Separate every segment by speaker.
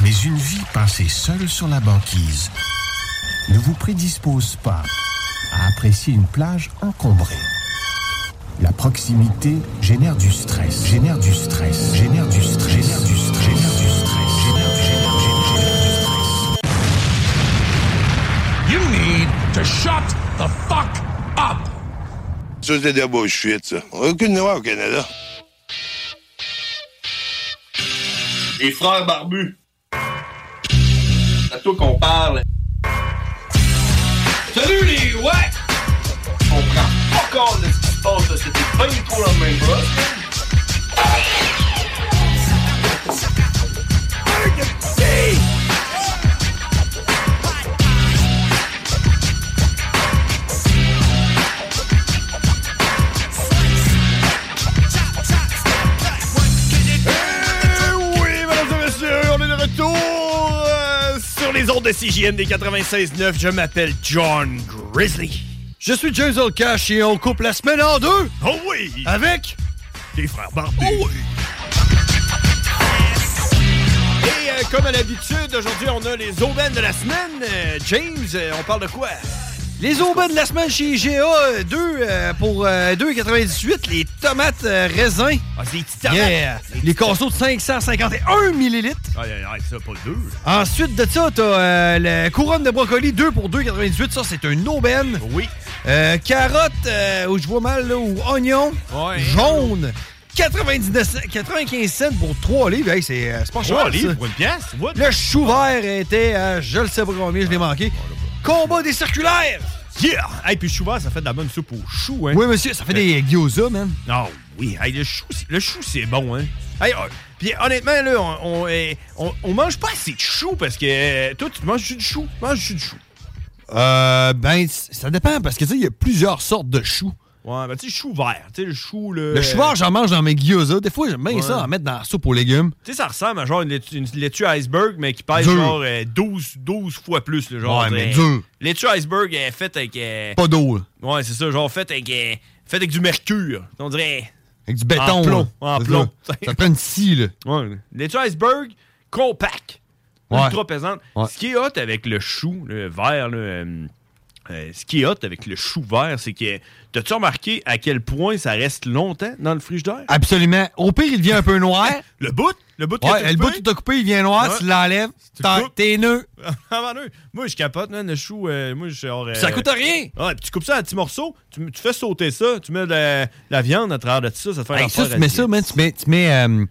Speaker 1: Mais une vie passée seule sur la banquise ne vous prédispose pas à apprécier une plage encombrée. La proximité génère du stress, génère du stress, génère du stress, génère du stress, génère du stress, génère du, génère, génère, génère du stress.
Speaker 2: You need to shut the fuck up.
Speaker 3: Ça, c'est de la bullshit, ça. On a aucune loi au Canada.
Speaker 4: Les frères barbus. C'est à toi qu'on parle. Salut les ouais! On prend pas compte de ce qui se passe, là. C'était pas du tout la même
Speaker 5: Oui, mesdames et messieurs, on est de retour euh, sur les ondes de CJM des 96.9. Je m'appelle John Grizzly.
Speaker 6: Je suis James Old Cash et on coupe la semaine en deux.
Speaker 5: Oh oui!
Speaker 6: Avec
Speaker 5: des frères barbus. Oh oui! Et euh, comme à l'habitude, aujourd'hui, on a les aubaines de la semaine. Euh, James, euh, on parle de quoi?
Speaker 6: les aubaines de la semaine chez IGA 2 pour euh, 2,98 les tomates euh, raisins.
Speaker 5: Ah, c'est des petites
Speaker 6: Yeah. Les casseaux de 551 millilitres.
Speaker 5: Aïe, aïe, aïe, ça, pas deux.
Speaker 6: Ensuite de ça, t'as euh, la couronne de brocoli 2 pour 2,98. Ça, c'est une aubaine.
Speaker 5: Oui.
Speaker 6: Euh, carotte, euh, où je vois mal, là, ou oignon.
Speaker 5: Ouais.
Speaker 6: Jaune. 99, 95 cents pour 3 livres. Hey, c'est euh, c'est pas
Speaker 5: Trois
Speaker 6: cher,
Speaker 5: livres
Speaker 6: ça.
Speaker 5: pour une pièce? What?
Speaker 6: Le chou vert était à je le sais pas combien, je l'ai manqué. Combat des circulaires!
Speaker 5: bah. Yeah! Hey, puis souvent, ça fait de la bonne soupe au chou, hein?
Speaker 6: Oui, monsieur, ça fait des gyoza, man.
Speaker 5: Ah oui, hey, le chou, c'est- le chou c'est bon, hein. Hey, euh, puis honnêtement là, on, on, euh, on- on mange pas assez de chou parce que euh, toi tu manges du chou, manges du chou.
Speaker 6: Euh, ben, c- ça dépend, parce que tu sais, il y a plusieurs sortes de choux.
Speaker 5: Ouais, ben tu sais chou vert, tu sais le chou là. euh,
Speaker 6: Le chou vert, j'en mange dans mes gyoza. Des fois, j'aime bien
Speaker 5: Ouais.
Speaker 6: ça en mettre dans la soupe aux légumes.
Speaker 5: Tu sais ça ressemble à genre une laitue, une laitue iceberg mais qui pèse
Speaker 6: Dur.
Speaker 5: genre euh, 12, 12 fois plus le genre.
Speaker 6: Ouais, mais
Speaker 5: euh,
Speaker 6: dur.
Speaker 5: Laitue iceberg est faite avec euh,
Speaker 6: Pas d'eau, hein. là.
Speaker 5: Ouais, c'est ça, genre faite avec euh, faite avec du mercure. On dirait
Speaker 6: Avec du béton.
Speaker 5: En plomb,
Speaker 6: là.
Speaker 5: en
Speaker 6: C'est
Speaker 5: plomb.
Speaker 6: Ça, ça te prend une scie, là.
Speaker 5: Ouais. Laitue iceberg compact.
Speaker 6: Ouais.
Speaker 5: Ultra pesante.
Speaker 6: Ouais.
Speaker 5: Ce qui est hot avec le chou, le vert, là, euh, euh, ce qui est hot avec le chou vert, c'est que t'as-tu remarqué à quel point ça reste longtemps dans le frigidaire?
Speaker 6: Absolument. Au pire, il devient un peu noir.
Speaker 5: Le bout? Le bout que
Speaker 6: ouais,
Speaker 5: t'as
Speaker 6: le bout,
Speaker 5: coupé?
Speaker 6: tu t'as coupé, il devient noir.
Speaker 5: Ouais.
Speaker 6: Tu l'enlèves.
Speaker 5: Tu
Speaker 6: t'en-
Speaker 5: le coupes.
Speaker 6: T'es nœud.
Speaker 5: Ah, mon Dieu. Moi, je capote, man, le chou. euh, moi, je suis hors, euh,
Speaker 6: Ça coûte rien.
Speaker 5: Ouais, puis tu coupes ça à petits morceaux, tu, m- tu fais sauter ça, tu mets de la, de la viande à travers de ça, ça te fait un
Speaker 6: Hey, ça,
Speaker 5: rapport
Speaker 6: tu mets ça,
Speaker 5: radieux.
Speaker 6: man. Tu mets. Tu mets euh,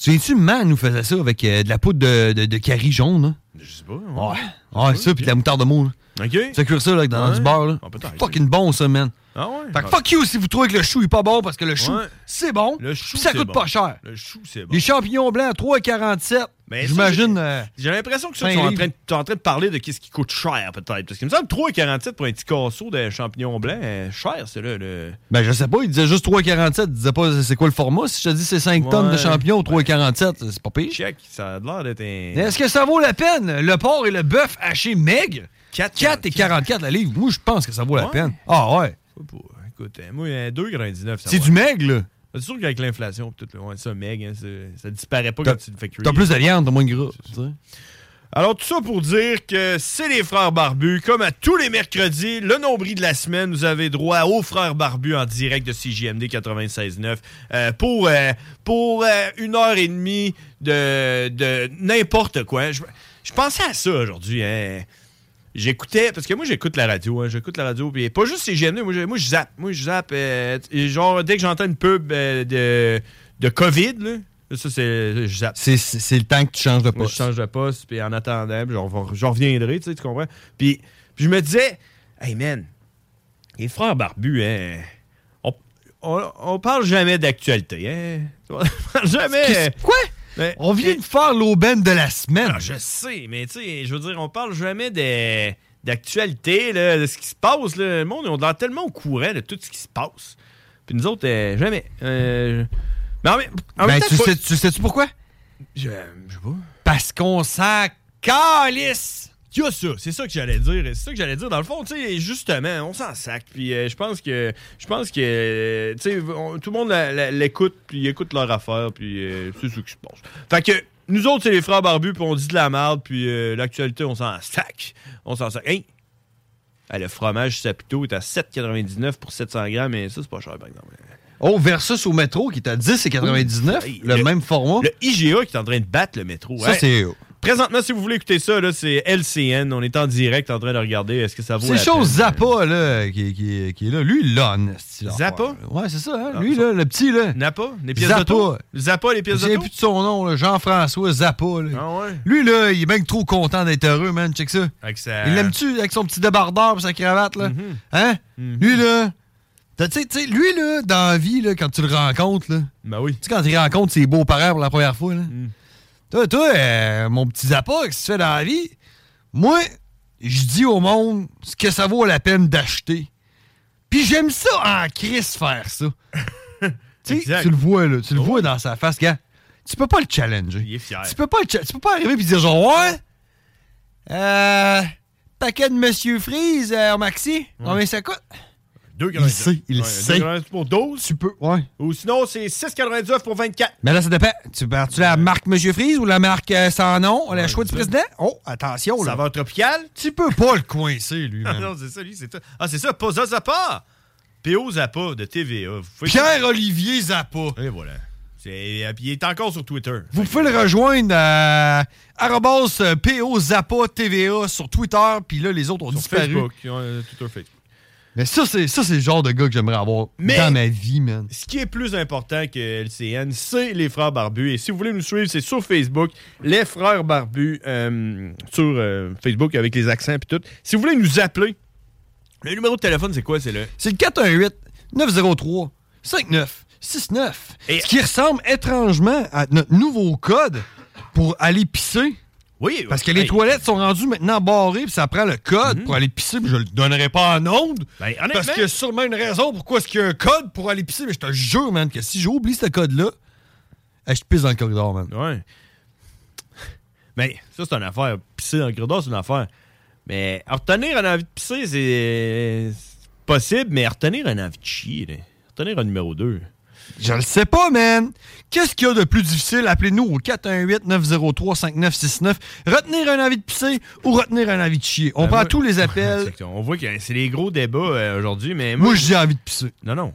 Speaker 6: tu viens-tu, man, nous faisait ça avec euh, de la poudre de, de, de carie jaune, là?
Speaker 5: Je sais pas. Ouais.
Speaker 6: Ouais, ça, puis de la moutarde de moule. là.
Speaker 5: OK?
Speaker 6: Tu fais cuire ça là, dans
Speaker 5: Ouais.
Speaker 6: du beurre. Là.
Speaker 5: On peut t'arrêter.
Speaker 6: Fucking bon, ça, man.
Speaker 5: Ah ouais?
Speaker 6: Fait que
Speaker 5: Ah,
Speaker 6: fuck you si vous trouvez que le chou est pas bon parce que le chou,
Speaker 5: Ouais.
Speaker 6: c'est bon.
Speaker 5: Le chou,
Speaker 6: puis ça
Speaker 5: c'est
Speaker 6: coûte
Speaker 5: bon.
Speaker 6: pas cher.
Speaker 5: Le chou, c'est bon.
Speaker 6: Les champignons blancs, 3,47.
Speaker 5: Mais
Speaker 6: J'imagine.
Speaker 5: ça,
Speaker 6: euh,
Speaker 5: J'ai l'impression que ça,
Speaker 6: Fin
Speaker 5: tu es en,
Speaker 6: livre.
Speaker 5: train de- tu es en train de parler de qu'est-ce qui coûte cher, peut-être. Parce qu'il me semble 3,47 pour un petit casseau de champignons blancs, euh, cher, c'est là. Le...
Speaker 6: ben, je sais pas, il disait juste 3,47. Il disait pas c'est quoi le format. Si je te dis c'est 5
Speaker 5: Ouais. Ben,
Speaker 6: tonnes de champignons, 3,47, c'est pas pire.
Speaker 5: Check, ça a l'air d'être un.
Speaker 6: Mais Est-ce que ça vaut la peine? Le porc et le bœuf haché meg?
Speaker 5: 4,
Speaker 6: 4 et 44 la livre. Moi, je pense que ça vaut la
Speaker 5: Ouais.
Speaker 6: peine. Ah ouais.
Speaker 5: Écoute, euh, moi, euh, 2,99. ça
Speaker 6: C'est
Speaker 5: va.
Speaker 6: du meg, là.
Speaker 5: C'est sûr qu'avec l'inflation, peut-être, ouais, ça, meg, hein, c'est- ça disparaît pas
Speaker 6: T'as-
Speaker 5: quand tu le fais cuire.
Speaker 6: T'as plus de viande, t'as moins de gras. tu sais.
Speaker 5: Alors, tout ça pour dire que c'est les Frères Barbus. Comme à tous les mercredis, le nombril de la semaine, vous avez droit aux Frères Barbus en direct de CJMD 96.9 euh, pour, euh, pour euh, une heure et demie de, de n'importe quoi. Je, je pensais à ça aujourd'hui. hein. J'écoutais, parce que moi j'écoute la radio, hein, j'écoute la radio, puis pas juste CGMD, E, moi je, moi, je zappe, moi je zappe, euh, et genre dès que j'entends une pub euh, de, de COVID, là, ça c'est, je zappe.
Speaker 6: C'est c'est- c'est le temps que tu changes de
Speaker 5: Moi, je
Speaker 6: poste.
Speaker 5: change de poste, puis en attendant, puis j'en j'en reviendrai, tu sais, tu comprends? Puis, puis je me disais, hey man, les frères barbus, hein, on, on, on parle jamais d'actualité, hein? On parle jamais.
Speaker 6: Qu'est-ce- Quoi?
Speaker 5: Ben, Ah,
Speaker 6: On vient de faire l'aubaine de la semaine.
Speaker 5: je sais, mais tu sais, je veux dire, on parle jamais des- d'actualité, là, de ce qui se passe. là. Le monde, on est tellement au courant de tout ce qui se passe. Puis nous autres, euh, jamais. Euh, je- Ah, mais en, même- en
Speaker 6: Ben,
Speaker 5: même temps,
Speaker 6: tu
Speaker 5: pas-
Speaker 6: sais- tu sais-tu pourquoi?
Speaker 5: Je, euh, je sais pas.
Speaker 6: Parce qu'on s'en calisse.
Speaker 5: Il y a ça, c'est ça que j'allais dire. C'est ça que j'allais dire. Dans le fond, tu sais, justement, on s'en sac. Puis euh, je pense que, je pense que, euh, tu sais, on- tout le monde la- la- l'écoute, puis ils écoutent leur affaire, puis euh, c'est ce qui se passe. Fait que nous autres, c'est les frères barbus, puis on dit de la merde, puis euh, l'actualité, on s'en sac. On s'en sac. Hein? Ah, le fromage Saputo est à 7,99 pour 700 grammes, mais ça, c'est pas cher, par exemple.
Speaker 6: Oh, versus au métro qui est à 10 et 99,
Speaker 5: Ouh, hey,
Speaker 6: le,
Speaker 5: le-
Speaker 6: même format.
Speaker 5: Le IGA qui est en train de battre le métro.
Speaker 6: Ça,
Speaker 5: Hey,
Speaker 6: c'est.
Speaker 5: Présentement, si vous voulez écouter ça, là, c'est LCN. On est en direct en train de regarder. Est-ce que ça vaut
Speaker 6: C'est
Speaker 5: la peine?
Speaker 6: chose Zappa, là, qui, qui- qui est là. Lui, il l'a, en esti, l'affaire.
Speaker 5: Zappa?
Speaker 6: Ouais, c'est ça, hein?
Speaker 5: Ah,
Speaker 6: Lui,
Speaker 5: ça-
Speaker 6: là, le petit, là.
Speaker 5: Napa? Les pièces
Speaker 6: Zappa.
Speaker 5: d'auto? Zappa, les
Speaker 6: Je me
Speaker 5: pièces
Speaker 6: souviens
Speaker 5: d'auto?
Speaker 6: plus de son nom, là, Jean-François Zappa, là.
Speaker 5: Ah ouais?
Speaker 6: Lui, là, il est même trop content d'être heureux, man. Check ça.
Speaker 5: Avec sa-
Speaker 6: Il l'aime-tu avec son petit débardeur et sa cravate, là?
Speaker 5: Mhm.
Speaker 6: Hein? Lui, là. t'as- Tu sais- tu sais, lui, là, dans la vie, là, quand tu le rencontres, là.
Speaker 5: Ben oui. Mhm.
Speaker 6: Tu sais, quand il rencontre ses beaux-parents pour la première fois, là. Toi, toi, euh, mon petit Zappa, qu'est-ce que tu fais dans la vie? Moi, je dis au monde ce que ça vaut la peine d'acheter. Puis j'aime ça en crise faire ça. tu sais,
Speaker 5: Exact.
Speaker 6: tu le vois, là. Tu le
Speaker 5: Oh.
Speaker 6: vois dans sa face, gars. Tu peux pas le challenger.
Speaker 5: Il est fier.
Speaker 6: Tu peux pas, le cha- tu peux pas arriver et dire genre, ouais, euh, paquet de Monsieur Freeze, euh, Maxi, combien ça coûte?
Speaker 5: Deux
Speaker 6: Il sait, il sait.
Speaker 5: 2,99 pour 12.
Speaker 6: Tu peux, ouais.
Speaker 5: Ou sinon, c'est 6,99 pour 24.
Speaker 6: Mais là, ça dépend. Tu prends-tu la marque Monsieur Freeze ou la marque euh, sans nom, le choix du
Speaker 5: ça.
Speaker 6: président? Oh, attention, là.
Speaker 5: Saveur tropicale.
Speaker 6: Tu peux pas le coincer, lui,
Speaker 5: Ah
Speaker 6: man.
Speaker 5: non, c'est ça, lui, c'est ça. Ah, c'est ça, Posa Zappa. P.O. Zappa de TVA. Vous pouvez-
Speaker 6: Pierre-Olivier Zappa.
Speaker 5: Et voilà. C'est... euh, Puis il est encore sur Twitter.
Speaker 6: Vous pouvez le rejoindre à arrobas, euh, PO Zappa TVA sur Twitter, puis là, les autres ont
Speaker 5: Sur
Speaker 6: disparu.
Speaker 5: Facebook. euh, Twitter, Facebook.
Speaker 6: Mais ça, c'est ça, c'est le genre de gars que j'aimerais avoir
Speaker 5: Mais-
Speaker 6: dans ma vie, man.
Speaker 5: Ce qui est plus important que LCN, c'est les Frères Barbus. Et si vous voulez nous suivre, c'est sur Facebook, les Frères Barbus, euh, sur euh, Facebook avec les accents et tout. Si vous voulez nous appeler, le numéro de téléphone, c'est quoi? C'est le...
Speaker 6: C'est le 418 903 5969.
Speaker 5: Et-
Speaker 6: Ce qui ressemble étrangement à notre nouveau code pour aller pisser.
Speaker 5: Oui,
Speaker 6: Parce que les
Speaker 5: hey,
Speaker 6: toilettes sont rendues maintenant barrées, puis ça prend le code pour aller pisser, puis je le donnerai pas en onde.
Speaker 5: Ben, honnêtement-
Speaker 6: parce qu'il y a sûrement une raison pourquoi est-ce qu'il y a un code pour aller pisser, mais je te jure, man, que si j'oublie ce code-là, eh, je pisse dans le corridor, man.
Speaker 5: Ouais. Mais ça, c'est une affaire. Pisser dans le corridor, c'est une affaire. Mais retenir une envie de pisser, c'est c'est possible, mais retenir une envie de chier, là. retenir un numéro 2.
Speaker 6: Je le sais pas, man. Qu'est-ce qu'il y a de plus difficile? Appelez-nous au 418-903-5969. Retenir un envie de pisser ou retenir un envie de chier. On
Speaker 5: Ben,
Speaker 6: prend
Speaker 5: moi-
Speaker 6: tous les appels.
Speaker 5: Exactement. On voit que c'est les gros débats euh, aujourd'hui, mais moi,
Speaker 6: Moi, je dis envie de pisser.
Speaker 5: Non, non.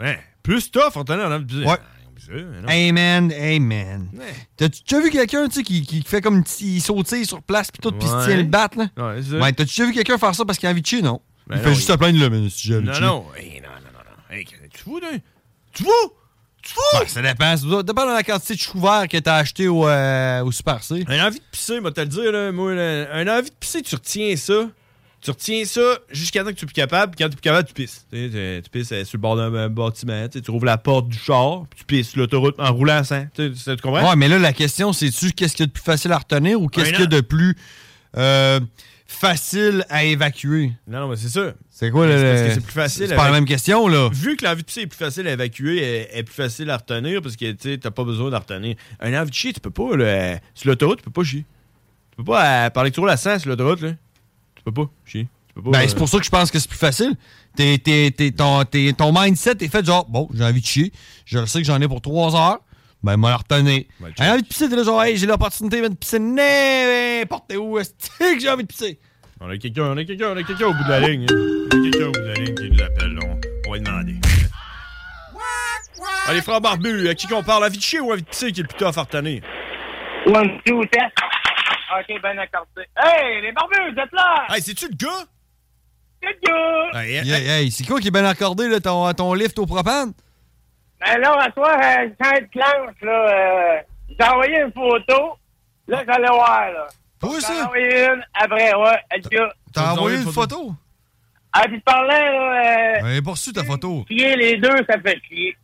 Speaker 5: Hein, plus tough, Anthony, on hein. a plus.
Speaker 6: Ouais.
Speaker 5: mais non.
Speaker 6: Amen, amen.
Speaker 5: Ouais.
Speaker 6: T'as-tu déjà vu quelqu'un, tu sais, qui, qui fait comme il sautille sur place, puis tout, puis il se tient
Speaker 5: Ouais.
Speaker 6: le bat, là?
Speaker 5: Ouais, c'est ça.
Speaker 6: Ouais, t'as-tu déjà vu quelqu'un faire ça parce qu'il a envie de chier, non?
Speaker 5: Ben
Speaker 6: il fait
Speaker 5: non,
Speaker 6: juste
Speaker 5: il-
Speaker 6: à plaindre, là, mais si j'ai envie de
Speaker 5: Non,
Speaker 6: chier.
Speaker 5: non. Hey, non, non, non, non. Hey, qu'est-ce que tu fous, d'un? Tu fous? Tu fous?
Speaker 6: Ouais, Ben, ça dépend. Ça doit- dépend de la quantité de chou vert que t'as acheté au, euh, au Super C.
Speaker 5: Un envie de pisser, moi, te le dire, là. Moi, là, un envie de pisser, tu retiens ça. Tu retiens ça jusqu'à temps que tu es plus capable. puis Quand tu es plus capable, tu pisses. Tu, sais, tu- tu pisses euh, sur le bord d'un euh, bâtiment. Tu sais, tu rouvres la porte du char, puis tu pisses sur l'autoroute en roulant sans. Tu, sais, tu comprends?
Speaker 6: Ouais, mais là, la question, c'est-tu qu'est-ce qu'il y a de plus facile à retenir ou qu'est-ce
Speaker 5: Un
Speaker 6: qu'il y a
Speaker 5: an.
Speaker 6: de plus euh, facile à évacuer?
Speaker 5: Non, non, mais c'est ça.
Speaker 6: C'est quoi, là?
Speaker 5: C'est parce
Speaker 6: le-
Speaker 5: que c'est plus facile
Speaker 6: C'est pas la
Speaker 5: avec-
Speaker 6: même question, là.
Speaker 5: Vu que l'envie de pisser est plus facile à évacuer, elle- elle est plus facile à retenir parce que tu sais, t'as pas besoin d'en retenir. Un envie de chier, tu peux pas. Là, euh, sur l'autoroute, tu peux pas chier. Tu peux pas euh, parler que la sang sur l'autoroute. là. Tu peux pas chier. Tu peux pas, euh,
Speaker 6: Ben, c'est pour ça que je pense que c'est plus facile. T'es- t'es- t'es- ton, t'es- ton mindset est fait genre, bon, j'ai envie de chier. Je le sais que j'en ai pour trois heures. Ben, m'a retenir.
Speaker 5: Ouais,
Speaker 6: J'ai envie de pisser, t'es là, genre, hey, j'ai l'opportunité de pisser n'importe où, est-ce que j'ai envie de pisser?
Speaker 5: On a quelqu'un, on a quelqu'un, on a quelqu'un au bout de la ligne. hein. On a quelqu'un au bout de la ligne qui nous appelle. là. On, on va lui demander. Ah, Allez, frère Barbu, à qui qu'on parle, à vite chier ou à vite pisser qui est le plus tôt à faire tanner?
Speaker 3: One, two, test. OK, ben accordé. Hey, les barbus, vous êtes là!
Speaker 5: Hey, c'est-tu le gars?
Speaker 3: C'est le gars!
Speaker 5: Hey,
Speaker 6: hey, hey, c'est quoi qui est bien accordé, là, ton, ton lift au propane?
Speaker 3: Ben là, à toi, euh, sans être planche, là, euh, j'ai envoyé une photo. Là, j'allais voir, là.
Speaker 6: Pour
Speaker 3: J'en ai envoyé une après, ouais, elle dit,
Speaker 6: T'as envoyé une photo?
Speaker 3: Ah, puis tu parlais, là, euh,
Speaker 6: Ben, poursuis ta photo.
Speaker 3: chier les deux, ça fait chier.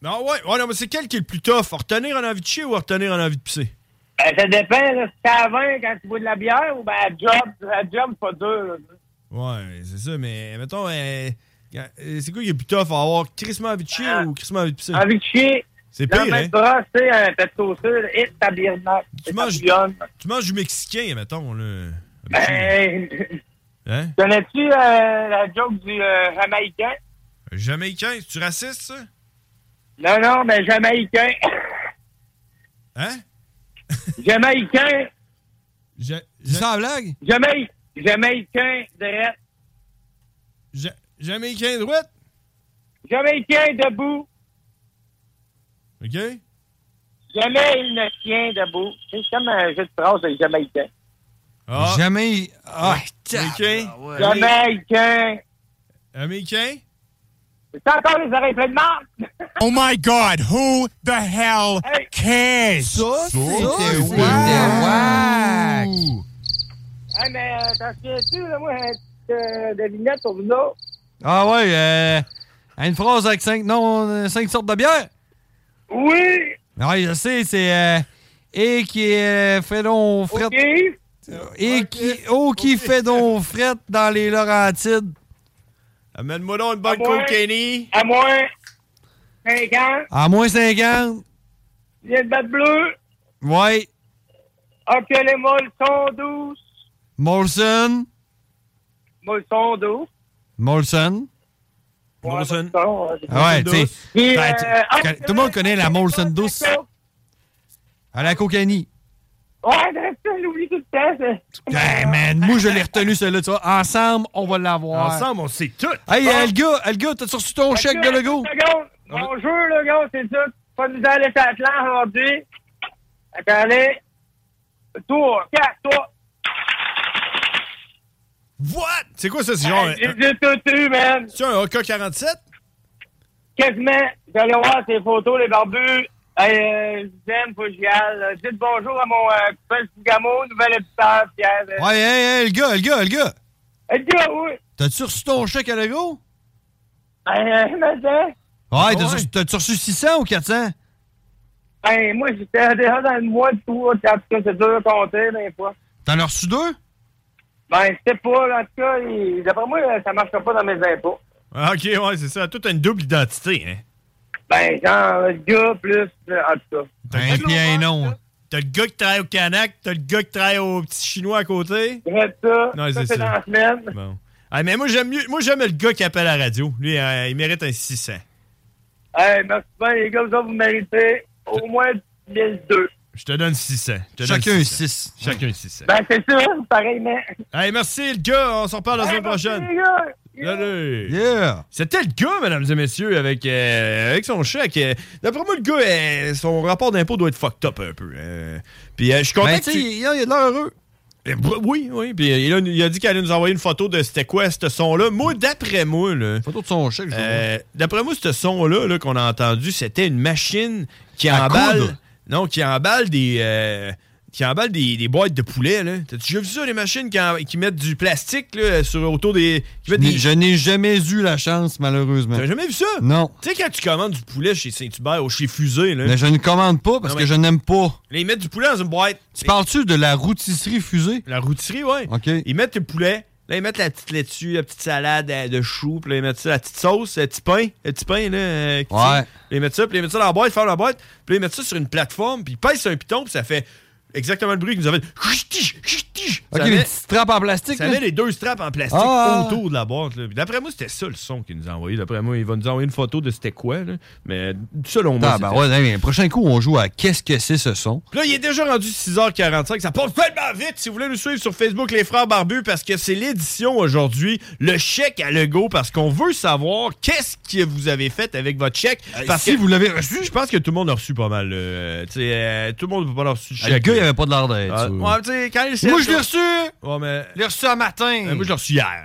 Speaker 5: Non, Ah ouais, ouais, non, mais c'est quel qui est le plus tough? À retenir en envie de chier ou à retenir en envie de pisser?
Speaker 3: Ben, ça dépend, là, si t'es à 20 quand tu bois de la bière ou ben, à job, à job, pas dur, là.
Speaker 5: Ouais, c'est ça, mais mettons, euh, quand- euh, c'est quoi qui est le plus tough? à Avoir crissement envie de chier ou crissement envie de pisser?
Speaker 3: Ah, Envie de chier.
Speaker 5: C'est pire,
Speaker 3: Dans
Speaker 5: hein?
Speaker 3: le bras, tu sais, un pet sauceux, et ta bière de nappe.
Speaker 5: Tu
Speaker 3: Et ta
Speaker 5: manges,
Speaker 3: bouillonne.
Speaker 5: tu manges du mexicain, mettons, là.
Speaker 3: Ben,
Speaker 5: Hein?
Speaker 3: connais-tu euh, la joke du euh, Jamaïcain?
Speaker 5: Jamaïcain, tu raciste, ça?
Speaker 3: Non, non, mais Jamaïcain.
Speaker 5: Hein?
Speaker 3: Jamaïcain.
Speaker 5: Ja-
Speaker 6: C'est
Speaker 5: ja-
Speaker 6: ça la blague?
Speaker 3: Jamaï- Jamaïcain direct.
Speaker 5: ja- Jamaïcain droite?
Speaker 3: Jamaïcain debout.
Speaker 5: OK?
Speaker 3: Jamais il ne tient debout. C'est comme un jeu de phrase avec Jamaïcain.
Speaker 5: Ah,
Speaker 6: Jamais. Ah,
Speaker 5: Jamaïcain.
Speaker 3: Jamaïcain.
Speaker 5: Jamaïcain?
Speaker 3: T'as encore les oreilles pleines de marde?
Speaker 7: Oh my god, who the hell
Speaker 3: Hey.
Speaker 7: cares?
Speaker 6: ça,
Speaker 7: c'était
Speaker 6: c'était
Speaker 7: wack.
Speaker 6: wack.
Speaker 3: Hey, mais euh, t'en souviens-tu, là, moi, euh, de vignettes pour vous autres?
Speaker 6: Ah ouais, euh, une phrase avec cinq noms, euh, cinq sortes de bière.
Speaker 3: Oui!
Speaker 6: Ouais, je sais, c'est euh, et qui euh, fait donc fret
Speaker 3: OK!
Speaker 6: et qui oh qui fait donc fret dans les Laurentides.
Speaker 5: Amène-moi donc une bonne
Speaker 3: Ah ouais?
Speaker 5: cocaine.
Speaker 3: À moins 5 ans,
Speaker 6: À moins 50.
Speaker 3: il y a de battre bleu.
Speaker 6: Ouais,
Speaker 3: OK, les molles sont douces.
Speaker 6: Molson,
Speaker 3: Molles sont douces.
Speaker 6: Molson.
Speaker 5: Molson.
Speaker 6: Ah ouais, tu sais.
Speaker 3: Puis,
Speaker 6: Ben, tu-
Speaker 3: euh, ah,
Speaker 6: que- tout le monde connaît la Molson douce à la cocaïne.
Speaker 3: Ouais, ben, ça, je l'oublie tout le temps. ça.
Speaker 6: Hey Eh, man, moi je l'ai retenu celle-là, tu vois. Ensemble, on va l'avoir.
Speaker 5: Ensemble, on sait tout.
Speaker 6: Hey, euh, le gars, euh, le gars, t'as reçu ton chèque de
Speaker 3: Attends,
Speaker 6: logo?
Speaker 3: une seconde. Mon jeu, le gars, c'est ça. Pas nous aller sur Atlant aujourd'hui. Attendez. Tour, 4, 3.
Speaker 5: What? C'est quoi ça? C'est genre. un-
Speaker 3: J'ai
Speaker 5: un-
Speaker 3: j'ai tout eu, man.
Speaker 5: C'est un AK-47?
Speaker 3: Quasiment. Vous allez voir ces photos, les barbus. Hey, euh, je vous aime, faut que j'y aille, là. Dites bonjour à mon euh, copain Fugamo, nouvel épisode, Pierre. Euh,
Speaker 6: Ouais,
Speaker 5: hein?
Speaker 6: hey, hey, le gars, le gars, le gars.
Speaker 3: Le gars, oui.
Speaker 6: T'as-tu reçu ton chèque à logo?
Speaker 3: Ben, euh, mais, hein,
Speaker 6: Ouais,
Speaker 5: Ah
Speaker 6: t'as
Speaker 5: ouais?
Speaker 6: reçu- t'as-tu reçu 600 ou 400?
Speaker 3: ben, moi, j'étais déjà dans le mois de tout. En tout cas, c'est dur à compter, des fois.
Speaker 6: T'en as reçu deux?
Speaker 3: Ben, c'était pas, là, en tout cas, il- d'après moi, euh, ça marchera pas dans mes impôts.
Speaker 5: Ah, Ok, ouais, c'est ça. Toi, t'as une double identité, hein?
Speaker 3: Ben, genre, le gars plus, euh, en tout cas.
Speaker 6: Un
Speaker 5: T'as
Speaker 6: puis un non.
Speaker 5: t'as le gars qui travaille au Canac, t'as le gars qui travaille au petit chinois à côté.
Speaker 3: Arrête ça.
Speaker 5: Non, c'est
Speaker 3: ça, c'est
Speaker 5: ça.
Speaker 3: dans la semaine.
Speaker 5: Bon. Ah, mais moi, j'aime mieux. Moi, j'aime le gars qui appelle à la radio. Lui, euh, il mérite un 600.
Speaker 3: Hey, merci bien, les gars, vous autres, vous méritez au moins 1002.
Speaker 5: Je te donne 600. Je te donne
Speaker 6: Chacun
Speaker 5: 600.
Speaker 6: 6.
Speaker 5: Chacun 600.
Speaker 3: Ben, c'est sûr, pareillement.
Speaker 5: Hey, merci, le gars. On s'en reparle la semaine prochaine. Salut.
Speaker 6: Yeah!
Speaker 5: C'était le gars, mesdames et messieurs, avec, euh, avec son chèque. Euh, D'après moi, le gars, euh, son rapport d'impôt doit être fucked up un peu. euh. Puis euh, je suis content
Speaker 6: Ben,
Speaker 5: que
Speaker 6: tu
Speaker 5: tu-
Speaker 6: sais, il y a il a de l'air heureux.
Speaker 5: Eh, br- Oui, oui. Puis euh, il a, il a dit qu'il allait nous envoyer une photo de c'était quoi ce son-là. Moi, d'après moi, là,
Speaker 6: Photo de son chèque, je vois.
Speaker 5: euh, d'après moi, ce son-là là, qu'on a entendu, c'était une machine qui
Speaker 6: À
Speaker 5: emballe.
Speaker 6: coudre.
Speaker 5: Non, qui emballe des. euh, qui emballe des, des boîtes de poulet, là. T'as-tu déjà vu ça, les machines qui, en- qui mettent du plastique, là, sur, autour des. qui mettent des-
Speaker 6: Je n'ai jamais eu la chance, malheureusement.
Speaker 5: T'as jamais vu ça?
Speaker 6: Non.
Speaker 5: Tu sais, quand tu commandes du poulet chez Saint-Hubert ou chez Fusée, là,
Speaker 6: Mais je ne commande pas parce
Speaker 5: Non, mais-
Speaker 6: que je n'aime pas.
Speaker 5: là, ils mettent du poulet dans une boîte.
Speaker 6: Tu parles-tu de la rôtisserie fusée?
Speaker 5: La rôtisserie, ouais.
Speaker 6: OK.
Speaker 5: Ils mettent le poulet. Là, ils mettent la petite laitue, la petite salade euh, de choux, puis là, ils mettent ça, la petite sauce, le petit pain, le petit pain, là. euh, qui tient.
Speaker 6: Ouais.
Speaker 5: Là, Ils mettent ça, puis ils mettent ça dans la boîte, ils ferment la boîte, puis là, ils mettent ça sur une plateforme, puis ils pèsent sur un piton, puis ça fait exactement le bruit qu'ils nous avaient.
Speaker 6: Ok,
Speaker 5: Ça
Speaker 6: les
Speaker 5: avait-
Speaker 6: petites trappes en plastique.
Speaker 5: Ça
Speaker 6: là.
Speaker 5: avait les deux straps en plastique
Speaker 6: Ah!
Speaker 5: autour de la boîte. là. Puis D'après moi, c'était ça le son qu'il nous a envoyé. D'après moi, il va nous envoyer une photo de c'était quoi. là. Mais selon moi,
Speaker 6: Ah, ben
Speaker 5: c'était-
Speaker 6: ouais, le prochain coup, on joue à Qu'est-ce que c'est ce son?
Speaker 5: Puis Là, il est déjà rendu 6h45. Ça passe tellement vite. Si vous voulez nous suivre sur Facebook, les frères barbus, parce que c'est l'édition aujourd'hui, le chèque à Lego, parce qu'on veut savoir qu'est-ce que vous avez fait avec votre chèque. Parce
Speaker 6: si
Speaker 5: que
Speaker 6: Euh, vous l'avez reçu?
Speaker 5: Je pense que tout le monde a reçu pas mal. euh, tu sais, euh, tout le monde n'a pas reçu le
Speaker 6: Ah,
Speaker 5: chèque.
Speaker 6: le gars, il avait pas de l'air d'être.
Speaker 5: Ah,
Speaker 6: ça.
Speaker 5: ouais, tu sais, quand il
Speaker 6: Moi, je l'ai reçu!
Speaker 5: Ouais, mais.
Speaker 6: Je l'ai reçu un matin.
Speaker 5: Euh, moi, je l'ai reçu hier.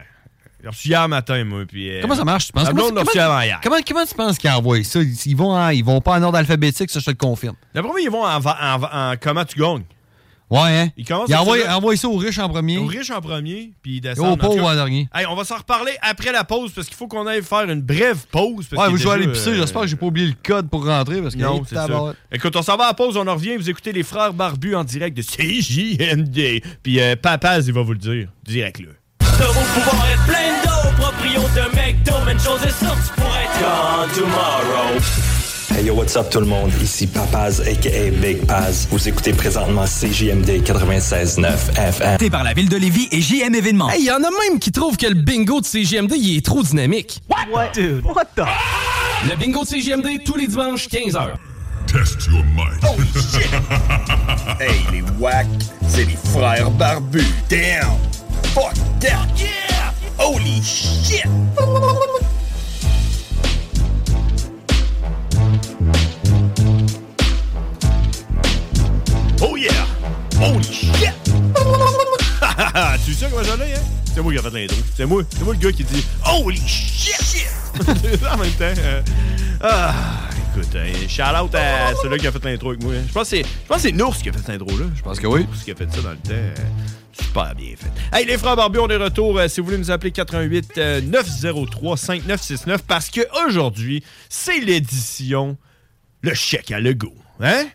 Speaker 5: Je l'ai reçu hier matin, moi. Puis, euh,
Speaker 6: Comment ça marche, tu penses?
Speaker 5: ma
Speaker 6: Comment,
Speaker 5: blonde l'a reçu
Speaker 6: comment-
Speaker 5: avant hier.
Speaker 6: comment- comment tu penses qu'ils envoient ça? Ils, ils vont en- ils vont pas en ordre alphabétique, ça, je te le confirme.
Speaker 5: D'après moi, ils vont en, va- en va- en comment tu gagnes.
Speaker 6: Ouais, hein?
Speaker 5: Ils commencent
Speaker 6: Ils
Speaker 5: à
Speaker 6: envoient,
Speaker 5: tirer-
Speaker 6: envoient ça aux riches en premier.
Speaker 5: Aux riches en premier, puis ils
Speaker 6: Et aux
Speaker 5: descendent. En tout
Speaker 6: pauvres
Speaker 5: cas,
Speaker 6: en dernier.
Speaker 5: Hey, on va s'en reparler après la pause parce qu'il faut qu'on aille faire une brève pause. parce
Speaker 6: Ouais,
Speaker 5: qu'il
Speaker 6: moi,
Speaker 5: est
Speaker 6: je vais
Speaker 5: déjà,
Speaker 6: aller pisser.
Speaker 5: euh,
Speaker 6: J'espère que j'ai pas oublié le code pour rentrer parce que.
Speaker 5: Non,
Speaker 6: Hey,
Speaker 5: c'est
Speaker 6: tabarouette.
Speaker 5: ça. Écoute, on s'en va à la pause, on en revient. Vous écoutez les frères barbus en direct de CJMD. Puis euh, Papaz, il va vous le dire. Direct le.
Speaker 8: T'auras pouvoir être plein d'eau, proprio de McDo, mais une chose est sûre, tu pourrais être gone tomorrow.
Speaker 9: Hey yo, what's up tout le monde? Ici Papaz, a.k.a. Big Paz. Vous écoutez présentement CJMD 96.9 FM.
Speaker 10: par la ville de Lévis et JM événements. Hey, y en a même qui trouvent que le bingo de CGMD il est trop dynamique. What? Dude? What the? Le bingo de CGMD tous les dimanches 15h.
Speaker 7: Test your mind. Oh shit! hey, les wack, c'est les frères barbus. Damn! Fuck that! Yeah! Holy shit!
Speaker 5: Oh yeah! Holy shit! tu sais comment j'en ai, hein? C'est moi qui ai fait l'intro. C'est moi, c'est moi le gars qui dit Holy shit! en même temps. euh, ah, écoute, shout out à celui qui a fait l'intro avec moi. Je pense que c'est- je pense que c'est Nours qui a fait l'intro, là. Je pense que oui. Nours qui a fait ça dans le temps. euh, Super bien fait. Hey, les frères Barbus, on est retour. Euh, si vous voulez nous appeler 88 euh, 903 5969 parce que aujourd'hui, c'est l'édition le chèque à Lego. Hein?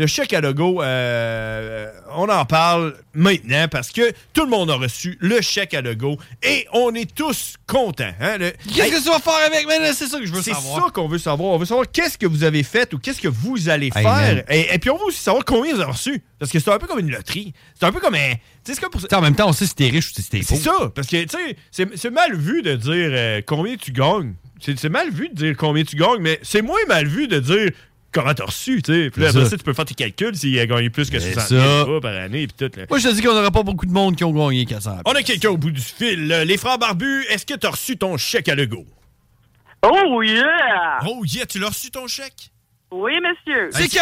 Speaker 5: Le chèque à Lego, euh, on en parle maintenant parce que tout le monde a reçu le chèque à Lego et on est tous contents. hein? Le-
Speaker 6: Qu'est-ce que tu vas faire avec? Mais là, c'est ça que je veux
Speaker 5: c'est
Speaker 6: savoir.
Speaker 5: ça qu'on veut savoir. On veut savoir qu'est-ce que vous avez fait ou qu'est-ce que vous allez
Speaker 6: Hey,
Speaker 5: faire.
Speaker 6: man.
Speaker 5: Et, et puis, on veut aussi savoir combien vous avez reçu. Parce que c'est un peu comme une loterie. C'est un peu comme un. tu sais, c'est comme pour-
Speaker 6: Tu sais, En même temps, on sait si t'es riche ou si t'es
Speaker 5: C'est
Speaker 6: pauvre.
Speaker 5: ça. Parce que, tu sais, c'est- c'est mal vu de dire euh, combien tu gagnes. C'est c'est mal vu de dire combien tu gagnes, mais c'est moins mal vu de dire comment t'as reçu, tu sais. Puis là,
Speaker 6: C'est
Speaker 5: après
Speaker 6: ça.
Speaker 5: ça, tu peux faire tes calculs s'il a gagné plus que
Speaker 6: C'est
Speaker 5: 60
Speaker 6: ça.
Speaker 5: 000 fois par année, puis tout. là.
Speaker 6: Moi, je te dis qu'on n'aura pas beaucoup de monde qui ont gagné 400.
Speaker 5: On a quelqu'un au bout du fil. Euh, Les frères barbus, est-ce que t'as reçu ton chèque à Lego?
Speaker 11: Oh yeah!
Speaker 5: Oh yeah, tu l'as reçu ton chèque?
Speaker 11: Oui, monsieur.
Speaker 5: Hey, C'est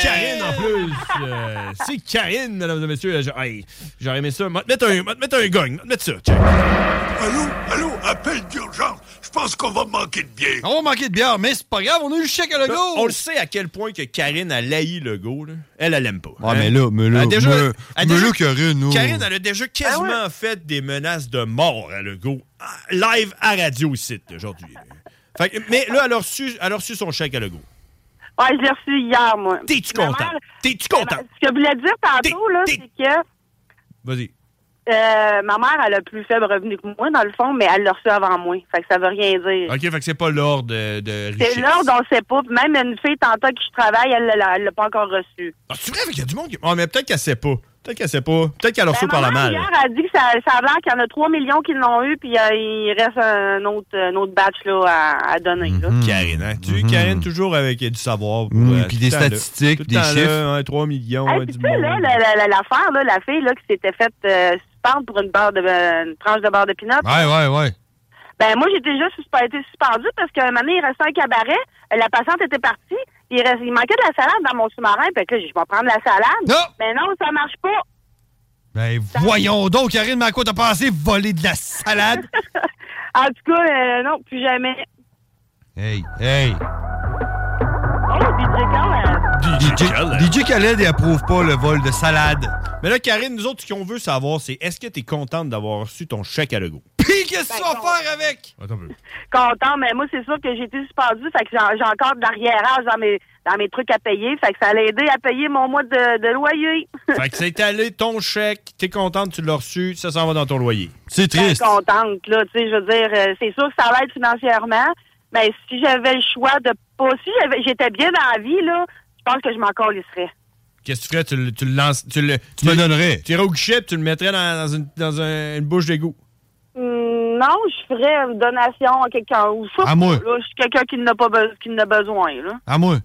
Speaker 5: Karine en plus! Euh, c'est Karine, mesdames et messieurs. Je- hey, J'aurais aimé ça. M'a te mettre un, m'a te mettre un gong. M'a te mettre ça. Check.
Speaker 12: Allô, allô, appel d'urgence. Je pense qu'on va manquer de bière.
Speaker 6: On va manquer de bière, mais c'est pas grave, on a eu le chèque à Lego.
Speaker 5: Là, On le sait à quel point que Karine a laï le go. là. Elle, elle l'aime pas. Hein?
Speaker 6: Ouais, mais là, mais là,
Speaker 5: Elle a Ah, déjà-
Speaker 6: mais-
Speaker 5: elle a
Speaker 6: mais
Speaker 5: déjà-
Speaker 6: là, Karine, oh.
Speaker 5: Karine, elle a
Speaker 11: Ah
Speaker 5: déjà quasiment fait des menaces de mort à Legault. Ah, Live à radio ici, aujourd'hui. Fait que- mais là, elle a, reçu, elle a reçu son chèque à Legault.
Speaker 11: Ouais, je l'ai reçu hier, moi.
Speaker 5: T'es-tu
Speaker 11: Ma mère-
Speaker 5: content? T'es-tu content?
Speaker 3: Ben,
Speaker 11: Ce que je voulais dire tantôt, là, c'est que
Speaker 5: Vas-y.
Speaker 11: euh, ma mère, elle a plus faible revenu que moi, dans le fond, mais elle l'a reçu avant moi. Fait que ça veut rien dire.
Speaker 5: OK, fait que c'est pas l'ordre de, de richesse.
Speaker 11: C'est l'ordre, on sait pas. Puis Même une fille, tantôt que je travaille, elle l'a- elle l'a pas encore reçu.
Speaker 5: Ah, c'est vrai, fait qu'il y a du monde qui... Ah, mais peut-être qu'elle sait pas. Peut-être qu'elle sait pas. Peut-être qu'elle a reçu
Speaker 11: Ben,
Speaker 5: par la
Speaker 11: ma
Speaker 5: malle.
Speaker 11: mère, Hier, elle a dit que ça, ça a l'air qu'il y en a 3 millions qui l'ont eu, puis euh, il reste un autre, un autre batch là, à, à donner. là.
Speaker 5: Karine, hein? Tu, Karine, toujours avec euh, du savoir. pour,
Speaker 6: Mm,
Speaker 5: euh,
Speaker 6: Mm-hmm. puis
Speaker 5: tout
Speaker 6: des
Speaker 5: le temps, là.
Speaker 6: statistiques,
Speaker 5: Tout le
Speaker 6: des
Speaker 5: temps, là,
Speaker 6: chiffres.
Speaker 5: hein, 3 millions.
Speaker 11: Hey,
Speaker 5: hein,
Speaker 11: puis
Speaker 5: du
Speaker 11: tu sais,
Speaker 5: monde.
Speaker 11: là, la- la- la- l'affaire, là, la fille là, qui s'était faite euh, suspendre pour une, barre de, une tranche de barre de pinot.
Speaker 6: Ouais, ouais, ouais.
Speaker 11: Ben, moi, j'ai déjà suspe- été suspendue parce qu'un moment donné, il restait un cabaret, euh, la patiente était partie, il, reste- il manquait de la salade dans mon sous-marin, fait que là, j'ai dit, je vais prendre la salade. Mais non, ça marche pas.
Speaker 6: Ben, voyons donc, Karine, mais à quoi t'as pensé voler de la salade?
Speaker 11: En tout cas, euh, non, plus jamais.
Speaker 6: hey, hey.
Speaker 5: DJ,
Speaker 6: DJ Khaled, il approuve pas le vol de salade.
Speaker 5: Mais là, Karine, nous autres, ce qu'on veut savoir, c'est est-ce que t'es contente d'avoir reçu ton chèque à Lego?
Speaker 6: Puis qu'est-ce que tu vas faire avec?
Speaker 5: Attends un peu.
Speaker 11: Ben, Content, mais moi, c'est sûr que j'ai été suspendue, fait que j'ai j'ai encore de l'arriérage dans mes, dans mes trucs à payer, fait que ça allait aider à payer mon mois de, de loyer.
Speaker 5: Fait que c'est allé ton chèque, t'es contente, tu l'as reçu, ça s'en va dans ton loyer.
Speaker 6: C'est
Speaker 11: Ben, contente, là, tu sais, je veux dire, euh, c'est sûr que ça l'aide financièrement, mais si j'avais le choix de pas, si j'avais- j'étais bien dans la vie, là, je pense que je m'en calisserais.
Speaker 5: Qu'est-ce que tu ferais? Tu, le- tu le lances. Tu, le, tu
Speaker 6: me donnerais.
Speaker 5: Tu irais au guichet puis tu le mettrais dans, dans une, dans un- une bouche d'égout.
Speaker 11: Hum, non, je ferais une donation à quelqu'un. Ou ça,
Speaker 5: À moi.
Speaker 11: là, je suis quelqu'un qui n'a pas be- qui n'a besoin, là.
Speaker 6: À moi.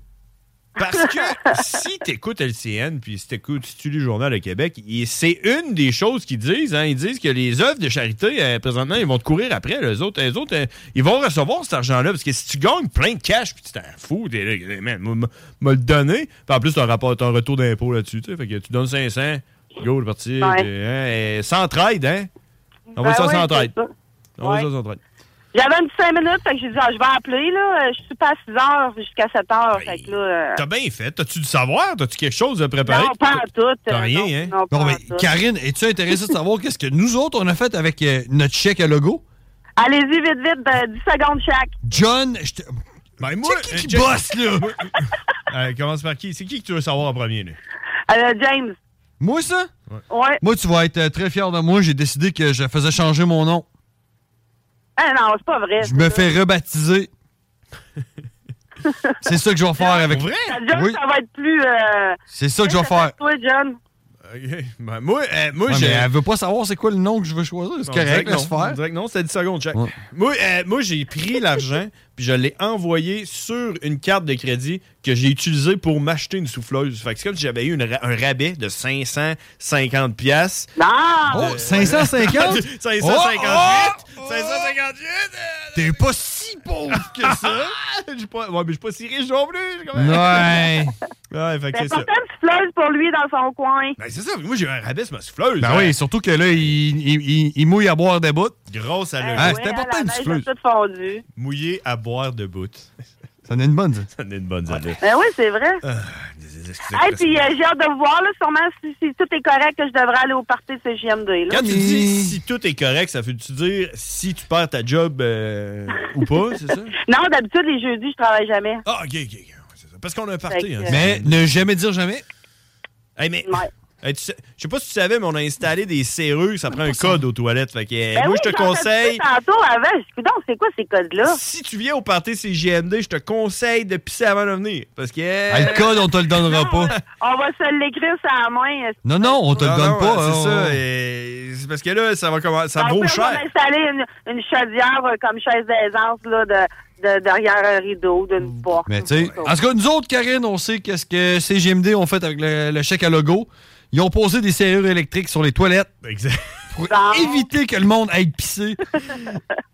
Speaker 5: Parce que si t'écoutes LCN, puis si t'écoutes, si tu lis le journal de Québec, il- c'est une des choses qu'ils disent. hein. Ils disent que les œuvres de charité, euh, présentement, ils vont te courir après. Les autres, les autres euh, ils vont recevoir cet argent-là. Parce que si tu gagnes plein de cash, puis tu t'en fous, t'es là, eh, man, m'a- m'a- m'a le donné. Puis en plus, t'as un, rapport- t'as un retour d'impôt là-dessus. tu sais. Fait que tu donnes 500, go, le parti.
Speaker 11: Ouais.
Speaker 5: euh, hein, et sans trade, hein? On va
Speaker 11: Ben
Speaker 5: ça
Speaker 11: oui,
Speaker 5: sans trade.
Speaker 11: c'est ça.
Speaker 5: On va
Speaker 11: Ouais.
Speaker 5: ça sans trade.
Speaker 11: J'avais un petit 5 minutes, fait que j'ai dit, ah, je vais appeler, là. Euh, Je suis pas à 6 heures jusqu'à 7 heures, fait que là. euh,
Speaker 5: T'as bien fait. T'as-tu du savoir? T'as-tu quelque chose de préparé?
Speaker 11: non, pas en tout. euh,
Speaker 5: T'as rien,
Speaker 11: non,
Speaker 5: hein?
Speaker 11: non, pas
Speaker 6: Bon, mais
Speaker 11: en tout.
Speaker 6: Karine, es-tu intéressée de savoir qu'est-ce que nous autres, on a fait avec euh, notre chèque à logo?
Speaker 11: Allez-y, vite, vite, de 10 secondes chaque.
Speaker 6: John, je te...
Speaker 5: moi,
Speaker 6: c'est qui
Speaker 5: euh,
Speaker 6: qui
Speaker 5: Jack-
Speaker 6: bosse, là?
Speaker 5: Euh, commence par qui? C'est qui que tu veux savoir en premier? là?
Speaker 11: Euh, James.
Speaker 6: moi, ça?
Speaker 11: Ouais.
Speaker 6: Moi, tu vas être euh, très fier de moi. J'ai décidé que je faisais changer mon nom.
Speaker 11: Ah non, c'est pas vrai.
Speaker 6: Je me fais rebaptiser. c'est ça que je vais faire avec...
Speaker 5: Vrai?
Speaker 11: John,
Speaker 6: Oui,
Speaker 11: ça va être plus. euh,
Speaker 6: c'est ça que je vais faire.
Speaker 11: Toi, John.
Speaker 5: Ok. Ben, moi, euh, moi
Speaker 6: Ouais,
Speaker 5: j'ai.
Speaker 6: mais elle veut pas savoir c'est quoi le nom que je veux choisir. C'est
Speaker 5: Non, on dirait
Speaker 6: correct,
Speaker 5: que
Speaker 6: laisse
Speaker 5: non. On
Speaker 6: faire.
Speaker 5: dirait que non, c'était 10 secondes, Jack.
Speaker 6: Ouais.
Speaker 5: Moi, euh, moi j'ai pris l'argent puis je l'ai envoyé sur une carte de crédit que j'ai utilisée pour m'acheter une souffleuse. Fait que c'est comme si j'avais eu une ra- un rabais de 550 pièces.
Speaker 11: Non!
Speaker 5: Euh,
Speaker 6: Oh, 550?
Speaker 5: 558!
Speaker 6: Oh,
Speaker 5: 558!
Speaker 6: T'es pas si
Speaker 5: pauvre que ça! Je suis pas, ouais, mais je suis pas si riche non plus! je suis quand même-
Speaker 6: Ouais.
Speaker 5: Ouais, fait que
Speaker 11: Ben,
Speaker 5: c'est ça.
Speaker 11: porte une souffleuse pour lui dans son coin.
Speaker 5: Ben, c'est ça, moi j'ai eu un rabais sur ma souffleuse.
Speaker 6: Ben
Speaker 5: hein.
Speaker 6: oui, surtout que là, il, il- il- il mouille à boire des bouts.
Speaker 5: Grosse à
Speaker 6: Ah,
Speaker 5: le
Speaker 6: c'est important, une
Speaker 11: J'ai
Speaker 6: souffleuse.
Speaker 11: tout fondu.
Speaker 5: Mouillé à boire de bout.
Speaker 6: Ça en est une bonne, ça.
Speaker 5: Ça en est une bonne, ça. là.
Speaker 11: Ben oui, c'est
Speaker 5: Ah,
Speaker 11: vrai.
Speaker 5: Excusez-moi.
Speaker 11: Hey, puis euh, j'ai hâte de vous voir, là, sûrement, si, si tout est correct, que je devrais aller au party de CGMD. Là.
Speaker 5: Quand tu dis si tout est correct, ça veut-tu dire si tu perds ta job euh, ou pas, c'est ça?
Speaker 11: Non, d'habitude, les jeudis, je travaille jamais.
Speaker 5: Ah, ok, ok, ok. Ouais, c'est ça. Parce qu'on a un
Speaker 11: Fait
Speaker 5: party.
Speaker 11: que-
Speaker 5: hein.
Speaker 6: Mais ne jamais dire jamais.
Speaker 5: Hey, mais. Hey, tu sais- je sais pas si tu savais, mais on a installé des serrures, ça prend un code aux toilettes. Fait que, euh,
Speaker 11: Ben
Speaker 5: moi,
Speaker 11: oui,
Speaker 5: je te
Speaker 11: j'en faisais
Speaker 5: conseille,
Speaker 11: tantôt avant, je dis, donc, c'est quoi ces codes-là?
Speaker 5: si tu viens au party CGMD, je te conseille de pisser avant de venir. Parce que.
Speaker 6: Hey, Ah, le code, on te le donnera pas.
Speaker 11: On va se l'écrire sur la main. euh,
Speaker 6: Non, non, on te
Speaker 5: Non,
Speaker 6: le donne
Speaker 5: non,
Speaker 6: pas.
Speaker 5: ouais, C'est
Speaker 6: hein,
Speaker 5: ça.
Speaker 6: on-
Speaker 5: et c'est parce que là, ça va commencer. Ça
Speaker 11: Ben, au
Speaker 5: vaut
Speaker 11: pire, On
Speaker 5: cher.
Speaker 11: va installer une, une chaudière euh, comme chaise d'aisance là, de, de- derrière un rideau d'une porte.
Speaker 6: Mais tu sais, en tout cas, nous autres, Karine, on sait qu'est-ce que CGMD ont fait avec le, le chèque à logo. Ils ont posé des serrures électriques sur les toilettes.
Speaker 5: Exact.
Speaker 6: Pour éviter que le monde aille pisser.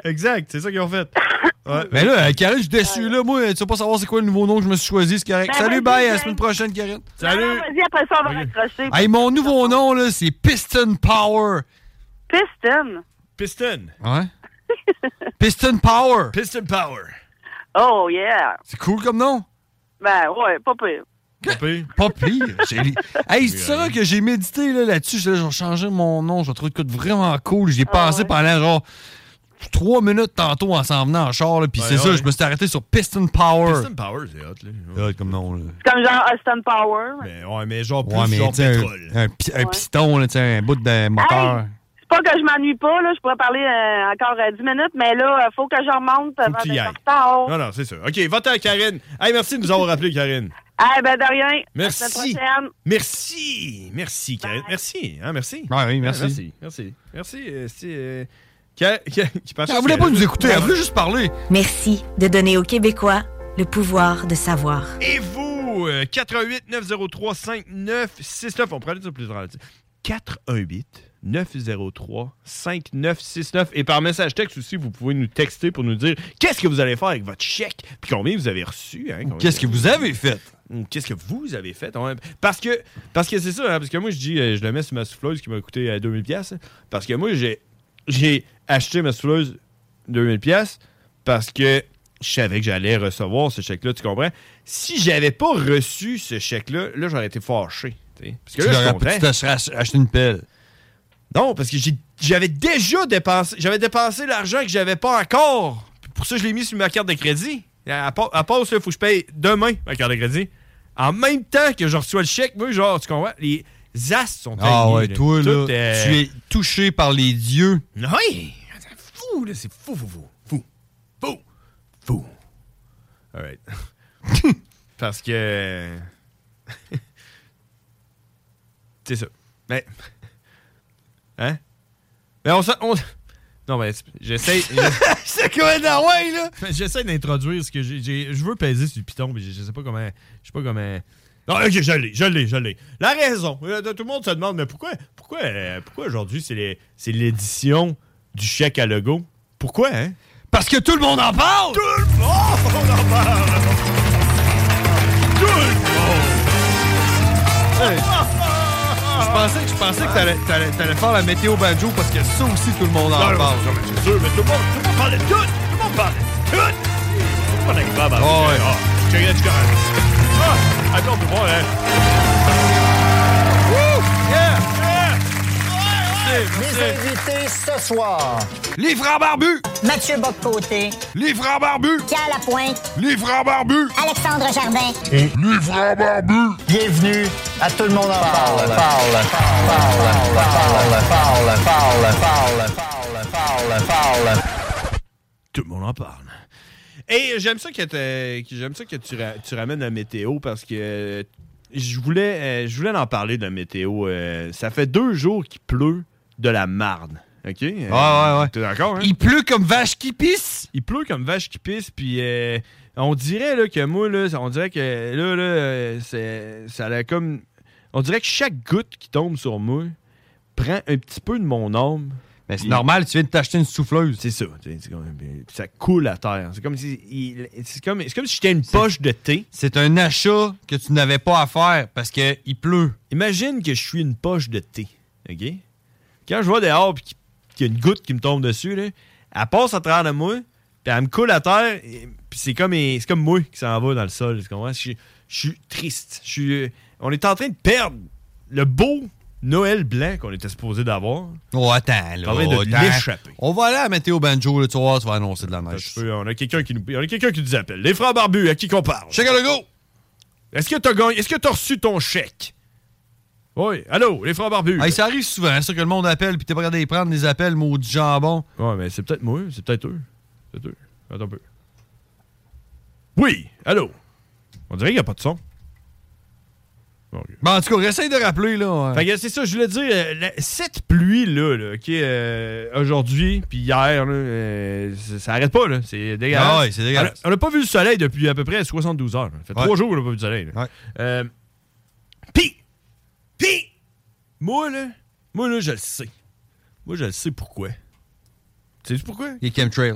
Speaker 5: Exact, c'est ça qu'ils ont fait. Ouais.
Speaker 6: Mais là, euh, Karine, je suis déçu. Là, moi, tu vas pas savoir c'est quoi le nouveau nom que je me suis choisi, c'est correct.
Speaker 11: Ben,
Speaker 6: Salut,
Speaker 11: vas-y,
Speaker 6: bye, à la
Speaker 11: James.
Speaker 6: semaine prochaine, Karine.
Speaker 11: Non, non, Vas-y, après ça, on va raccrocher.
Speaker 6: Hey, mon nouveau nom, là, c'est Piston Power.
Speaker 11: Piston.
Speaker 5: Piston.
Speaker 6: Ouais? Piston Power.
Speaker 5: Piston Power.
Speaker 11: Oh, yeah.
Speaker 6: C'est cool comme nom.
Speaker 11: Ben, ouais, pas pire.
Speaker 6: Pas pire. J'ai li- Hey, tu sauras que j'ai médité là, là-dessus. Je, je vais changer mon nom. Je vais trouver de quoi de vraiment cool. J'y ai pensé pendant genre trois minutes tantôt en s'en venant en char. là, Puis
Speaker 5: Ouais,
Speaker 6: c'est ça,
Speaker 5: ouais.
Speaker 6: je me suis arrêté sur Piston Power.
Speaker 5: Piston Power, c'est hot, là.
Speaker 6: C'est hot comme nom. Là.
Speaker 11: C'est comme genre Austin Power.
Speaker 5: Mais, ouais, mais genre plus
Speaker 6: Ouais, mais
Speaker 5: genre
Speaker 6: tu sais, un,
Speaker 5: pétrole.
Speaker 6: un pi- un piston, là, tu sais, un bout de moteur.
Speaker 11: Hey, c'est pas que je m'ennuie pas, là. Je pourrais parler euh, encore euh, 10 minutes, mais là, il faut que je remonte euh, avant
Speaker 5: que tu y
Speaker 11: d'être en
Speaker 5: ailles.
Speaker 11: retard.
Speaker 5: Non, non, c'est ça. OK, va-t'en, Karine. Hey, merci de nous avoir rappelé, Karine.
Speaker 11: Eh ben, de rien. À la
Speaker 5: Ah. Merci.
Speaker 11: semaine prochaine.
Speaker 5: Merci. Merci, Karine. Merci. Hein, merci.
Speaker 6: Ouais, oui, merci.
Speaker 5: Ouais, merci. Merci. Merci. euh, c'est, euh, Ka- Ka- qui pense
Speaker 6: Elle
Speaker 5: que-
Speaker 6: voulait pas nous écouter, elle voulait juste parler.
Speaker 13: Merci de donner aux Québécois le pouvoir de savoir.
Speaker 5: Et vous, euh, 88 903 5969. On pourrait aller sur plus tard. 418 903 5969. Et par message texte aussi, vous pouvez nous texter pour nous dire qu'est-ce que vous allez faire avec votre chèque, puis combien vous avez reçu. hein, combien-
Speaker 6: Qu'est-ce que vous avez fait?
Speaker 5: Ou Qu'est-ce que vous avez fait? Ouais, Parce que parce que c'est ça, hein, parce que moi, je dis, euh, je le mets sur ma souffleuse qui m'a coûté euh, 2000$. piastres, hein, Parce que moi, j'ai j'ai acheté ma souffleuse 2000$ piastres parce que je savais que j'allais recevoir ce chèque-là, tu comprends? Si j'avais pas reçu ce chèque-là, là, j'aurais été fâché. tu sais. Parce que
Speaker 6: Tu
Speaker 5: là, je suis
Speaker 6: l'aurais-
Speaker 5: content.
Speaker 6: tu te serais ach- acheté une pelle.
Speaker 5: Non, parce que j'ai- j'avais déjà dépensé, j'avais dépensé l'argent que j'avais pas encore. Puis Pour ça, je l'ai mis sur ma carte de crédit. À, à, pa- à pause, il faut que je paye demain ma carte de crédit. En même temps que je reçois le chèque, moi, genre, tu comprends, les astres sont
Speaker 6: Ah
Speaker 5: alignés,
Speaker 6: ouais, toi,
Speaker 5: Tout,
Speaker 6: là,
Speaker 5: euh,
Speaker 6: tu es touché par les dieux.
Speaker 5: Oui! Ah, C'est fou, là, c'est fou, fou, fou, fou, fou, fou. All right. parce que... C'est ça. Mais. Hein? Mais on, s'en- on... Non, mais c'est- j'essaie. Ben,
Speaker 14: C'est quoi dans ouais, là?
Speaker 5: j'essaie d'introduire ce que j'ai. j'ai- Je veux peser sur le piton, mais je je sais pas comment. Je sais pas comment. Non, ok, je l'ai, je l'ai, je l'ai. La raison. euh, Tout le monde se demande, mais pourquoi, pourquoi, euh, pourquoi aujourd'hui c'est, les- c'est l'édition du chèque à logo? Pourquoi, hein?
Speaker 6: Parce que tout le monde en parle!
Speaker 5: Tout le monde en parle! Tout le
Speaker 6: Hey. Je pensais, je pensais que t'allais, t'allais- t'allais faire la météo banjo parce que ça aussi tout le monde en
Speaker 5: Non, non,
Speaker 6: parle.
Speaker 5: non, mais c'est sûr, mais tout le monde, tout le monde parle de tout! Tout le monde parle de tout! C'est pas agréable, hein?
Speaker 6: Ah ouais.
Speaker 5: Ah, je regarde, je regarde. Ah, attends, tu vois, hein?
Speaker 6: Wouh! Yeah!
Speaker 5: hein.
Speaker 15: Mes invités ce soir.
Speaker 6: Les frères barbus.
Speaker 15: Mathieu Boccoté.
Speaker 6: Les frères barbus.
Speaker 15: Pierre Lapointe.
Speaker 6: Les frères barbus.
Speaker 15: Alexandre Jardin.
Speaker 6: Et les frères barbus.
Speaker 15: Bienvenue à tout le monde en parle. Parle, parle, parle, parle, parle, parle, parle, parle, parle.
Speaker 5: Tout le monde en parle. Et j'aime ça que, t'aies- que j'aime ça que tu, ra- tu ramènes la météo parce que euh, je voulais euh, je voulais en parler de la météo. euh, ça fait deux jours qu'il pleut de la marne. OK? Euh,
Speaker 6: Ah, ouais, ouais.
Speaker 5: T'es d'accord? hein?
Speaker 6: Il pleut comme vache qui pisse.
Speaker 5: Il pleut comme vache qui pisse, puis euh, on dirait là, que moi, là, on dirait que là, là, euh, c'est- ça a comme. On dirait que chaque goutte qui tombe sur moi prend un petit peu de mon âme.
Speaker 6: Mais c'est normal, tu viens de t'acheter une souffleuse.
Speaker 5: C'est ça. tu sais, c'est comme- puis ça coule à terre. C'est comme si. il- C'est comme, c'est comme si j'étais une poche de thé.
Speaker 6: C'est un achat que tu n'avais pas à faire parce que il pleut.
Speaker 5: Imagine que je suis une poche de thé. OK? Quand je vois dehors puis qu'il qu'il y a une goutte qui me tombe dessus, là, elle passe à travers de moi, puis elle me coule à terre, et- puis c'est comme, c'est comme moi qui s'en va dans le sol. Tu comprends? Je, suis- je suis triste. Je suis, euh, on est en train de perdre le beau Noël blanc qu'on était supposé d'avoir.
Speaker 6: Oh, attends,
Speaker 5: T'es
Speaker 6: là.
Speaker 5: en train de
Speaker 6: attends.
Speaker 5: l'échapper.
Speaker 6: On va aller à la météo banjo, là, tu vois, tu vas annoncer de la neige.
Speaker 5: Je peux- on a quelqu'un qui, nous- on a quelqu'un qui nous appelle. Les frères barbus, à qui qu'on parle?
Speaker 6: Check le go!
Speaker 5: Est-ce que t'as gagné? Est-ce que t'as reçu ton chèque? Oui, allô, les frères barbus.
Speaker 6: Hey, ça arrive souvent, hein, ça, que le monde appelle, puis t'es pas capable de les prendre, les appels, maudit jambon.
Speaker 5: Ouais, mais c'est peut-être moi, c'est peut-être eux. C'est eux. Attends un peu. Oui, allô? On dirait qu'il n'y a pas de son.
Speaker 6: Ben, en tout cas, essaye de rappeler, là.
Speaker 5: Fait que c'est ça, je voulais dire, euh, la- cette pluie-là, là, OK, euh, aujourd'hui, puis hier, là, euh, ça- ça arrête pas, là. C'est dégueulasse.
Speaker 6: Ah ouais, c'est dégueulasse.
Speaker 5: On a- On n'a pas vu le soleil depuis à peu près 72 heures. là. Ça fait
Speaker 6: Ouais.
Speaker 5: trois jours qu'on n'a pas vu le soleil. là. Euh, puis, puis, moi, là, moi, là, je le sais. Moi, je le sais pourquoi. Tu sais pourquoi?
Speaker 6: Les chemtrails.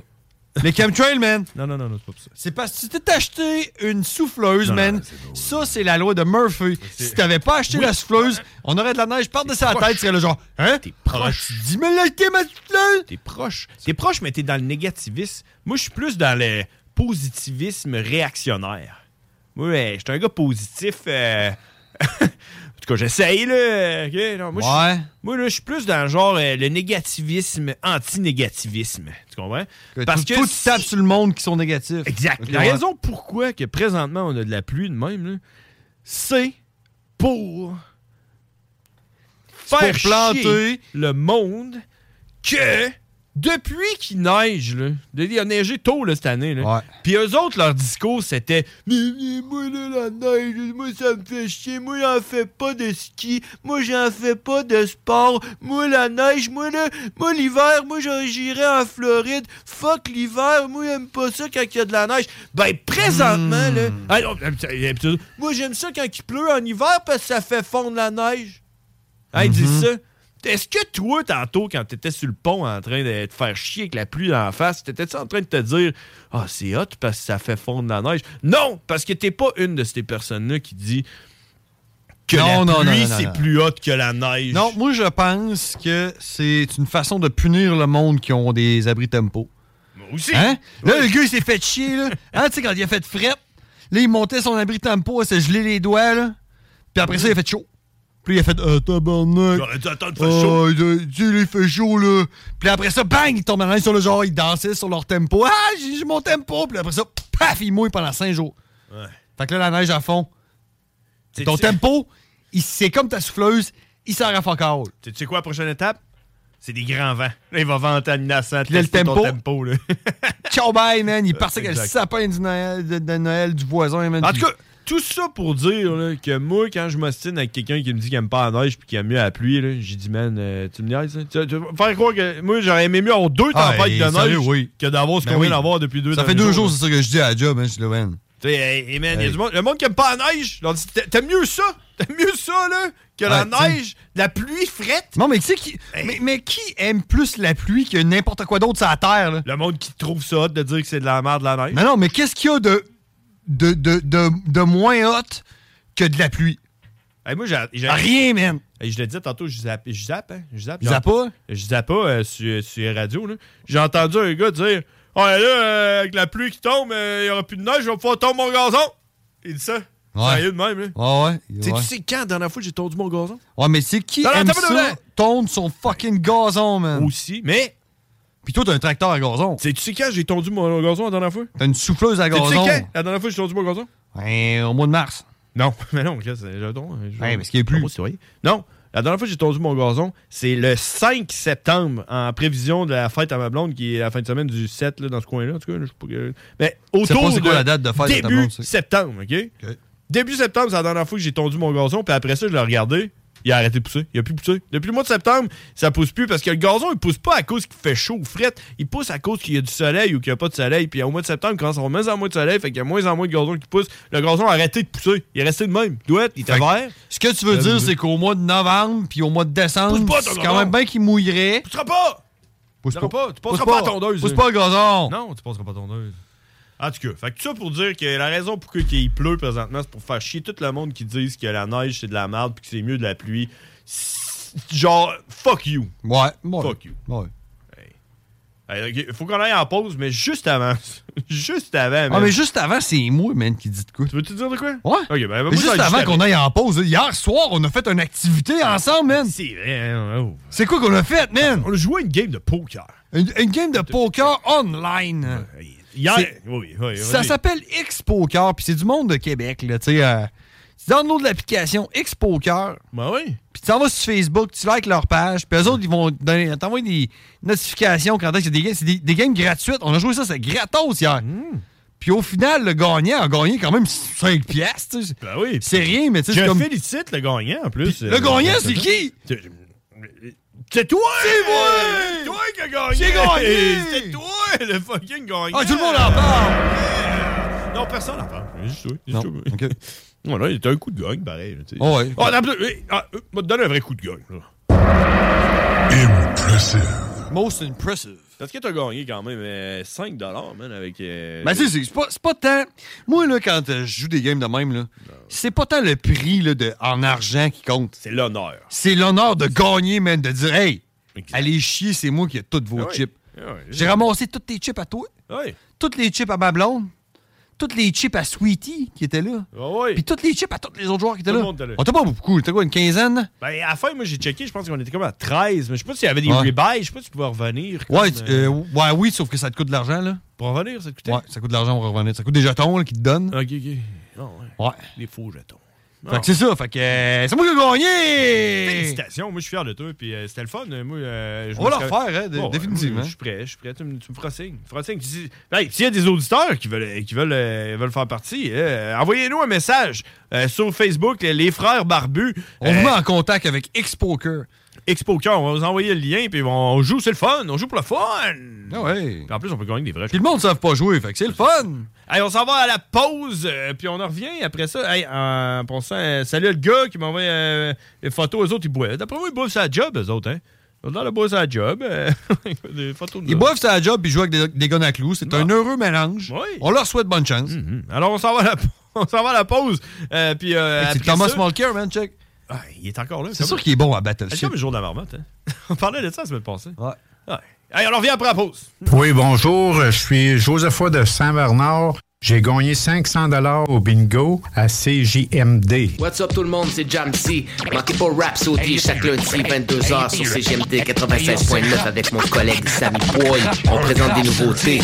Speaker 6: Les chemtrails, man!
Speaker 5: Non, non, non, non, c'est pas pour ça.
Speaker 6: C'est parce que tu t'es acheté une souffleuse,
Speaker 5: Non, non,
Speaker 6: man. ça, c'est la loi de Murphy. Si t'avais pas acheté la souffleuse, on aurait de la neige par de sa tête, tu serais le genre, hein? T'es
Speaker 5: proche.
Speaker 6: Dis, me l'acheter, ma souffleuse!
Speaker 5: T'es proche. T'es proche, mais t'es dans le négativisme. Moi, je suis plus dans le positivisme réactionnaire. Moi, euh, je suis un gars positif. euh, en tout cas, j'essaye, là. ok? Non, moi, je suis- Moi, là, je suis plus dans le genre euh, le négativisme, anti-négativisme. Tu comprends? Parce que
Speaker 6: tout tape sur le monde qui sont négatifs.
Speaker 5: Exact.
Speaker 6: Ok,
Speaker 5: la
Speaker 6: ouais.
Speaker 5: raison pourquoi que présentement on a de la pluie de même, là, c'est pour
Speaker 6: C'est
Speaker 5: faire
Speaker 6: pour planter.
Speaker 5: chier le monde que depuis qu'il neige, là, de- il a neigé tôt là, cette année, là, puis eux autres, leur discours, c'était « Mais, mais, moi, là, la neige, moi, ça me fait chier, moi, j'en fais pas de ski, moi, j'en fais pas de sport, moi, la neige, moi, là, moi, l'hiver, moi, j'en- j'irai en Floride, fuck l'hiver, moi, j'aime pas ça quand il y a de la neige. » Ben, présentement,
Speaker 6: Hmm.
Speaker 5: là... Ah, non, euh, euh, euh, moi, j'aime ça quand il pleut en hiver parce que ça fait fondre la neige. Hey,
Speaker 6: Mhm.
Speaker 5: dis ça. Est-ce que toi, tantôt, quand t'étais sur le pont en train de te faire chier avec la pluie en face, t'étais-tu en train de te dire Ah, c'est hot parce que ça fait fondre la neige Non, parce que t'es pas une de ces personnes-là qui dit que
Speaker 6: Non,
Speaker 5: la
Speaker 6: non, non,
Speaker 5: pluie,
Speaker 6: non, non,
Speaker 5: c'est
Speaker 6: non.
Speaker 5: plus hot que la neige.
Speaker 6: Non, moi, je pense que c'est une façon de punir le monde qui ont des abris tempo. Moi
Speaker 5: aussi.
Speaker 6: Hein? Là, le gars, il s'est fait chier, là. Hein, tu sais, quand il a fait frette, là, il montait son abri tempo, il s'est gelé les doigts, là. Puis après ça, il a fait chaud. Puis il a fait, ah, tabarnak.
Speaker 5: J'aurais dû attendre,
Speaker 6: Ah, il a- tu sais, il fait chaud, là. Puis après ça, bang, ils tombent dans la neige sur le genre, ils dansaient sur leur tempo. Ah, j'ai j'ai mon tempo. Puis après ça, paf, ils mouillent pendant cinq jours.
Speaker 5: Ouais.
Speaker 6: Fait que là, la neige à fond. Ton tempo, il- c'est comme ta souffleuse, il sert à fuck all.
Speaker 5: Tu sais quoi la prochaine étape C'est des grands vents. Là, il va venter à 1900.
Speaker 6: Là, le
Speaker 5: tester ton
Speaker 6: tempo.
Speaker 5: tempo là.
Speaker 6: Ciao bye, man. Il partait avec le
Speaker 5: Exact.
Speaker 6: sapin du Noël, de, de Noël du voisin, man.
Speaker 5: En tout cas, Tout ça pour dire là, que moi, quand je m'ostine avec quelqu'un qui me dit qu'il aime pas la neige puis qu'il aime mieux la pluie, là, j'ai dit, man, euh, tu me niaises. hein? Tu- tu- Faire croire que moi, j'aurais aimé mieux avoir deux
Speaker 6: Ah,
Speaker 5: tempêtes
Speaker 6: et
Speaker 5: de neige
Speaker 6: sérieux, oui.
Speaker 5: que d'avoir ce
Speaker 6: Ben
Speaker 5: qu'on
Speaker 6: oui.
Speaker 5: vient d'avoir depuis deux
Speaker 6: Ça fait
Speaker 5: derniers
Speaker 6: deux
Speaker 5: jours,
Speaker 6: jours,
Speaker 5: là.
Speaker 6: c'est ça que je dis à la job, hein, je le man.
Speaker 5: Tu sais, hey, hey, man, y a
Speaker 6: Hey.
Speaker 5: du monde- le monde qui aime pas la neige, je leur dis, T'a- t'aimes mieux ça? T'aimes mieux ça, là, que la
Speaker 6: Ouais, tu sais.
Speaker 5: neige, la pluie frette?
Speaker 6: Non, mais tu sais qui. Mais, mais qui aime plus la pluie que n'importe quoi d'autre sur la terre, là?
Speaker 5: Le monde qui trouve ça hot de dire que c'est de la merde, la neige.
Speaker 6: Non, non, mais qu'est-ce qu'il y a de, de, de, de, de moins hot que de la pluie?
Speaker 5: Hey, moi, j'ai, j'ai-
Speaker 6: Rien, man!
Speaker 5: Hey, je l'ai dit tantôt, je zappe. Je zappe, hein? Je zappe.
Speaker 6: Zappa?
Speaker 5: J'entends- Je zappe pas euh, sur, sur les radios, là. J'ai entendu un gars dire « Ah, là, euh, avec la pluie qui tombe, euh, il y aura plus de neige, je vais pouvoir tomber mon gazon! » Il dit ça.
Speaker 6: Ouais.
Speaker 5: Sérieux de même, hein. là.
Speaker 6: Ouais, ouais.
Speaker 5: Tu sais,
Speaker 6: ouais.
Speaker 5: Tu sais quand, la dernière fois, j'ai tordu mon gazon?
Speaker 6: Ouais, mais c'est qui
Speaker 5: Non, non,
Speaker 6: aime
Speaker 5: attends, attends,
Speaker 6: ça
Speaker 5: attends.
Speaker 6: tonde son fucking gazon, man?
Speaker 5: Aussi, mais...
Speaker 6: Puis toi, t'as un tracteur à gazon.
Speaker 5: Tu sais, tu sais quand j'ai tondu mon gazon la dernière fois?
Speaker 6: T'as une souffleuse à
Speaker 5: Tu sais tu sais
Speaker 6: gazon.
Speaker 5: quand, la dernière fois, j'ai tordu mon gazon?
Speaker 6: Ouais, au mois de mars.
Speaker 5: Non, mais non, Chris, j'ai un don. hein, j'ai-
Speaker 6: Ouais, parce qu'il y a plus.
Speaker 5: Ah, moi, c'est vrai. Non, la dernière fois que j'ai tendu mon gazon, c'est le 5 septembre, en prévision de la fête à ma blonde, qui est la fin de semaine du 7, là, dans ce coin-là. En tout cas, là, je sais pas. que- Mais
Speaker 6: sais
Speaker 5: autour
Speaker 6: pas c'est
Speaker 5: de
Speaker 6: quoi la date de fête de ta
Speaker 5: début
Speaker 6: blonde, ça.
Speaker 5: septembre, OK? Début septembre, c'est la dernière fois que j'ai tendu mon gazon, puis après ça, je l'ai regardé. Il a arrêté de pousser. Il a plus poussé. Depuis le mois de septembre, ça pousse plus parce que le gazon, il pousse pas à cause qu'il fait chaud ou frette. Il pousse à cause qu'il y a du soleil ou qu'il n'y a pas de soleil. Puis au mois de septembre, quand ça va de moins en moins de soleil, fait qu'il y a de moins en moins de gazon qui pousse. Le gazon a arrêté de pousser. Il est resté de même. Douette, il était vert.
Speaker 6: Ce que tu veux dire, c'est qu'au mois de novembre puis au mois de décembre,
Speaker 5: Pousse pas ton
Speaker 6: c'est
Speaker 5: gazon.
Speaker 6: quand même bien qu'il mouillerait.
Speaker 5: Tu seras pas!
Speaker 6: Pousse
Speaker 5: Tu
Speaker 6: pas.
Speaker 5: seras pas. Tu
Speaker 6: Pousse
Speaker 5: passeras pas,
Speaker 6: pas.
Speaker 5: à tondeuse.
Speaker 6: Pousse pas le gazon.
Speaker 5: Non, tu passeras pas à tondeuse. En tout cas, fait que tout ça pour dire que la raison pour laquelle il pleut présentement, c'est pour faire chier tout le monde qui disent que la neige c'est de la merde puis que c'est mieux de la pluie. C'est- Genre, fuck you.
Speaker 6: Ouais, ouais.
Speaker 5: Fuck you.
Speaker 6: Ouais.
Speaker 5: Hey, ok, faut qu'on aille en pause, mais juste avant. juste avant,
Speaker 6: Ah,
Speaker 5: man.
Speaker 6: mais juste avant, c'est moi, man, qui dit de quoi. Tu
Speaker 5: veux-tu dire de quoi?
Speaker 6: Ouais.
Speaker 5: Ok, ben, ben, moi,
Speaker 6: Mais juste
Speaker 5: j'en ai
Speaker 6: avant
Speaker 5: après.
Speaker 6: qu'on aille en pause, hier soir, on a fait une activité ensemble, man.
Speaker 5: Ah, C'est vrai, hein, oh.
Speaker 6: C'est quoi qu'on a fait, man?
Speaker 5: On a joué une game de poker.
Speaker 6: Une, une game de poker online.
Speaker 5: Hier.
Speaker 6: C'est-
Speaker 5: Oui, oui,
Speaker 6: Ça
Speaker 5: vas-y.
Speaker 6: s'appelle X-Poker, puis c'est du monde de Québec, là, tu sais. euh, tu downloads l'application X-Poker.
Speaker 5: Ben oui.
Speaker 6: Puis tu t'en vas sur Facebook, tu likes leur page, puis eux autres, ils vont donner- t'envoyer des notifications quand est-ce qu'il y a des games. C'est des, des games gratuites. On a joué ça, c'est gratos hier.
Speaker 5: Hmm.
Speaker 6: Puis au final, le gagnant a gagné quand même 5 piastres, tu sais.
Speaker 5: Ben oui.
Speaker 6: C'est rien, mais tu sais,
Speaker 5: Je
Speaker 6: c'est comme...
Speaker 5: félicite le gagnant en plus.
Speaker 6: Le gagnant, c'est qui?
Speaker 5: C'est toi!
Speaker 6: C'est moi!
Speaker 5: C'est toi qui as gagné!
Speaker 6: J'ai gagné!
Speaker 5: C'est toi le fucking gagnant!
Speaker 6: Ah, tout le monde en parle!
Speaker 5: Non, personne n'en parle. Juste toi. Juste
Speaker 6: Non,
Speaker 5: toi. Voilà, il était un coup de gagne, pareil. tu sais.
Speaker 6: Ah ouais.
Speaker 5: Ah, attends, eh, ah, euh, m'a donné un vrai coup de gagne. là.
Speaker 6: Most impressive.
Speaker 5: Parce que t'as gagné quand même euh, 5 man, avec... euh,
Speaker 6: Ben, tu sais, c'est pas, c'est pas tant. Moi, là, quand euh, je joue des games de même, là, c'est pas tant le prix là, de, en argent qui compte.
Speaker 5: C'est l'honneur.
Speaker 6: C'est l'honneur de gagner, man, de dire, hey, allez chier, c'est moi qui ai tous vos
Speaker 5: Ah oui.
Speaker 6: chips.
Speaker 5: Ah oui. Ah
Speaker 6: J'ai ramassé tous tes chips à toi,
Speaker 5: Ouais.
Speaker 6: toutes les chips à ma blonde, toutes les chips à Sweetie qui était là,
Speaker 5: Ah ouais.
Speaker 6: puis toutes les chips à tous les autres joueurs qui étaient
Speaker 5: Tout le
Speaker 6: là.
Speaker 5: monde était là.
Speaker 6: On t'a pas beaucoup, t'as quoi, une quinzaine?
Speaker 5: Ben, à la fin, moi, j'ai checké, je pense qu'on était comme à 13, mais je sais pas s'il y avait des
Speaker 6: Ouais.
Speaker 5: rebuys, je sais pas si tu pouvais revenir.
Speaker 6: Ouais,
Speaker 5: comme,
Speaker 6: tu- euh, ouais, oui, sauf que ça te coûte de l'argent, là.
Speaker 5: Pour revenir, ça te coûtait?
Speaker 6: Ouais, ça coûte de l'argent pour revenir. Ça coûte des jetons, là, qui te donnent.
Speaker 5: Ok, ok. Non, hein. ouais.
Speaker 6: Ouais.
Speaker 5: Les faux jetons. Ah.
Speaker 6: Fait que c'est ça, fait que euh, c'est moi qui ai gagné!
Speaker 5: Félicitations, moi je suis fier de toi, puis euh, c'était le fun. euh, Moi, euh, je
Speaker 6: On va
Speaker 5: me
Speaker 6: le
Speaker 5: serais-
Speaker 6: refaire, hein, dé-
Speaker 5: Ouais, ouais,
Speaker 6: définitivement.
Speaker 5: Je suis prêt, je suis prêt. Tu me, tu me feras signe. tu me feras signe. Si- hey, S'il y a des auditeurs qui veulent, qui veulent, euh, veulent faire partie, euh, envoyez-nous un message euh, sur Facebook, les, les frères barbus.
Speaker 6: On vous met en contact avec X-Poker.
Speaker 5: Expoker, on va vous envoyer le lien, puis on joue, c'est le fun, on joue pour le fun.
Speaker 6: Ah ouais.
Speaker 5: Puis en plus, on peut gagner des vrais.
Speaker 6: Puis le monde ne savent pas jouer, fait que c'est le fun.
Speaker 5: Hey, on s'en va à la pause, euh, puis on en revient après ça. Hey, en pensant, euh, salut le gars qui m'a envoyé euh, des photos, eux autres, ils boivent. D'après moi, ils boivent sa job, eux autres, hein. Ils ont l'air de boire sa job. euh, des photos de
Speaker 6: Ils boivent sa job puis jouent avec des, des guns à clous. C'est un heureux mélange. On leur souhaite bonne chance.
Speaker 5: Ah. Mm-hmm. Alors, on s'en va à la, on s'en va à la pause, euh, puis euh,
Speaker 6: Hey, c'est
Speaker 5: après
Speaker 6: Thomas
Speaker 5: ça-
Speaker 6: Mulcair, man, check.
Speaker 5: Ah, il est encore là.
Speaker 6: C'est
Speaker 5: comme-
Speaker 6: sûr qu'il est bon à
Speaker 5: C'est
Speaker 6: Battleship.
Speaker 5: comme le jour de la marmotte, hein. on parlait de ça la semaine passée.
Speaker 6: Ouais.
Speaker 5: Hey, on en revient après la pause.
Speaker 16: Oui, bonjour, je suis Josepha de Saint-Bernard. J'ai gagné 500 dollars au bingo à CJMD.
Speaker 17: What's up tout le monde, c'est Jamsey. Manquez pas Rap Sauté chaque lundi 22h sur CGMD 96.9 avec mon collègue Sammy Boy. On présente des nouveautés.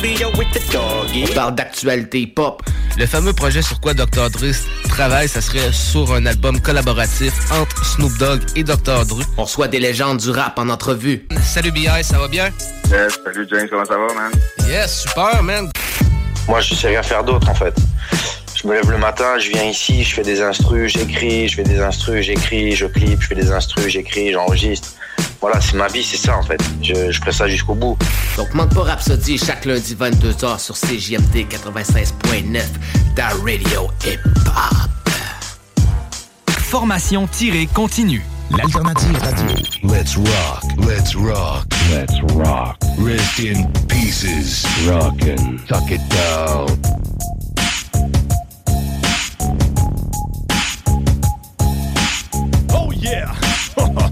Speaker 17: On parle d'actualité pop.
Speaker 18: Le fameux projet sur quoi Dr. Dre travaille, ça serait sur un album collaboratif entre Snoop Dogg et Dr. Dre.
Speaker 17: On reçoit des légendes du rap en entrevue.
Speaker 18: Salut BI, ça va bien?
Speaker 19: salut James, comment ça va, man?
Speaker 18: Yes, super, man.
Speaker 19: Moi, je sais rien faire d'autre, en fait.
Speaker 17: Je me lève le matin, je viens ici, je fais des instrus, j'écris, je fais des instrus, j'écris, je clip, je fais des instrus, j'écris, j'enregistre. Voilà, c'est ma vie, c'est ça en fait. Je, je ferai ça jusqu'au bout.
Speaker 20: Donc manque pas Rhapsody chaque lundi 22h sur CJMD 96.9, ta radio hip-hop.
Speaker 10: Formation-continue. L'alternative radio.
Speaker 2: Let's rock, let's rock, let's rock. Rest in pieces. Rockin'. Tuck it down.
Speaker 5: Oh yeah!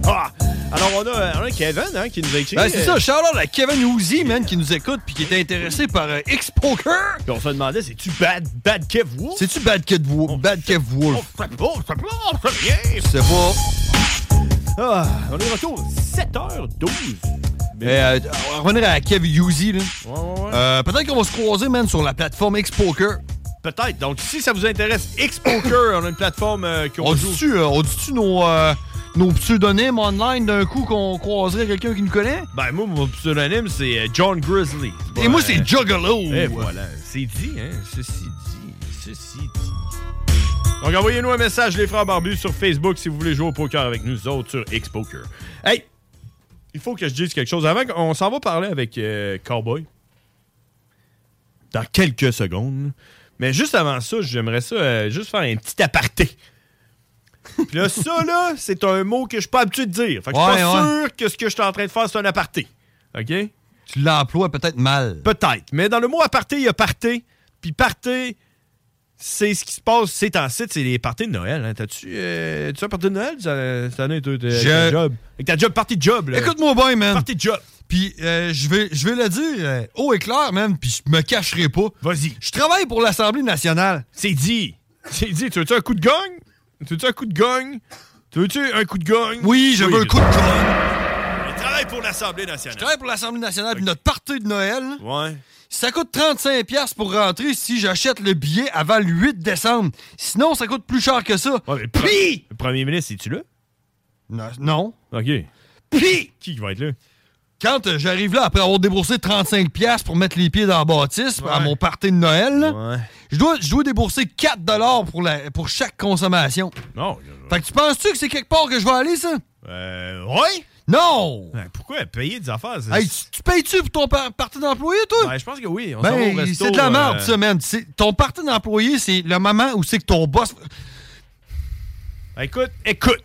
Speaker 5: Alors, on a, on a Kevin hein, qui nous a écrit.
Speaker 6: Ben, c'est ça,
Speaker 5: euh,
Speaker 6: shout-out à Kevin Ouzi, man, qui nous écoute puis qui était intéressé par euh, X-Poker.
Speaker 5: Puis on se demandait, c'est-tu Bad, bad Kev Wolf?
Speaker 6: C'est-tu Bad Kev Wolf? Bad Kev Wolf.
Speaker 5: On sait pas, on sait pas, on sait rien.
Speaker 6: C'est pas...
Speaker 5: Ah, on est de retour 7h12.
Speaker 6: Mais euh, on va revenir à Kev Uzi, là.
Speaker 5: Ouais, ouais, ouais.
Speaker 6: Euh, Peut-être qu'on va se croiser, man, sur la plateforme X-Poker.
Speaker 5: Peut-être. Donc, si ça vous intéresse, X-Poker, on a une plateforme euh, qu'on
Speaker 6: On
Speaker 5: joue.
Speaker 6: dit-tu euh, on dit-tu nos, euh, nos pseudonymes online d'un coup qu'on croiserait quelqu'un qui nous connaît?
Speaker 5: Ben, moi, mon pseudonyme, c'est euh, John Grizzly. C'est
Speaker 6: Et
Speaker 5: pas,
Speaker 6: moi,
Speaker 5: euh,
Speaker 6: c'est Juggalo.
Speaker 5: Et voilà. C'est dit, hein. Ceci dit, ceci dit. Donc, envoyez-nous un message, les frères barbus, sur Facebook si vous voulez jouer au poker avec nous autres sur X-Poker. Hey! Il faut que je dise quelque chose. Avant, on s'en va parler avec euh, Cowboy dans quelques secondes. Mais juste avant ça, j'aimerais ça euh, juste faire un petit aparté. Puis là, ça, là, c'est un mot que je suis pas habitué de dire. Fait que je suis
Speaker 6: Ouais,
Speaker 5: pas
Speaker 6: ouais.
Speaker 5: sûr que ce que je suis en train de faire, c'est un aparté. OK?
Speaker 6: Tu l'emploies peut-être mal.
Speaker 5: Peut-être. Mais dans le mot aparté, il y a parté. Puis parté, c'est ce qui se passe ces temps-ci. C'est les parties de Noël. hein. T'as-tu euh, t'as-tu un party de Noël ça- cette année, toi, t'as-
Speaker 6: Je-
Speaker 5: avec ta job? Avec ta job, party job. là.
Speaker 6: Écoute-moi bien, man. Parti
Speaker 5: job.
Speaker 6: Puis euh, je vais, je vais le dire euh, haut et clair, man, puis je me cacherai pas.
Speaker 5: Vas-y.
Speaker 6: Je travaille pour l'Assemblée nationale.
Speaker 5: C'est dit. C'est dit. Tu veux-tu un coup de gagne? Tu veux-tu un coup de gagne? Tu veux-tu un coup de gagne?
Speaker 6: Oui, je veux un coup de
Speaker 5: gagne. Il travaille pour l'Assemblée nationale.
Speaker 6: Je travaille pour l'Assemblée nationale, puis notre partie de Noël, là,
Speaker 5: Ouais.
Speaker 6: ça coûte 35$ piastres pour rentrer si j'achète le billet avant le 8 décembre. Sinon, ça coûte plus cher que ça. Puis...
Speaker 5: Le premier ministre, es-tu là?
Speaker 6: Non. non.
Speaker 5: OK.
Speaker 6: Puis...
Speaker 5: Qui qui va être là?
Speaker 6: Quand euh, j'arrive là, après avoir déboursé 35$ piastres pour mettre les pieds dans la bâtisse à mon party de Noël, là, je, dois, je dois débourser 4$ pour, la, pour chaque consommation.
Speaker 5: Non.
Speaker 6: Fait que tu penses-tu que c'est quelque part que je vais aller, ça?
Speaker 5: Euh. Ouais?
Speaker 6: Non!
Speaker 5: Ben, pourquoi payer des affaires? c'est-
Speaker 6: Hey, tu, tu payes-tu pour ton par- party d'employé, toi?
Speaker 5: Ben, je pense que oui. On s'en va au
Speaker 6: Ben,
Speaker 5: resto,
Speaker 6: c'est de la merde,
Speaker 5: euh,
Speaker 6: ça, man. C'est- Ton party d'employé, c'est le moment où c'est que ton boss.
Speaker 5: Ben, Écoute, écoute.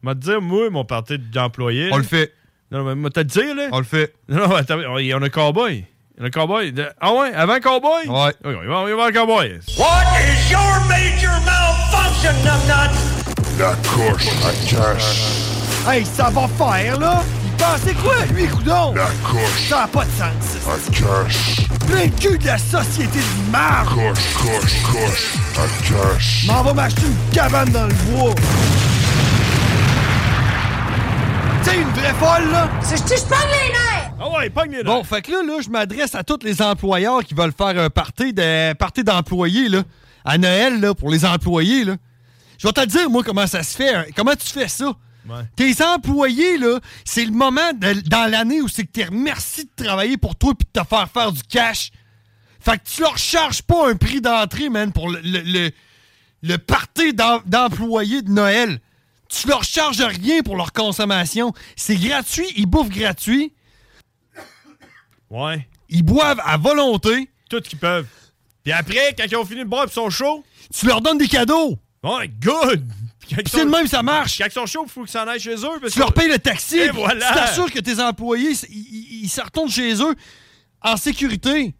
Speaker 5: M'a te dire, moi, mon parti d'employé. On le
Speaker 6: fait.
Speaker 5: Non, mais m'a te le dire, là. On
Speaker 6: le fait.
Speaker 5: Non, non, attends, on on a Cowboy. On a Cowboy. De- Ah ouais, avant Cowboy? Ouais. Ok, on y va, on y va à Cowboy.
Speaker 21: What is your major malfunction, numbnuts?
Speaker 22: La course. La cache.
Speaker 6: Hey, ça va faire, là? Il pensait quoi, lui, coudon?
Speaker 22: La course.
Speaker 6: Ça n'a pas de sens.
Speaker 22: La cache.
Speaker 6: Plein de cul de la société du marbre!
Speaker 22: Course, course, course. La cache.
Speaker 6: M'en va m'acheter une cabane dans le bois! T'sais, une vraie folle, là! C'est je les nerfs!
Speaker 5: Ah ouais, pogne les nerfs!
Speaker 6: Bon, fait que là, là, je m'adresse à tous les employeurs qui veulent faire un party de- party d'employés, là. À Noël, là, pour les employés, là. Je vais te le dire, moi, comment ça se fait. hein. Comment tu fais ça?
Speaker 5: Ouais.
Speaker 6: Tes employés, là, c'est le moment de- dans l'année où c'est que t'es remercié de travailler pour toi puis de te faire faire du cash. Fait que tu leur charges pas un prix d'entrée, man, pour le, le, le, le party d'em- d'employés de Noël. Tu leur charges rien pour leur consommation. C'est gratuit, ils bouffent gratuit.
Speaker 5: Ouais.
Speaker 6: Ils boivent à volonté.
Speaker 5: Tout ce qu'ils peuvent. Puis après, quand ils ont fini de boire et sont chauds.
Speaker 6: Tu leur donnes des cadeaux.
Speaker 5: Ouais, good! Puis
Speaker 6: c'est de même, ça marche.
Speaker 5: Quand ils sont chauds, il faut que ça en aille chez eux. parce
Speaker 6: Tu leur
Speaker 5: que-
Speaker 6: payes le taxi.
Speaker 5: Et
Speaker 6: puis
Speaker 5: voilà!
Speaker 6: Tu t'assures que tes employés, s- ils- ils ils se retournent chez eux en sécurité.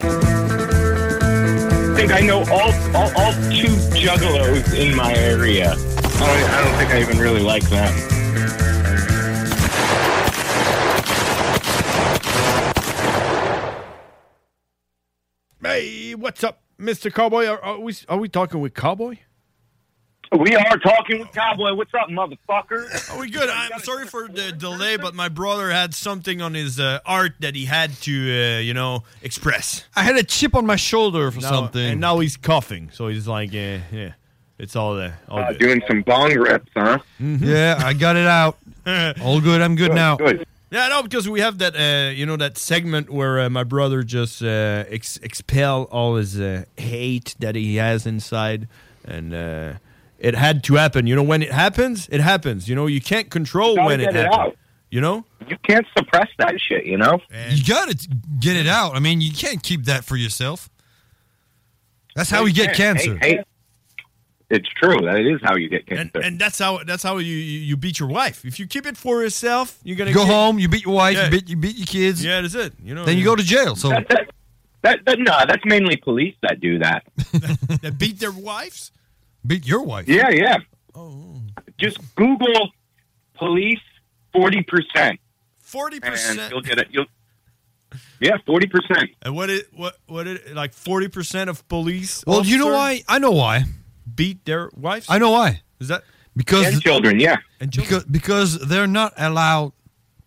Speaker 21: I think I know all, all, all two juggalos in my area. I don't, Oh, I don't think I even really like them.
Speaker 5: Hey, what's up, Mr. Cowboy? Are, are we are we talking with Cowboy?
Speaker 21: We are talking with Cowboy. What's up, motherfucker?
Speaker 5: Are we good? I'm sorry for the delay, but my brother had something on his uh, art that he had to, uh, you know, express.
Speaker 6: I had a chip on my shoulder for
Speaker 5: Now-
Speaker 6: something.
Speaker 5: and now he's coughing, so he's like, uh, yeah, it's all there. all
Speaker 21: Uh,
Speaker 5: good.
Speaker 21: doing some bong rips, huh?
Speaker 5: Mm-hmm.
Speaker 6: Yeah, I got it out. All good. I'm good, now.
Speaker 5: Yeah, no, because we have that, uh, you know, that segment where uh, my brother just uh, ex- expel all his uh, hate that he has inside, and uh, it had to happen. You know, when it happens, it happens. You know, you can't control
Speaker 21: gotta
Speaker 5: when it
Speaker 21: get it
Speaker 5: happens.
Speaker 21: out.
Speaker 5: you know,
Speaker 21: you can't suppress that shit. You know,
Speaker 6: You got to get it out. I mean, you can't keep that for yourself. That's how we get
Speaker 21: Yeah,
Speaker 6: cancer.
Speaker 21: hey, hey. It's true. That is how you get cancer.
Speaker 5: And that's how that's how you you you beat your wife. If you keep it for yourself, you're gonna
Speaker 6: You go
Speaker 5: get-
Speaker 6: home, you beat your wife,
Speaker 5: Yeah.
Speaker 6: you beat you beat your kids.
Speaker 5: Yeah, that's it. You know,
Speaker 6: Then you go to jail. So
Speaker 21: that, that, that, that- no, that's mainly police that do that.
Speaker 5: that beat their wives. Oh.
Speaker 6: Beat your wife.
Speaker 21: Yeah, yeah. Just Google police forty percent,
Speaker 5: forty
Speaker 21: and
Speaker 5: percent.
Speaker 21: you'll get it. You'll yeah, forty percent.
Speaker 5: And what it what what it like forty percent of police?
Speaker 6: Well, you know why?
Speaker 5: officers
Speaker 6: I know why.
Speaker 5: beat their wives.
Speaker 6: I know why.
Speaker 5: Is that
Speaker 6: Because
Speaker 5: And children, yeah.
Speaker 6: Because because they're not allowed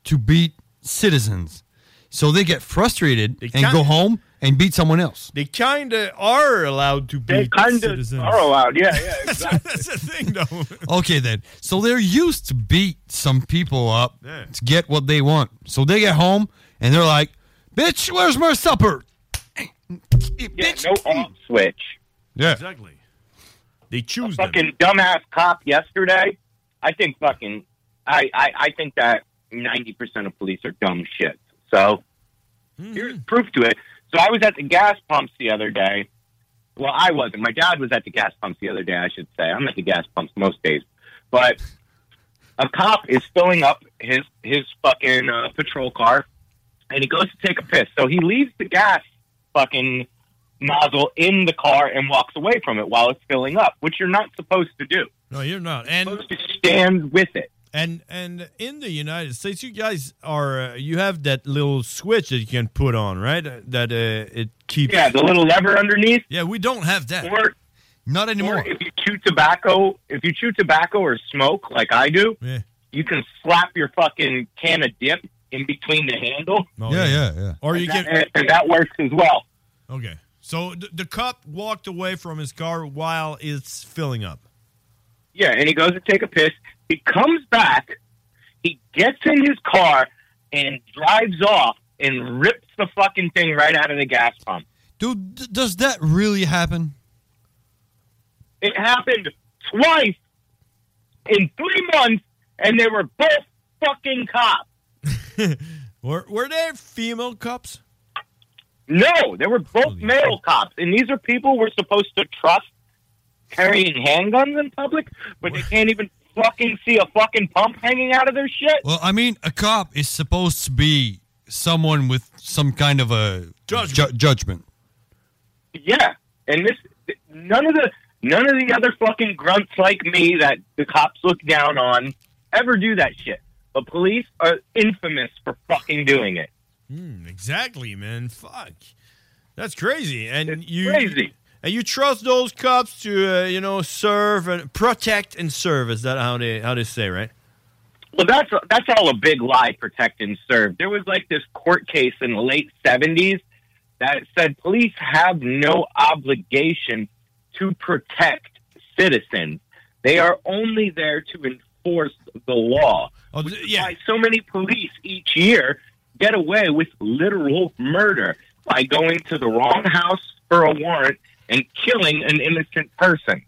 Speaker 6: to beat citizens. So they get frustrated and
Speaker 5: can't.
Speaker 6: go home and beat someone else.
Speaker 5: they kind of are allowed to beat
Speaker 6: They kinda
Speaker 5: citizens.
Speaker 6: are allowed, yeah, yeah,
Speaker 5: that's the thing, though.
Speaker 6: Okay then. So they're used to beat some people up
Speaker 5: Yeah.
Speaker 6: to get what they want. So they get home and they're like, "Bitch, where's my supper?"
Speaker 21: Yeah, no off switch.
Speaker 6: Yeah.
Speaker 5: Exactly. They choose
Speaker 21: a fucking dumbass cop yesterday. I think fucking I I, I think that ninety percent of police are dumb shit. So
Speaker 5: Mm-hmm.
Speaker 21: here's proof to it. So I was at the gas pumps the other day. Well, I wasn't. My dad was at the gas pumps the other day. I should say I'm at the gas pumps most days, but a cop is filling up his his fucking uh, patrol car, and he goes to take a piss. So he leaves the gas fucking nozzle in the car and walks away from it while it's filling up, which you're not supposed to do.
Speaker 5: No, you're not. And
Speaker 21: Stand with it.
Speaker 5: And and in the United States, you guys are uh, you have that little switch that you can put on, right? Uh, That uh, it keeps
Speaker 21: Yeah, the little lever underneath.
Speaker 5: Yeah, we don't have that.
Speaker 21: Or,
Speaker 6: not
Speaker 21: anymore. if you chew tobacco, if you chew tobacco or smoke like I do,
Speaker 5: Yeah.
Speaker 21: you can slap your fucking can of dip in between the handle.
Speaker 6: yeah, yeah, yeah.
Speaker 5: Oh, Or
Speaker 21: And
Speaker 5: you
Speaker 21: that-
Speaker 5: can
Speaker 21: and- and that works as well.
Speaker 5: Okay, so the, the cop walked away from his car while it's filling up.
Speaker 21: Yeah, and he goes to take a piss. He comes back, he gets in his car and drives off and rips the fucking thing right out of the gas pump.
Speaker 6: Dude, d- does that really happen?
Speaker 21: It happened twice in three months, and they were both fucking cops.
Speaker 5: were, were there female cops?
Speaker 21: No, they were both male cops, and these are people we're supposed to trust carrying handguns in public, but they can't even fucking see a fucking pump hanging out of their shit.
Speaker 6: Well, I mean, a cop is supposed to be someone with some kind of a judgment. Ju- judgment.
Speaker 21: Yeah, and this none of the none of the other fucking grunts like me that the cops look down on ever do that shit. But police are infamous for fucking doing it.
Speaker 5: Hmm, exactly, man. Fuck. That's crazy. And you And you trust those cops to uh, you know serve and protect and serve. Is that how they how they say right?
Speaker 21: Well, that's that's all a big lie. Protect and serve. There was like this court case in the late seventies that said police have no obligation to protect citizens. They are only there to enforce the law.
Speaker 5: which is
Speaker 21: Why so many police each year get away with literal murder by going to the wrong house for a warrant and killing an innocent person.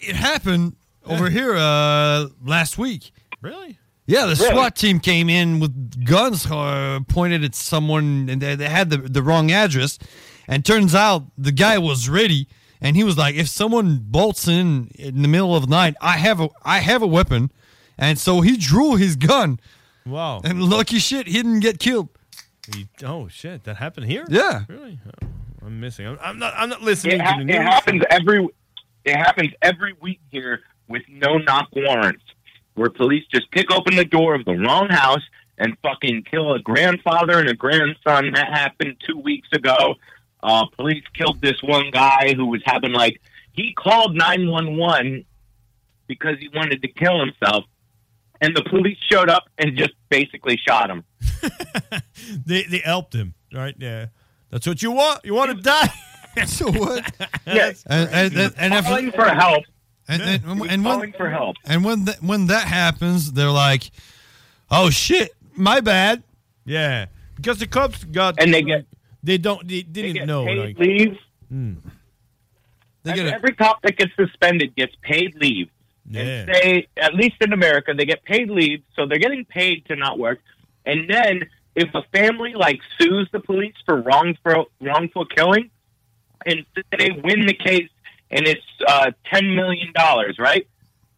Speaker 6: It happened over here uh, last week.
Speaker 5: Really?
Speaker 6: Yeah, the
Speaker 5: Really?
Speaker 6: SWAT team came in with guns uh, pointed at someone, and they, they had the, the wrong address. And turns out the guy was ready, and he was like, "If someone bolts in in the middle of the night, I have a I have a weapon." And so he drew his gun.
Speaker 5: Wow!
Speaker 6: And lucky shit, he didn't get killed.
Speaker 5: You- oh shit, that happened here?
Speaker 6: Yeah.
Speaker 5: Really? Oh, I'm missing. I'm, I'm not. I'm not listening
Speaker 21: It,
Speaker 5: to
Speaker 21: ha-
Speaker 5: the
Speaker 21: it
Speaker 5: news.
Speaker 21: happens every it happens every week here with no knock warrants, where police just pick open the door of the wrong house and fucking kill a grandfather and a grandson. That happened two weeks ago. Uh, police killed this one guy who was having like he called nine one one because he wanted to kill himself, and the police showed up and just basically shot him.
Speaker 5: They they helped him. Right? Yeah. That's what you want. You want to die.
Speaker 6: so what?
Speaker 5: Yes.
Speaker 6: And, and, and, and if- And, and, and, when,
Speaker 21: for help.
Speaker 6: And when that when that happens, they're like, "Oh shit, my bad."
Speaker 5: Yeah, because the cops got
Speaker 21: and they get
Speaker 5: they don't they didn't
Speaker 21: get
Speaker 5: know.
Speaker 21: paid
Speaker 5: like-
Speaker 21: leave.
Speaker 5: Mm.
Speaker 21: Every- Every cop that gets suspended gets paid leave.
Speaker 5: Yeah.
Speaker 21: They, at least in America, they get paid leave, so they're getting paid to not work. And then, if a family like sues the police for wrongful wrongful killing, and they win the case, and it's uh, ten million dollars, right?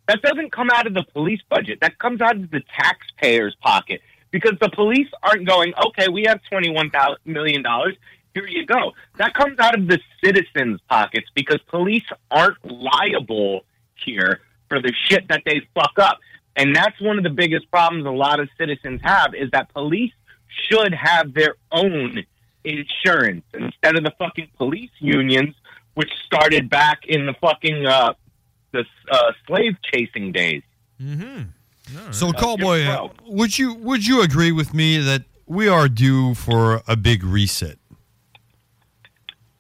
Speaker 21: That doesn't come out of the police budget. That comes out of the taxpayer's pocket because the police aren't going. Okay, we have twenty one million dollars. Here you go. That comes out of the citizens' pockets because police aren't liable here for the shit that they fuck up. And that's one of the biggest problems a lot of citizens have is that police should have their own insurance instead of the fucking police unions, which started back in the fucking uh, the uh, slave chasing days.
Speaker 6: So,
Speaker 21: That's
Speaker 6: cowboy,
Speaker 21: your
Speaker 6: uh, would you would you agree with me that we are due for a big reset?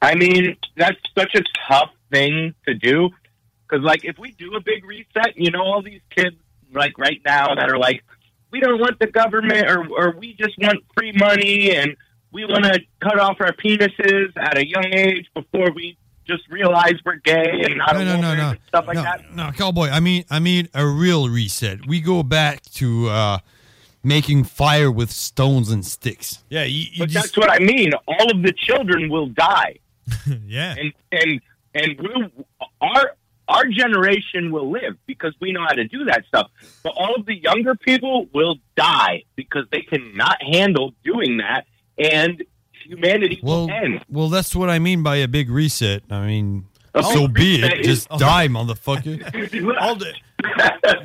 Speaker 21: I mean, that's such a tough thing to do because, like, if we do a big reset, you know, all these kids, like right now, that are like, we don't want the government, or or we just want free money, and we want to cut off our penises at a young age before we just realize we're gay and not a woman and stuff like that.
Speaker 6: No, cowboy. I mean, I mean a real reset. We go back to uh, making fire with stones and sticks.
Speaker 5: Yeah,
Speaker 21: but that's what I mean. All of the children will die.
Speaker 5: yeah,
Speaker 21: and and and we our our generation will live because we know how to do that stuff. But all of the younger people will die because they cannot handle doing that, and humanity
Speaker 6: Well,
Speaker 21: will end.
Speaker 6: well, that's what I mean by a big reset. I mean,
Speaker 21: A
Speaker 6: so
Speaker 21: big
Speaker 6: be
Speaker 21: reset
Speaker 6: it.
Speaker 21: is-
Speaker 6: Just die, motherfucker.
Speaker 5: all the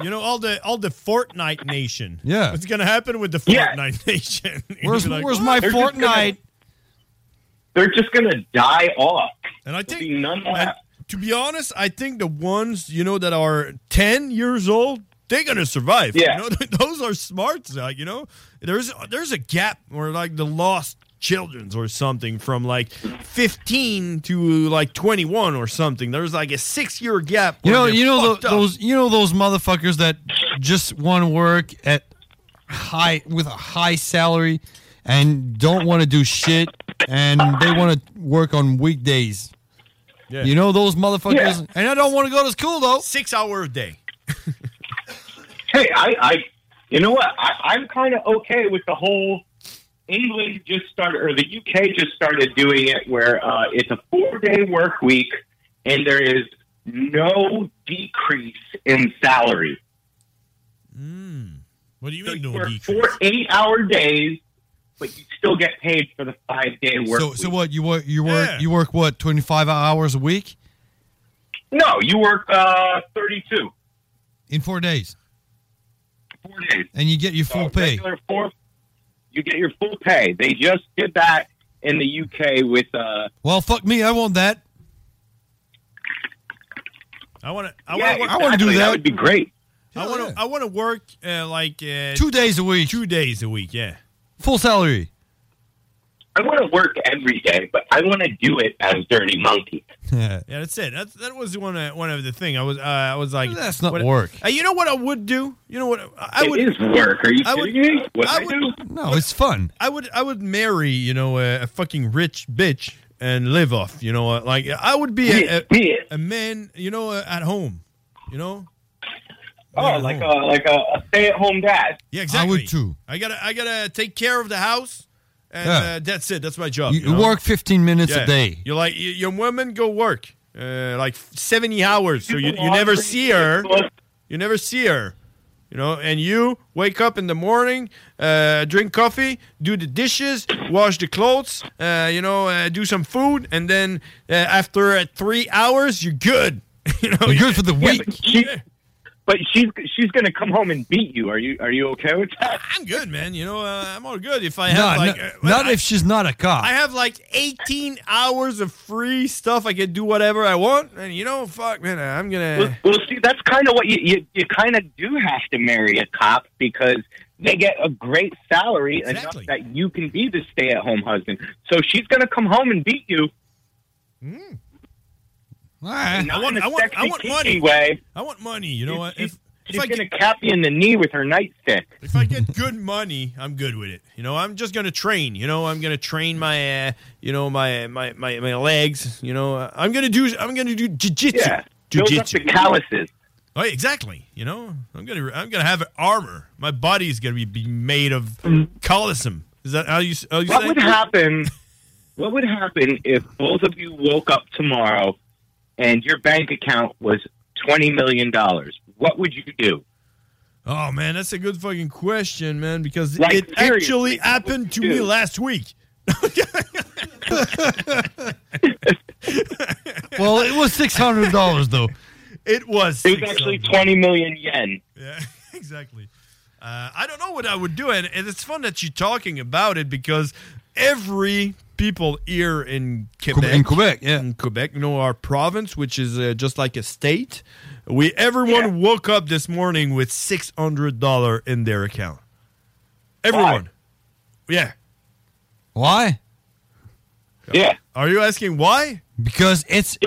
Speaker 5: you know all the all the Fortnite nation.
Speaker 6: Yeah.
Speaker 5: what's gonna happen with the Fortnite nation? You'd be
Speaker 6: Where's- where's my
Speaker 5: "What?"
Speaker 6: They're just gonna- Fortnite?
Speaker 21: They're just gonna die off.
Speaker 5: And I think
Speaker 21: none
Speaker 5: and to be honest, I think the ones you know that are ten years old, they're gonna survive.
Speaker 21: Yeah.
Speaker 5: you know, those are smart. uh, You know, there's there's a gap where like the lost children's or something from like 15 to like 21 or something there's like a six year gap
Speaker 6: You
Speaker 5: where
Speaker 6: know,
Speaker 5: they're
Speaker 6: you know
Speaker 5: fucked
Speaker 6: tho-
Speaker 5: up.
Speaker 6: those, you know those motherfuckers that just want to work at high with a high salary and don't want to do shit, and they want to work on weekdays.
Speaker 5: Yeah.
Speaker 6: You know those motherfuckers, and I don't want to go to school though.
Speaker 5: Six hour a day.
Speaker 21: Hey, I, I you know what? I, I'm kind of okay with the whole. England just started, or the UK just started doing it, where uh, it's a four-day work week, and there is no decrease in salary.
Speaker 5: What do you
Speaker 21: mean no decrease? Four eight-hour days, but you still get paid for the five-day work.
Speaker 6: So,
Speaker 21: week.
Speaker 6: so what you work? You work? You work what? Twenty five hours a week
Speaker 21: no, you work uh, thirty-two,
Speaker 6: in four days,
Speaker 21: four days.
Speaker 5: Oh,
Speaker 6: and you get your full pay.
Speaker 21: regular four. You get your full pay. They just did that in the UK with uh,
Speaker 6: Well, fuck me, I want that.
Speaker 5: I want to. I
Speaker 21: Yeah,
Speaker 5: want.
Speaker 21: exactly, that would be great.
Speaker 5: I want to. I want to work uh, like uh,
Speaker 6: Two days a week.
Speaker 5: Two days a week. Yeah.
Speaker 6: Full salary.
Speaker 21: I want to work every day, but I want to do it as Dirty Monkey.
Speaker 5: Yeah, that's it. That's, that was one of, one of the thing. I was uh, I was like,
Speaker 6: that's not
Speaker 5: what-
Speaker 6: work.
Speaker 5: Uh, you know what I would do? You know what I I
Speaker 21: It
Speaker 5: would
Speaker 21: is work. Are you
Speaker 5: I would,
Speaker 21: kidding me? What
Speaker 5: I
Speaker 21: I
Speaker 5: would,
Speaker 21: do?
Speaker 6: No, it's fun.
Speaker 5: I would I would marry you know a, a fucking rich bitch and live off you know uh, like I would be a, a, a man you know uh, at home you know.
Speaker 21: Oh, like a like a, a stay at home dad.
Speaker 5: Yeah, exactly.
Speaker 6: I would too.
Speaker 5: I gotta I gotta take care of the house, and
Speaker 6: Yeah.
Speaker 5: uh, that's it. That's my job.
Speaker 6: You-
Speaker 5: you know?
Speaker 6: work 15 minutes
Speaker 5: Yeah.
Speaker 6: a day.
Speaker 5: You're like y- your women go work uh, like seventy hours, so you, you never see her. You never see her. You know, and you wake up in the morning, uh, drink coffee, do the dishes, wash the clothes, uh, you know, uh, do some food, and then uh, after uh, three hours, you're good. you know, you're
Speaker 6: good for the
Speaker 21: Yeah, but, she, but she's she's gonna come home and beat you. Are you are you okay with that?
Speaker 5: I'm good, man. You know, uh, I'm all good. If I
Speaker 6: No,
Speaker 5: have like,
Speaker 6: no-
Speaker 5: uh,
Speaker 6: not if she's not a cop.
Speaker 5: I have like 18 hours of free stuff. I can do whatever I want, and you know, fuck, man, I'm
Speaker 21: Well,
Speaker 5: gonna.
Speaker 21: well, see, that's kind of what you you, you kind of do have to marry a cop because they get a great salary enough that you can be the stay at home husband. So she's gonna come home and beat you.
Speaker 5: Hmm. I
Speaker 21: Not
Speaker 5: want,
Speaker 21: in a
Speaker 5: I want, I
Speaker 21: sexy,
Speaker 5: want
Speaker 21: kinky
Speaker 5: money.
Speaker 21: Way.
Speaker 5: I want money. You know what? If, if
Speaker 21: She's
Speaker 5: I
Speaker 21: gonna
Speaker 5: get
Speaker 21: cap you in the knee with her nightstick.
Speaker 5: if I get good money, I'm good with it. You know, I'm just gonna train. You know, I'm gonna train my, uh, you know, my my my my legs. You know, uh, I'm gonna do I'm gonna do jujitsu.
Speaker 21: Yeah. Build up the calluses.
Speaker 5: Oh, yeah, exactly. You know, I'm gonna I'm gonna have armor. My body's gonna be, be made of colosseum. Is that how you? s- How you
Speaker 21: Mm. What
Speaker 5: say?
Speaker 21: would happen? What would happen if both of you woke up tomorrow and your bank account was twenty million dollars? What would you do?
Speaker 5: Oh man, that's a good fucking question, man, because
Speaker 21: Like,
Speaker 5: it
Speaker 21: seriously,
Speaker 5: actually
Speaker 21: what would
Speaker 5: happened to
Speaker 21: you
Speaker 5: me
Speaker 21: do?
Speaker 5: last week.
Speaker 6: Well, it was $600, though.
Speaker 5: It was.
Speaker 21: It was actually twenty million yen.
Speaker 5: Yeah, exactly. Uh, I don't know what I would do, and, and it's fun that you're talking about it because every people here in Quebec,
Speaker 6: in Quebec, yeah,
Speaker 5: in Quebec, you know, our province, which is uh, just like a state, we everyone woke up this morning with six hundred dollar in their account. Everyone, yeah.
Speaker 6: Why?
Speaker 21: Yeah.
Speaker 5: Are you asking why?
Speaker 6: Because it's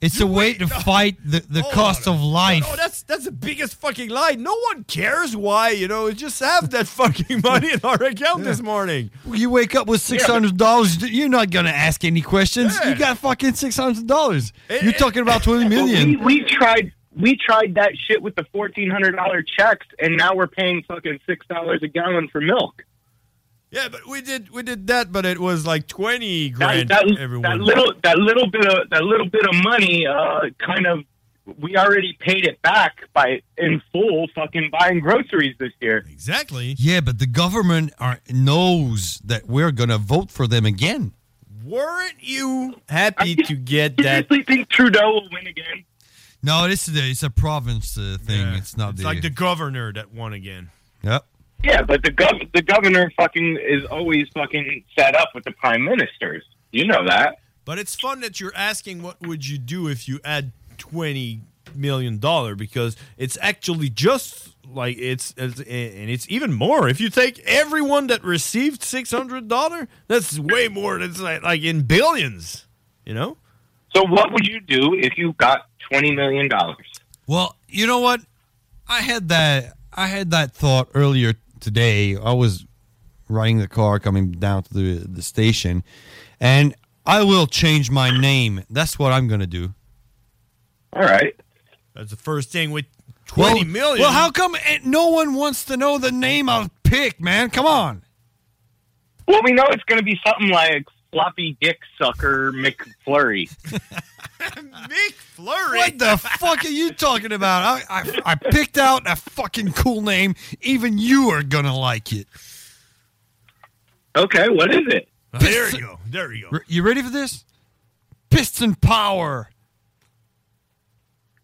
Speaker 6: it's a way to fight the, the cost of life.
Speaker 5: Oh, that's that's the biggest fucking lie. No one cares why, you know. Just have that fucking money in our account this morning.
Speaker 6: You wake up with six hundred dollars. You're not gonna ask any questions. You got fucking six hundred dollars. You're talking about twenty
Speaker 21: We,
Speaker 6: million.
Speaker 21: we tried. We tried that shit with the fourteen hundred dollar checks, and now we're paying fucking six dollars a gallon for milk.
Speaker 5: Yeah, but we did we did that, but it was like twenty
Speaker 21: That,
Speaker 5: grand.
Speaker 21: that,
Speaker 5: everyone.
Speaker 21: that little that little bit of that little bit of money, uh, kind of, we already paid it back by in full fucking buying groceries this year.
Speaker 5: Exactly.
Speaker 6: Yeah, but the government are, knows that we're gonna vote for them again.
Speaker 5: Weren't you happy to get that?
Speaker 21: You think Trudeau will win again?
Speaker 6: No, this is a, it's a province uh, thing. it's not
Speaker 5: It's
Speaker 6: the,
Speaker 5: like the governor that won again.
Speaker 6: Yep.
Speaker 21: Yeah, but the gov- the governor fucking is always fucking set up with the prime ministers. You know that.
Speaker 5: But it's fun that you're asking what would you do if you had twenty million dollar because it's actually just like it's, it's and it's even more if you take everyone that received six hundred dollar that's way more that's like, like in billions you know
Speaker 21: So what would you do if you got twenty million dollars?
Speaker 6: Well, you know what? I had that I had that thought earlier today. I was riding the car coming down to the the station, and I will change my name. That's what I'm gonna do.
Speaker 21: All right.
Speaker 5: that's the first thing with
Speaker 6: Well,
Speaker 5: twenty million.
Speaker 6: well, how come eh, no one wants to know the name I'll pick, man? Come on.
Speaker 21: Well, we know it's going to be something like floppy dick sucker McFlurry.
Speaker 5: McFlurry.
Speaker 6: What the fuck are you talking about? I, I I picked out a fucking cool name. Even you are gonna like it.
Speaker 21: okay, what is it?
Speaker 5: there you go there you go
Speaker 6: Re- You ready for this? Piston power.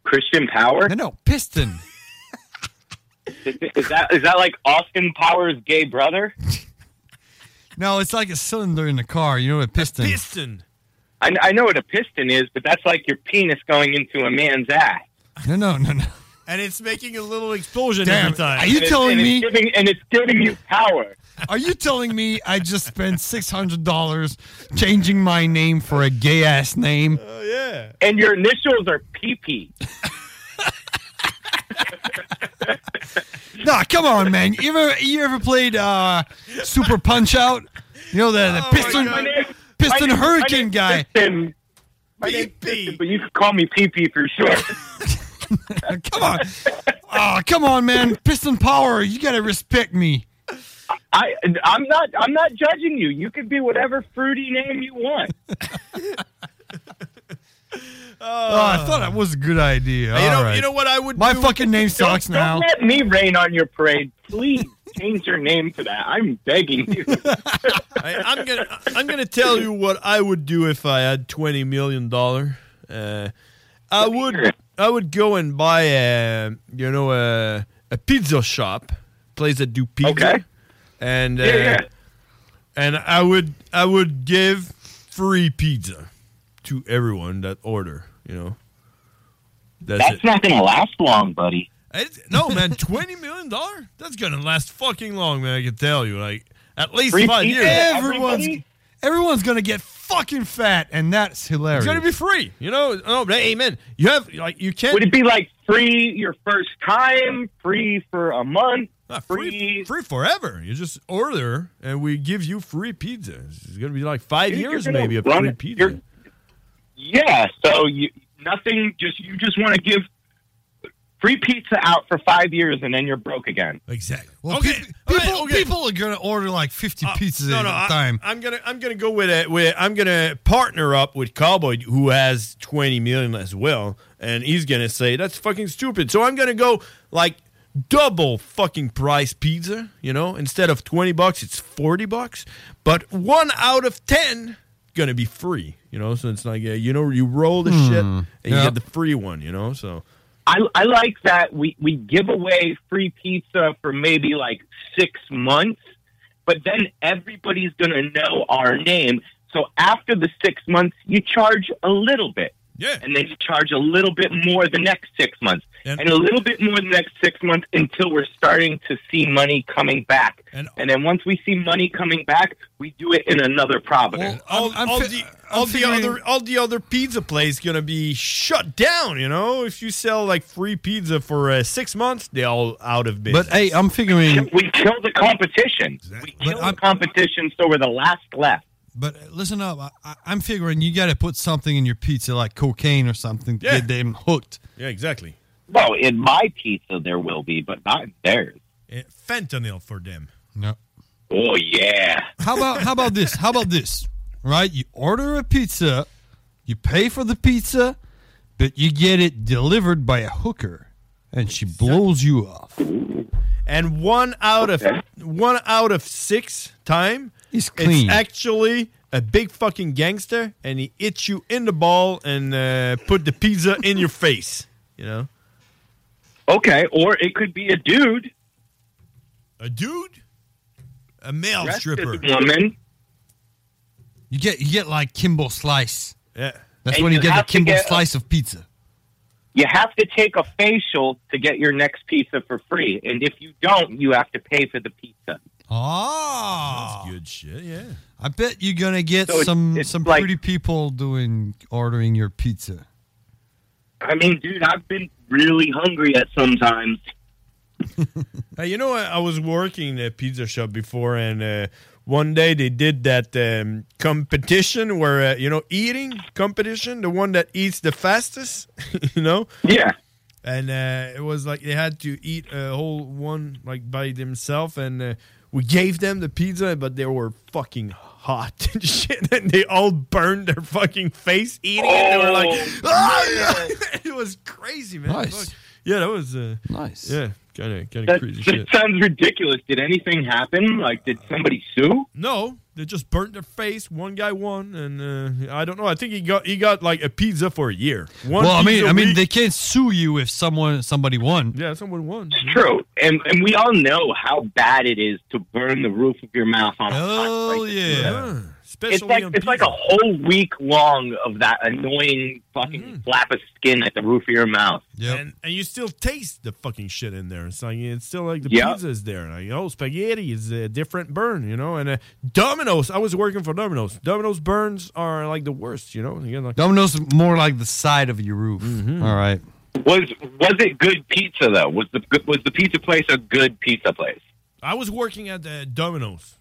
Speaker 21: Christian Power?
Speaker 6: No, no, piston.
Speaker 21: Is that is that like Austin Powers' gay brother?
Speaker 6: No, it's like a cylinder in the car. You know, a piston.
Speaker 5: piston.
Speaker 21: I, I know what a piston is, but that's like your penis going into a man's ass.
Speaker 6: No, no, no, no.
Speaker 5: And it's making a little explosion
Speaker 6: Damn,
Speaker 5: every time.
Speaker 6: are you
Speaker 21: And it's-
Speaker 6: telling
Speaker 21: and
Speaker 6: me-
Speaker 21: It's giving, and it's giving you power.
Speaker 6: Are you telling me I just spent six hundred dollars changing my name for a gay ass name?
Speaker 5: Yeah.
Speaker 21: And your initials are PP.
Speaker 6: Nah, come on, man. You ever you ever played uh, Super Punch Out? You know the,
Speaker 21: Oh,
Speaker 6: the piston piston
Speaker 21: My name-
Speaker 6: hurricane
Speaker 21: my
Speaker 6: guy.
Speaker 21: name's Piston. My name's Piston, but you can call me PP for sure.
Speaker 6: come on, oh come on, man. Piston power. You gotta respect me.
Speaker 21: I I'm not I'm not judging you. You could be whatever fruity name you want.
Speaker 6: Oh, I thought that was a good idea.
Speaker 21: You know-
Speaker 6: All right.
Speaker 21: you know what I would
Speaker 6: My
Speaker 21: do-
Speaker 6: fucking name sucks
Speaker 21: don't,
Speaker 6: now.
Speaker 21: Don't let me rain on your parade. Please change your name to that. I'm begging you.
Speaker 5: I, I'm gonna I'm gonna tell you what I would do if I had twenty million dollar. Uh, I would I would go and buy a you know a a pizza shop, place that do pizza, and uh,
Speaker 21: Yeah, yeah.
Speaker 5: and I would I would give free pizza to everyone that order. You know,
Speaker 21: That's
Speaker 5: it.
Speaker 21: not gonna last long, buddy.
Speaker 5: It's- no man, twenty million dollar. That's gonna last fucking long, man. I can tell you, like at least
Speaker 6: Free
Speaker 5: five
Speaker 6: pizza
Speaker 5: years.
Speaker 6: to Everyone's- everybody? Everyone's gonna get fucking fat, and that's hilarious.
Speaker 5: It's gonna be free, you know. No, but amen. You have like you can't.
Speaker 21: Would it be like free your first time, free for a month,
Speaker 5: Ah, free free forever? You just order and we give you free pizza. It's gonna be like five
Speaker 21: Dude, you're
Speaker 5: years
Speaker 21: gonna
Speaker 5: maybe of
Speaker 21: run-
Speaker 5: free
Speaker 21: you're-
Speaker 5: pizza.
Speaker 21: Yeah, so you nothing just you just want to give free pizza out for 5 years and then you're broke again.
Speaker 6: Exactly. Well, okay. people, people are gonna order like fifty pizzas
Speaker 5: Uh, No,
Speaker 6: at
Speaker 5: no,
Speaker 6: a
Speaker 5: I,
Speaker 6: time.
Speaker 5: I'm gonna I'm gonna go with a with I'm gonna partner up with Cowboy who has twenty million as well, and he's gonna say that's fucking stupid. So I'm gonna go like double fucking price pizza, you know, instead of twenty bucks, it's forty bucks. But one out of ten gonna be free, you know. So it's like uh, you know you roll the shit
Speaker 21: Hmm,
Speaker 5: and
Speaker 21: yeah.
Speaker 5: you get the free one, you know. So
Speaker 21: I, I like that we, we give away free pizza for maybe like six months, but then everybody's going to know our name. So after the six months, you charge a little bit.
Speaker 5: Yeah.
Speaker 21: And then you charge a little bit more the next six months, and, a little bit more the next six months until we're starting to see money coming back. And, then once we see money coming back, we do it in another province.
Speaker 5: all, all the all the other all the other pizza place gonna be shut down. You know, if you sell like free pizza for uh, six months, they all out of business.
Speaker 6: But hey, I'm figuring.
Speaker 21: we kill the competition. We kill the competition, so we're the last left.
Speaker 6: But uh, listen up. I- I, I'm figuring you got to put something in your pizza, like cocaine or something, to
Speaker 21: Yeah.
Speaker 6: get them hooked.
Speaker 5: Yeah, exactly.
Speaker 21: Well, in my pizza there will be, but not in theirs.
Speaker 5: fentanyl for them.
Speaker 6: No.
Speaker 21: Oh yeah.
Speaker 6: How about how about this? How about this? Right? You order a pizza, you pay for the pizza, but you get it delivered by a hooker, and she blows you off.
Speaker 5: And one out of one out of six time
Speaker 6: is
Speaker 5: It's
Speaker 6: clean.
Speaker 5: actually a big fucking gangster, and he hits you in the ball and uh, put the pizza in your face. You know,
Speaker 21: Okay, or it could be a dude.
Speaker 5: A dude? A male
Speaker 21: Dressed as a
Speaker 5: stripper.
Speaker 21: woman.
Speaker 6: You get you get like Kimbo Slice.
Speaker 5: Yeah.
Speaker 6: That's
Speaker 21: And
Speaker 6: when you,
Speaker 21: you
Speaker 6: get the
Speaker 21: have to
Speaker 6: Kimbo
Speaker 21: get-
Speaker 6: Slice of pizza.
Speaker 21: You have to take a facial to get your next pizza for free, and if you don't, you have to pay for the pizza.
Speaker 6: Oh,
Speaker 5: that's good shit. Yeah,
Speaker 6: I bet you're gonna get
Speaker 21: So it's-
Speaker 6: some
Speaker 21: it's
Speaker 6: some
Speaker 21: like-
Speaker 6: pretty people doing ordering your pizza.
Speaker 21: I mean, dude, I've been really hungry at sometimes.
Speaker 5: Hey, you know, I, I was working in a pizza shop before, and uh, one day they did that um, competition where, uh, you know, eating competition, the one that eats the fastest, you know?
Speaker 21: Yeah.
Speaker 5: And uh, it was like they had to eat a whole one, like by themselves, and uh, we gave them the pizza, but they were fucking hot and shit, and they all burned their fucking face eating it. They were like, "Ah, it was crazy, man.
Speaker 21: Nice.
Speaker 5: Fuck. Yeah, that was uh,
Speaker 6: nice.
Speaker 5: Yeah, kind of kind of
Speaker 21: That,
Speaker 5: crazy
Speaker 21: that
Speaker 5: shit.
Speaker 21: sounds ridiculous. Did anything happen? Like, did somebody sue?
Speaker 5: No, They just burnt their face. One guy won, and uh, I don't know. I think he got he got like a pizza for a year. One
Speaker 6: well, I mean,
Speaker 5: pizza
Speaker 6: I mean,
Speaker 5: week.
Speaker 6: they can't sue you if someone somebody won.
Speaker 5: yeah, someone won.
Speaker 21: It's true, and and we all know how bad it is to burn the roof of your mouth on. Oh
Speaker 5: yeah,
Speaker 21: it's like it's like a whole week long of that annoying fucking
Speaker 5: Mm-hmm.
Speaker 21: flap of skin at the roof of your mouth.
Speaker 5: And and you still taste the fucking shit in there. It's like it's still like the
Speaker 21: Yeah.
Speaker 5: pizza is there. Like, oh, spaghetti is a different burn, you know. And uh, Domino's, I was working for Domino's. Domino's burns are like the worst, you know. You get, like,
Speaker 6: Domino's more like the side of your roof.
Speaker 5: Mm-hmm.
Speaker 6: All right.
Speaker 21: Was was it good pizza though? Was the was the pizza place a good pizza place?
Speaker 5: I was working at the Domino's.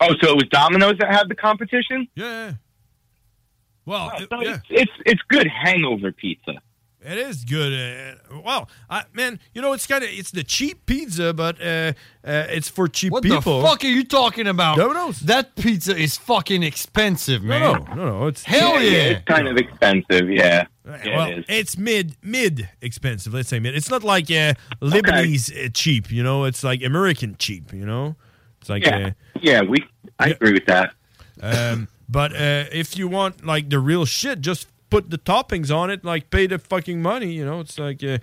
Speaker 21: Oh, so it was Domino's that had the competition.
Speaker 5: Yeah. Well, it-
Speaker 21: so
Speaker 5: yeah.
Speaker 21: it's, it's it's good hangover pizza.
Speaker 5: It is good. Uh, well, I, man, you know it's kind of it's the cheap pizza, but uh, uh, it's for cheap
Speaker 6: What
Speaker 5: people.
Speaker 6: the fuck are you talking about?
Speaker 5: Domino's.
Speaker 6: That pizza is fucking expensive, man.
Speaker 5: no, no, no. It's
Speaker 6: hell yeah.
Speaker 21: It's kind of expensive, yeah. Yeah,
Speaker 5: well,
Speaker 21: it is.
Speaker 5: it's mid mid expensive. Let's say mid. It's not like uh, Lebanese uh, cheap. You know, it's like American cheap. You know, it's like
Speaker 21: yeah,
Speaker 5: uh,
Speaker 21: yeah. We I agree with that.
Speaker 5: Um, but uh, if you want like the real shit, just put the toppings on it. Like pay the fucking money. You know, it's like uh,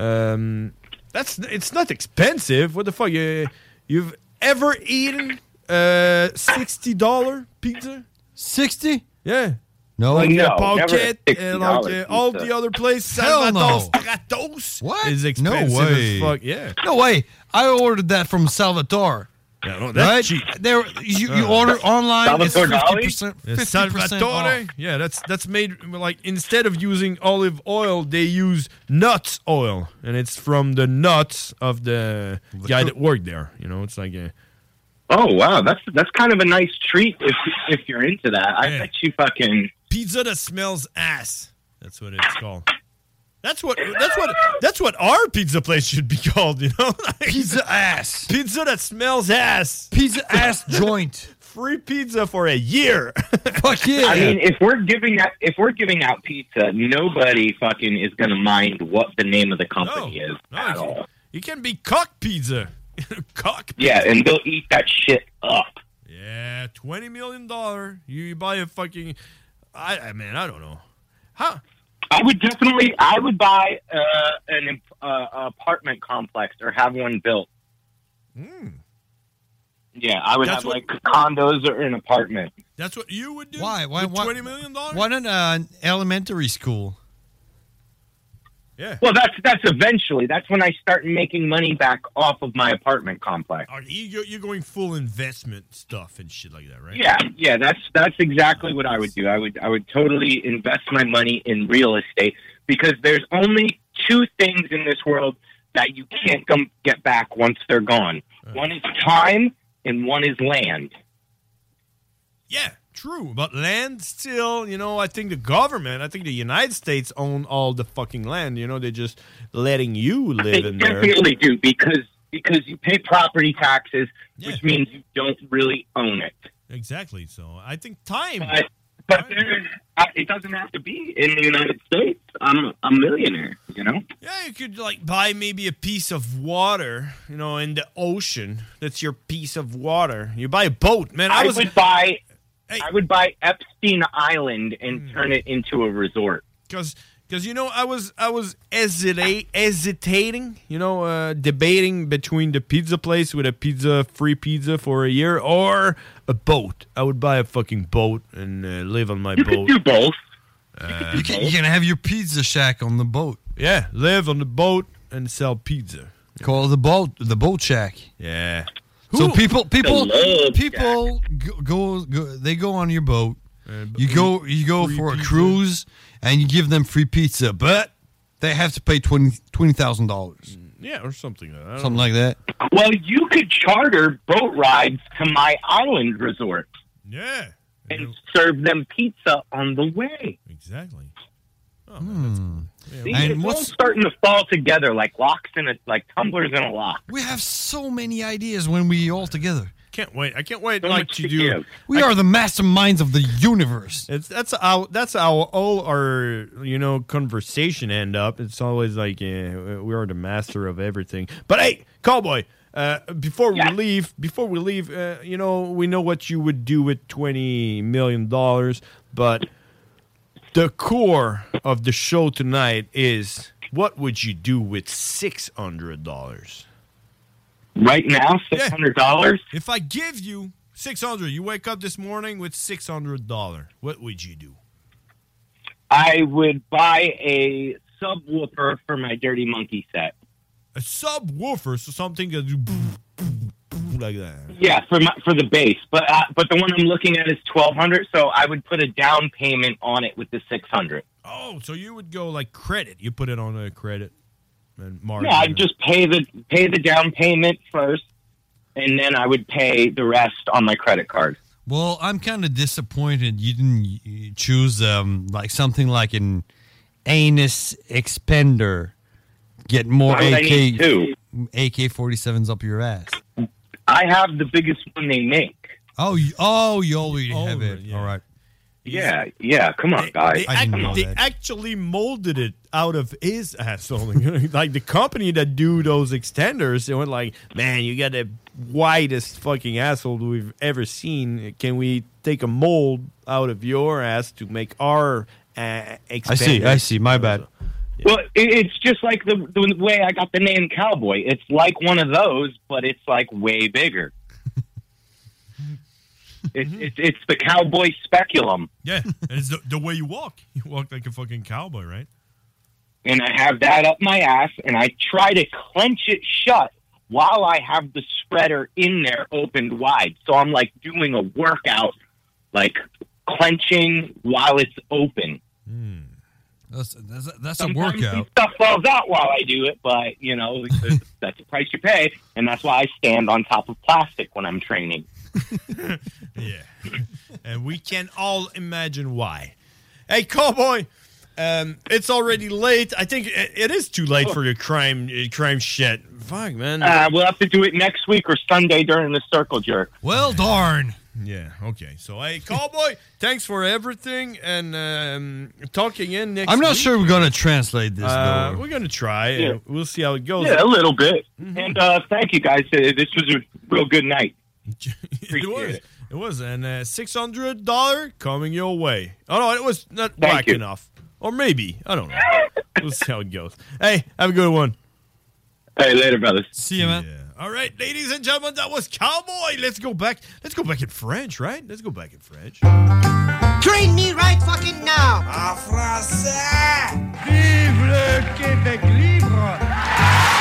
Speaker 5: um, that's it's not expensive. What the fuck? Uh, you've ever eaten uh, sixty dollar pizza?
Speaker 6: Sixty?
Speaker 5: Yeah.
Speaker 6: No,
Speaker 5: like
Speaker 6: no,
Speaker 5: uh,
Speaker 6: never
Speaker 5: Pauquette,
Speaker 6: $60
Speaker 5: uh, like uh, all
Speaker 6: pizza.
Speaker 5: the other places.
Speaker 6: Hell no.
Speaker 5: Salvador's Stratos
Speaker 6: What?
Speaker 5: is expensive
Speaker 6: no way.
Speaker 5: as fuck. Yeah.
Speaker 6: No way. I ordered that from Salvatore.
Speaker 5: Yeah,
Speaker 6: that's cheap. There, you, you
Speaker 5: Uh,
Speaker 6: order online. It's fifty percent.
Speaker 5: Yeah, Salvatore. Yeah, that's that's made like instead of using olive oil, they use nuts oil, and it's from the nuts of the, guy that worked there. You know, it's like a
Speaker 21: Oh wow, that's that's kind of a nice treat if if you're into that. I bet you fucking
Speaker 5: pizza that smells ass. That's what it's called. That's what that's what that's what our pizza place should be called. You know,
Speaker 6: pizza ass.
Speaker 5: Pizza that smells ass.
Speaker 6: Pizza ass joint.
Speaker 5: Free pizza for a year.
Speaker 6: Fuck yeah.
Speaker 21: I mean, if we're giving out if we're giving out pizza, nobody fucking is gonna mind what the name of the company
Speaker 5: Oh,
Speaker 21: is at all.
Speaker 5: You can be cock pizza. cock.
Speaker 21: Yeah, and they'll eat that shit up.
Speaker 5: Yeah, twenty million dollar. You buy a fucking. I, I mean, I don't know. Huh?
Speaker 21: I would definitely, I would buy uh, an imp- uh, apartment complex or have one built. Yeah, I would
Speaker 5: Hmm. That's
Speaker 21: have
Speaker 5: what-
Speaker 21: like condos or an apartment.
Speaker 5: That's what you would do.
Speaker 6: Why? Why?
Speaker 5: with
Speaker 6: Why?
Speaker 5: Twenty million dollars.
Speaker 6: Why not uh, an elementary school?
Speaker 5: Yeah.
Speaker 21: Well, that's that's eventually. That's when I start making money back off of my apartment complex.
Speaker 5: Are you you're- you're going full investment stuff and shit like that, right?
Speaker 21: Yeah, yeah, that's that's exactly what I would do. I would I would totally invest my money in real estate because there's only two things in this world that you can't come get back once they're gone. One is time and one is land.
Speaker 5: True, but land still, you know, I think the government, I think the United States own all the fucking land. You know, they're just letting you live in there.
Speaker 21: Definitely do because because you pay property taxes, which means you don't really own it.
Speaker 5: Exactly. So I think time.
Speaker 21: But, but there, I- it doesn't have to be in the United States. I'm a millionaire, you know.
Speaker 5: Yeah, you could like buy maybe a piece of water, you know, in the ocean. That's your piece of water. You buy a boat, man. I,
Speaker 21: I,
Speaker 5: was
Speaker 21: would buy. I would buy Epstein Island and
Speaker 5: Hmm.
Speaker 21: turn it into a resort.
Speaker 5: because because you know I was I was hesita- hesitating, you know, uh, debating between the pizza place with a pizza free pizza for a year or a boat. I would buy a fucking boat and uh, live on my
Speaker 6: You could
Speaker 5: boat.
Speaker 6: do both.
Speaker 5: Uh,
Speaker 6: You can, you can have your pizza shack on the boat.
Speaker 5: Yeah, live on the boat and sell pizza.
Speaker 6: Call the boat the boat shack.
Speaker 5: Yeah.
Speaker 6: So
Speaker 5: Who-
Speaker 6: people people
Speaker 5: The love
Speaker 6: people go, go go they go on your boat. you go you go for a cruise and you give them free pizza, but they have to pay twenty twenty thousand dollars,
Speaker 5: yeah, or something. Like that. I don't
Speaker 6: something
Speaker 5: know.
Speaker 6: like that.
Speaker 21: Well, you could charter boat rides to my island resort
Speaker 5: Yeah,
Speaker 21: and serve them pizza on the way.
Speaker 5: exactly.
Speaker 6: Hmm.
Speaker 21: See, it's all starting to fall together like locks in a like tumblers in a lock.
Speaker 6: We have so many ideas when we all together.
Speaker 5: Can't wait. I can't wait like to do.
Speaker 6: We are the masterminds of the universe.
Speaker 5: It's that's how that's how all our you know conversation end up. It's always like eh, we are the master of everything. But hey, cowboy, Uh, before we leave, before we leave, uh, you know, we know what you would do with twenty million dollars, but the core of the show tonight is what would you do with six hundred dollars?
Speaker 21: Right now, six hundred dollars.
Speaker 5: If I give you six hundred, you wake up this morning with six hundred dollars. What would you do?
Speaker 21: I would buy a subwoofer for my Dirty Monkey set.
Speaker 5: A subwoofer, so something that do like that.
Speaker 21: Yeah, for my, for the base, but uh, but the one I'm looking at is twelve hundred. So I would put a down payment on it with the six hundred.
Speaker 5: Oh, so you would go like credit? You put it on a credit and margin.
Speaker 21: No, I'd just pay the pay the down payment first, and then I would pay the rest on my credit card.
Speaker 6: Well, I'm kind of disappointed you didn't y- choose um like something like an anus expender. Get more
Speaker 21: Why would I need two?
Speaker 6: AK AK 47s up your ass.
Speaker 21: I have the biggest one they make.
Speaker 6: Oh, you, oh, you already have it. All right.
Speaker 21: Yeah, yeah. Come on, guys.
Speaker 5: They, act-
Speaker 21: Come on.
Speaker 5: they actually molded it out of his asshole. like the company that do those extenders, they went like, "Man, you got the widest fucking asshole we've ever seen. Can we take a mold out of your ass to make our uh, extender?"
Speaker 6: I see. I see. My bad.
Speaker 21: Well, it, it's just like the, the way I got the name Cowboy. It's like one of those, but it's like way bigger. it, it, it's the Cowboy speculum,
Speaker 5: Yeah, it's the, the way you walk. You walk like a fucking cowboy, right?
Speaker 21: and I have that up my ass, and I try to clench it shut while I have the spreader in there opened wide. So I'm like doing a workout, like clenching while it's open.
Speaker 6: That's that's, that's a
Speaker 21: Sometimes
Speaker 6: workout.
Speaker 21: Some stuff falls out while I do it, but you know that's- that's the price you pay, and that's why I stand on top of plastic when I'm training.
Speaker 5: Yeah. and we can all imagine why. Hey, cowboy, um, it's already late. I think it, it is too late for your crime uh, crime shit. Fuck, man.
Speaker 21: Uh, we'll have to do it next week or Sunday during the circle jerk.
Speaker 6: Well, darn.
Speaker 5: Yeah. Okay. So, hey, cowboy, thanks for everything and um, talking in next.
Speaker 6: I'm not
Speaker 5: week.
Speaker 6: sure we're gonna translate this
Speaker 5: Uh,
Speaker 6: though.
Speaker 5: we're gonna try. and
Speaker 21: Yeah.
Speaker 5: We'll see how it goes.
Speaker 21: Yeah, a little bit.
Speaker 5: Mm-hmm.
Speaker 21: And uh, thank you guys. Uh, This was a real good night.
Speaker 5: it was. It was an uh, six hundred dollar coming your way. Oh no, it was not
Speaker 21: Thank
Speaker 5: whack
Speaker 21: you.
Speaker 5: enough, or maybe I don't know. we'll see how it goes. Hey, have a good one.
Speaker 21: Hey, later, brothers.
Speaker 6: See you, man.
Speaker 5: All right, ladies and gentlemen, that was Cowboy. Let's go back. Let's go back in French, right? Let's go back in French.
Speaker 1: Train me right fucking now! En français! Vive le Québec libre!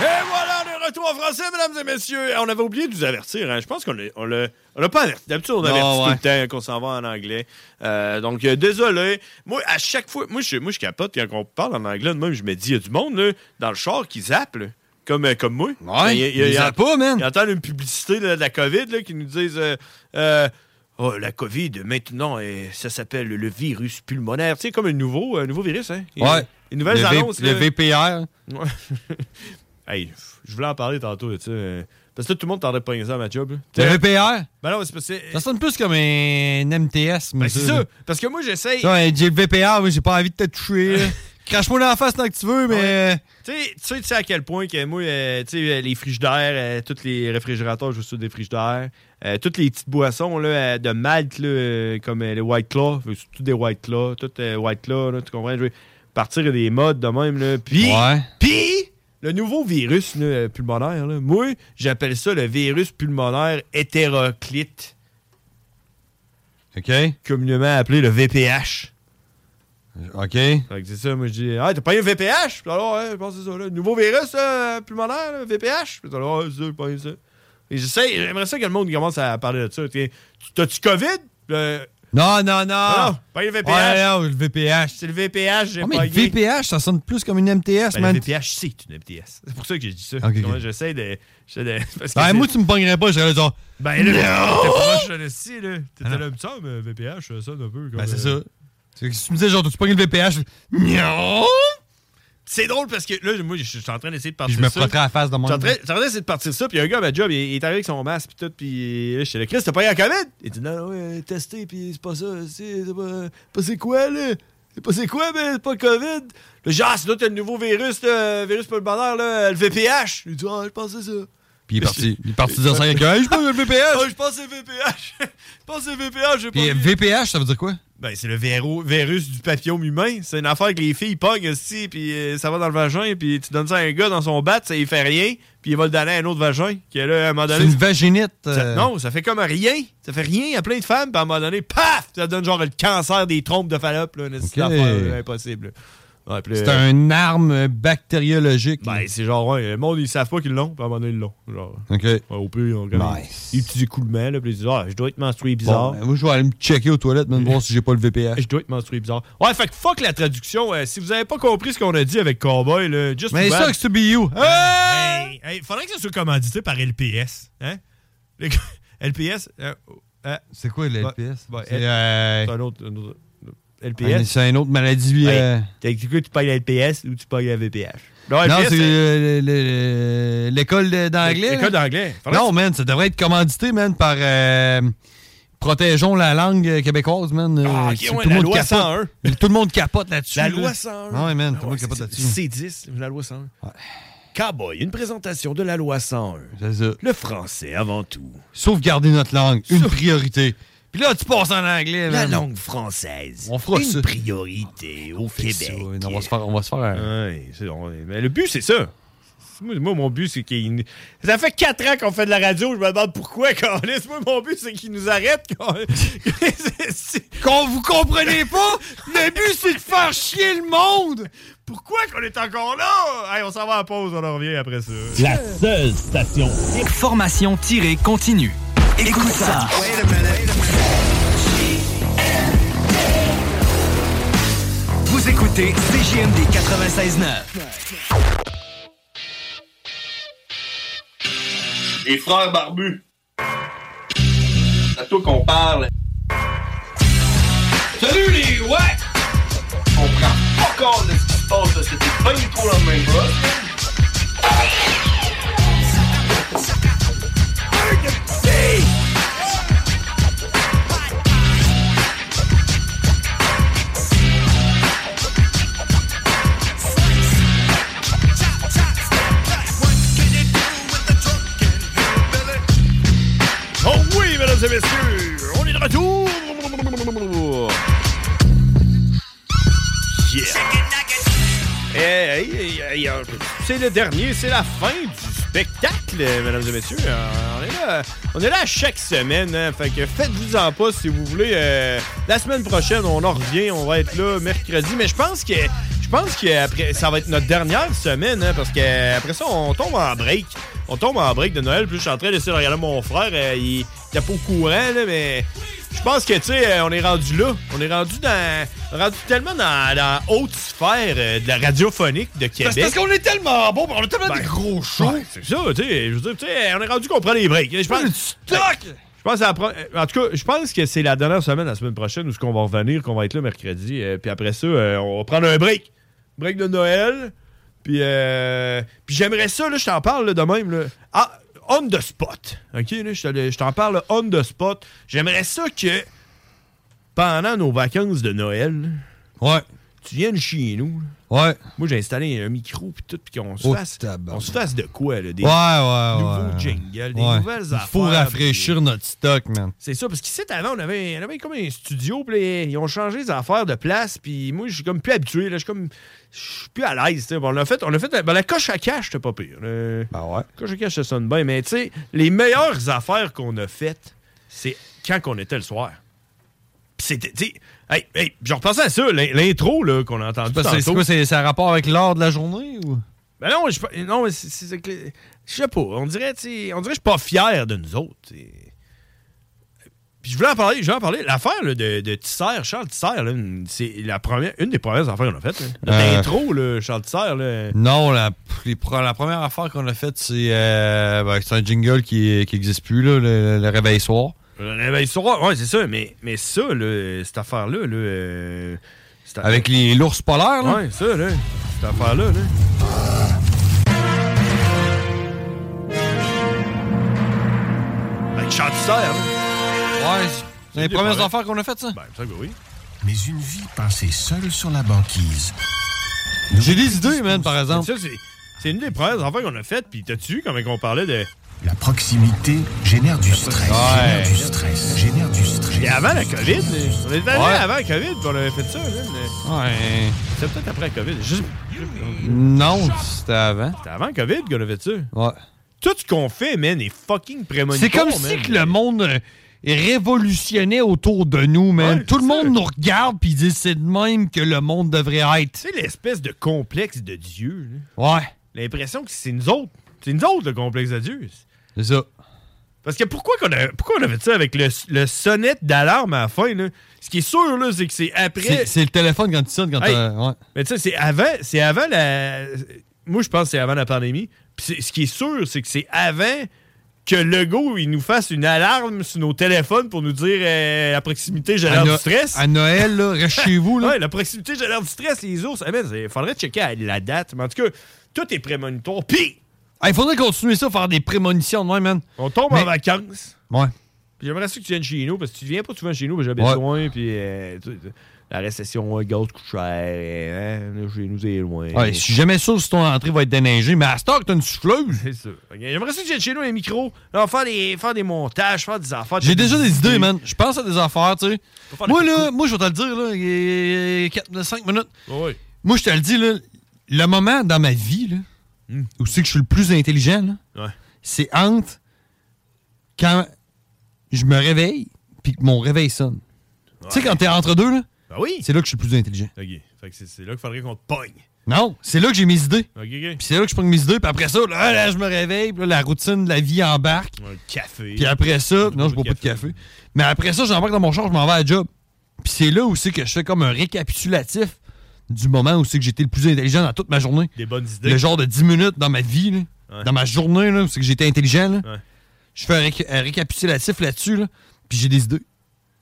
Speaker 5: Et voilà, le retour en français, mesdames et messieurs. On avait oublié de vous avertir. hein. Je pense qu'on l'a- on l'a on l'a pas averti. D'habitude, on
Speaker 6: Non,
Speaker 5: avertit
Speaker 6: ouais.
Speaker 5: tout le temps qu'on s'en va en anglais. Euh, donc, euh, désolé. Moi, à chaque fois, moi je, moi, je capote quand on parle en anglais. de Même, je me dis, il y a du monde là, dans le char qui zappe, là, comme, euh, comme moi.
Speaker 6: Ouais,
Speaker 5: Il y a- il y a-
Speaker 6: ils
Speaker 5: il y a-
Speaker 6: zappent pas, man.
Speaker 5: Ils entendent une publicité là, de la COVID là, qui nous disent euh, euh, Oh, la COVID, maintenant, euh, ça s'appelle le virus pulmonaire. Tu sais, comme un nouveau, un nouveau virus. Hein? Il-
Speaker 6: Ouais.
Speaker 5: Les nouvelles
Speaker 6: Le V-
Speaker 5: annonces.
Speaker 6: le
Speaker 5: là.
Speaker 6: VPR.
Speaker 5: Ouais. hey, pff, je voulais en parler tantôt, tu sais. euh, Parce que là, tout le monde t'aurait pas ça à ma job. là.
Speaker 6: Le VPR?
Speaker 5: Ben non, c'est parce que. c'est-
Speaker 6: Ça sonne plus comme un MTS, mais
Speaker 5: Ben, c'est ça. Parce que moi, j'essaye.
Speaker 6: Ça, un JVPR, oui, j'ai pas envie de te toucher. là. Crache-moi dans la face tant que tu veux, mais. euh,
Speaker 5: Tu sais- tu sais, tu sais à quel point que moi, euh, tu sais, euh, les frigidaires, euh, tous les réfrigérateurs, je joue sur des frigidaires, euh, toutes les petites boissons là, euh, de Malte, là, euh, comme euh, les White Claw, euh, c'est tout des White Claw, tout euh, White Claw, là, tu comprends? Je veux partir des modes de même. Là. Puis, puis, le nouveau virus là, euh, pulmonaire, là, moi, j'appelle ça le virus pulmonaire hétéroclite.
Speaker 6: OK.
Speaker 5: Communément appelé le VPH.
Speaker 6: OK.
Speaker 5: Fait que c'est ça, moi je dis, ah, t'as pas eu le VPH? Puis alors, ouais, je pense que c'est ça, là. Nouveau virus euh, pulmonaire, là, VPH? Puis alors, ouais, c'est ça, j'ai pas eu ça. Et j'essaie, j'aimerais ça que le monde commence à parler de ça. Tiens, tu- T'as-tu COVID? Le-
Speaker 6: Non, non, non.
Speaker 5: Ah non, pas le VPH.
Speaker 6: Ouais, non, le VPH.
Speaker 5: C'est le VPH, j'ai
Speaker 6: Oh, mais
Speaker 5: pas
Speaker 6: le VPH, ça sonne plus comme une MTS,
Speaker 5: Ben,
Speaker 6: man.
Speaker 5: le VPH, c'est une MTS. C'est pour ça que j'ai dit ça.
Speaker 6: Ok,
Speaker 5: Donc,
Speaker 6: ok.
Speaker 5: J'essaie de. j'essaie de parce que
Speaker 6: Ben,
Speaker 5: c'est-
Speaker 6: moi, tu me pognerais pas, j'aurais genre.
Speaker 5: Ben, là,
Speaker 6: Non!
Speaker 5: t'es proche de l'esti, là. T'étais
Speaker 6: Ah,
Speaker 5: là, me semble, euh, VPH, ça sonne un peu comme.
Speaker 6: Ben, c'est
Speaker 5: euh,
Speaker 6: ça. C'est- Si tu me disais, genre, tu pognes le VPH, je- non!
Speaker 5: C'est drôle parce que là, moi, je je suis en train d'essayer de partir
Speaker 6: Puis je me
Speaker 5: ça.
Speaker 6: frotterais à la face de
Speaker 5: Je
Speaker 6: moi.
Speaker 5: suis en train- je suis en train d'essayer de partir ça, puis il y a un gars à ma job, il, il est arrivé avec son masque, puis tout, puis là, je suis là, Chris, t'as pas eu la COVID? Il dit, non, non, ouais, testé, puis c'est pas ça, c'est c'est pas, pas c'est quoi, là? C'est pas c'est quoi, mais c'est pas COVID? euh, Là, genre, c'est là, t'as le nouveau virus, là, virus pulmonaire, là, le VPH. Il dit, ah, je pensais ça.
Speaker 6: Puis il est parti, il est parti dire ça avec un. Hey, je peux-
Speaker 5: le VPH! je pense que c'est VPH! Je pense que c'est VPH! j'ai pas
Speaker 6: Puis
Speaker 5: vu.
Speaker 6: VPH, ça veut dire quoi?
Speaker 5: Ben, c'est le véro- virus du papillome humain. C'est une affaire que les filles pognent aussi, puis euh, ça va dans le vagin, puis tu donnes ça à un gars dans son bat, ça il fait rien, puis il va le donner à un autre vagin, qui est là, à un moment donné.
Speaker 6: C'est une vaginite.
Speaker 5: ça-
Speaker 6: euh,
Speaker 5: non, ça fait comme rien. Ça fait rien à plein de femmes, puis à un moment donné, paf! Ça donne genre le cancer des trompes de Fallope, là. Une petite affaire, là, impossible. là. Ouais, puis,
Speaker 6: C'est
Speaker 5: euh,
Speaker 6: une arme euh, bactériologique.
Speaker 5: Ben, c'est genre, ouais, le monde, ils savent pas qu'ils l'ont, puis à un moment donné, ils l'ont. Genre,
Speaker 6: OK.
Speaker 5: ouais, au pire, ils ont comme
Speaker 6: Nice.
Speaker 5: des petits écoulements, là, puis ils disent, ah, je dois être menstrué bizarre.
Speaker 6: Bon, ben, moi, je vais aller me checker aux toilettes, même voir si j'ai pas le VPH.
Speaker 5: Ah, Je dois être menstrué bizarre. Ouais, fait que fuck la traduction. Euh, si vous avez pas compris ce qu'on a dit avec Cowboy, là, just
Speaker 6: Mais
Speaker 5: too bad.
Speaker 6: ça, c'est to be you.
Speaker 5: Hey! Hey, faudrait que ça soit commandité par LPS. Hein? Les gars, LPS. euh,
Speaker 6: c'est quoi le LPS? C'est,
Speaker 5: c'est
Speaker 6: euh,
Speaker 5: un autre. un autre-
Speaker 6: Ah,
Speaker 5: LPS.
Speaker 6: C'est une autre maladie.
Speaker 5: Ouais.
Speaker 6: euh,
Speaker 5: T'as dit que tu payes la LPS ou tu payes la VPH? Non,
Speaker 6: Non,
Speaker 5: LPS,
Speaker 6: c'est
Speaker 5: c'est-
Speaker 6: euh, le- le- le- l'école de- d'anglais.
Speaker 5: L'école
Speaker 6: là.
Speaker 5: d'anglais. Faudrait
Speaker 6: Non,
Speaker 5: que-
Speaker 6: man, ça devrait être commandité, man, par euh, Protégeons la langue euh, québécoise, man. Euh,
Speaker 5: Ah, ok,
Speaker 6: c'est-
Speaker 5: ouais, la loi
Speaker 6: capote.
Speaker 5: 101.
Speaker 6: Tout le monde capote là-dessus.
Speaker 5: La
Speaker 6: là.
Speaker 5: loi 101.
Speaker 6: Ah ouais,
Speaker 5: Ah
Speaker 6: man, tout le monde
Speaker 5: ouais,
Speaker 6: capote
Speaker 5: c'est-
Speaker 6: là-dessus.
Speaker 5: C'est 10, la loi 101. Cowboy, une présentation de la loi 101. Le français avant tout.
Speaker 6: Sauvegarder notre langue, une priorité. Puis là, tu passes en anglais,
Speaker 5: La
Speaker 6: man.
Speaker 5: langue française.
Speaker 6: On fera
Speaker 5: une
Speaker 6: ça.
Speaker 5: priorité au
Speaker 6: fait ça,
Speaker 5: Québec.
Speaker 6: on va se faire. On va se faire un-
Speaker 5: Ouais, c'est- on- mais le but, c'est ça. Moi, moi, mon but, c'est qu'il. Ça fait 4 ans qu'on fait de la radio, je me demande pourquoi, Carlis. Moi, mon but, c'est qu'il nous arrête. Qu'on
Speaker 6: Qu'on vous comprenez pas, le but, c'est de faire chier le monde.
Speaker 5: Pourquoi qu'on est encore là? Hey, on s'en va à la pause, on en revient après ça.
Speaker 23: La seule station. Formation tirée continue. Écoute ça. Vous écoutez CJMD 96.9.
Speaker 21: Les frères barbus. C'est à toi qu'on parle. Salut les ouais! On prend pas compte de ce qui se passe, là. c'était pas du tout la même
Speaker 5: Oh oui, mesdames et messieurs, on est de retour! Yeah! Hey, hey, hey, hey, euh, c'est le dernier, c'est la fin du spectacle, mesdames et messieurs. Euh, On est là, on est là à chaque semaine, hein, fait que faites-vous-en pas si vous voulez. Euh, la semaine prochaine, on en revient, on va être là mercredi, mais je pense que je pense que après, ça va être notre dernière semaine, hein, parce que après ça, on tombe en break. On tombe en break de Noël, puis je suis en train d'essayer de regarder mon frère, euh, il n'était pas au courant, là, mais je pense que, tu sais, euh, on est rendu là. On est rendu dans. rendu tellement dans la haute sphère euh, de la radiophonique de Québec.
Speaker 6: Ben,
Speaker 5: Ben,
Speaker 6: parce qu'on est tellement bon, on a tellement des gros shows.
Speaker 5: Ouais, c'est ça, tu sais. Je veux dire, tu sais, on est rendu qu'on prend les breaks. Je pense. Je pense à la pro- euh, En tout cas, je pense que c'est la dernière semaine, la semaine prochaine, où ce qu'on va revenir, qu'on va être là mercredi. euh, puis après ça, euh, on va prendre un break. Break de Noël. Puis, euh, puis j'aimerais ça, là, je t'en parle là, de même. Là. Ah, on the spot. OK, là, je te- je t'en parle là, on the spot. J'aimerais ça que pendant nos vacances de Noël.
Speaker 6: Ouais.
Speaker 5: Tu viennes chez nous.
Speaker 6: Ouais.
Speaker 5: Moi, j'ai installé un micro puis tout, puis qu'on se
Speaker 6: Oh,
Speaker 5: fasse, on se fasse de quoi là, des
Speaker 6: ouais, ouais, ouais.
Speaker 5: nouveaux jingles, des
Speaker 6: Ouais.
Speaker 5: nouvelles affaires.
Speaker 6: Il faut rafraîchir notre stock, man.
Speaker 5: C'est ça, parce qu'ici, avant, on avait, on avait comme un studio, puis les- ils ont changé les affaires de place, puis moi, je suis comme plus habitué, là, je suis comme, je suis plus à l'aise, tu sais. Bon, on a fait, on a fait, ben, la coche à cache, c'était pas pire. là.
Speaker 6: Ah ouais.
Speaker 5: La coche à cache, ça sonne bien, mais tu sais, les meilleures affaires qu'on a faites, c'est quand qu'on était le soir. Puis c'était, tu sais, hey, hey, je repensais à ça, l'in- l'intro, là, qu'on a entendu
Speaker 6: Parce que c'est- C'est
Speaker 5: tantôt.
Speaker 6: quoi, c'est c'est un rapport avec l'heure de la journée ou?
Speaker 5: Ben non, je suis pas- non, mais c'est- c'est c'est que le- je sais pas, on dirait tu sais, on dirait que je suis pas fier de nous autres. tu sais. Puis je voulais en parler, je voulais en parler l'affaire là, de, de Tisser, Charles Tisser là, une- c'est la première une des premières affaires qu'on a faites. là. Notre
Speaker 6: Euh.
Speaker 5: intro là, Charles Tisser là. Euh,
Speaker 6: Non, la, les pro- la première affaire qu'on a faite, c'est euh, ben, c'est un jingle qui qui existe plus, là, le, le réveil soir.
Speaker 5: Le réveil soir, ben, ouais, c'est ça, mais mais ça là, cette affaire là là euh, cette affaire-
Speaker 6: Avec les l'ours polaire, là.
Speaker 5: Ouais, ça là, cette affaire là là. Avec Charles Tisser.
Speaker 6: Ouais, c'est les premières affaires qu'on a faites, ça.
Speaker 5: Ben, ça que oui.
Speaker 23: Mais une vie passée seule sur la banquise.
Speaker 6: J'ai des idées, man, par exemple.
Speaker 5: Ça, c'est, c'est une des premières affaires qu'on a faites. Puis, t'as-tu vu comment on parlait de.
Speaker 3: La proximité génère du stress.
Speaker 5: Ouais.
Speaker 3: Génère du stress. Génère du stress.
Speaker 5: Et avant la COVID, on était allé
Speaker 3: Ouais.
Speaker 5: avant la COVID, puis on avait fait ça. là, mais-
Speaker 6: Ouais.
Speaker 5: C'était peut-être après la COVID. Je sais-
Speaker 6: Non, c'était avant.
Speaker 5: C'était avant la COVID qu'on avait fait ça.
Speaker 6: Ouais.
Speaker 5: Tout ce qu'on fait, man, est fucking prémonitoire.
Speaker 6: C'est comme
Speaker 5: man.
Speaker 6: si que le monde euh, révolutionnait autour de nous, man. Tout le monde nous regarde puis dit c'est de même que le monde devrait être.
Speaker 5: C'est l'espèce de complexe de Dieu. là.
Speaker 6: Ouais.
Speaker 5: L'impression que c'est nous autres. C'est nous autres le complexe de Dieu.
Speaker 6: C'est ça.
Speaker 5: Parce que pourquoi qu'on a, pourquoi on a fait ça avec le, le sonnette d'alarme à la fin? Là? Ce qui est sûr, là, c'est que c'est après.
Speaker 6: C'est- C'est le téléphone quand tu sonnes quand
Speaker 5: Hey,
Speaker 6: t'as- ouais.
Speaker 5: Mais tu sais, c'est avant, c'est avant la. Moi, je pense que c'est avant la pandémie. Puis c'est- ce qui est sûr, c'est que c'est avant que Legault il nous fasse une alarme sur nos téléphones pour nous dire euh, la proximité
Speaker 6: À
Speaker 5: génère
Speaker 6: No-
Speaker 5: du stress.
Speaker 6: à Noël, là, reste chez vous, là.
Speaker 5: Ouais, la proximité génère du stress, les ours. Ah, Il faudrait checker à la date. Mais en tout cas, tout est prémonitoire. Puis,
Speaker 6: Ah, Il faudrait continuer ça, faire des prémonitions de même, man.
Speaker 5: On tombe en vacances.
Speaker 6: Ouais.
Speaker 5: Puis j'aimerais ça que tu viennes chez nous, parce que tu viens pas souvent chez nous, mais j'habite
Speaker 6: Ouais.
Speaker 5: loin, puis euh, tu- tu- la récession, euh, gaz coûte cher, euh, hein, là, chez nous, c'est loin.
Speaker 6: Ouais, je suis jamais sûr si ton entrée va être déneigée, mais à cette heure que t'as une souffleuse.
Speaker 5: C'est ça. Fait que J'aimerais ça que tu viennes chez nous, un micro, là, faire, des, faire des montages, faire des affaires.
Speaker 6: J'ai déjà des idées, man. Je pense à des affaires, tu sais.
Speaker 5: faire
Speaker 6: Moi,
Speaker 5: des
Speaker 6: là, moi, je vais te le dire, là, il est 4, 5 minutes.
Speaker 5: Oui.
Speaker 6: Moi, je te le dis, là, le moment dans ma vie, là,
Speaker 5: Hmm.
Speaker 6: où c'est que je suis le plus intelligent, là,
Speaker 5: Ouais.
Speaker 6: c'est entre quand je me réveille puis que mon réveil sonne. Tu sais, quand t'es entre deux, là,
Speaker 5: Ben oui.
Speaker 6: c'est là que je suis le plus intelligent.
Speaker 5: Ok. Fait que c'est- c'est là qu'il faudrait qu'on te pogne.
Speaker 6: Non, c'est là que j'ai mes idées.
Speaker 5: Ok, ok.
Speaker 6: Puis c'est là que je prends mes idées, puis après ça, là, là, je me réveille, puis là, la routine de la vie embarque.
Speaker 5: Un café.
Speaker 6: Puis après ça, non, je bois pas de café. Mais après ça, j'embarque dans mon char, je m'en vais à la job. Puis c'est là aussi que je fais comme un récapitulatif du moment où c'est que j'étais le plus intelligent dans toute ma journée.
Speaker 5: Des bonnes idées.
Speaker 6: Le genre de 10 minutes dans ma vie, là,
Speaker 5: Ouais.
Speaker 6: dans ma journée, là, où c'est que j'étais intelligent. là.
Speaker 5: Ouais.
Speaker 6: Je fais un, réca- un récapitulatif là-dessus, là, puis j'ai des idées.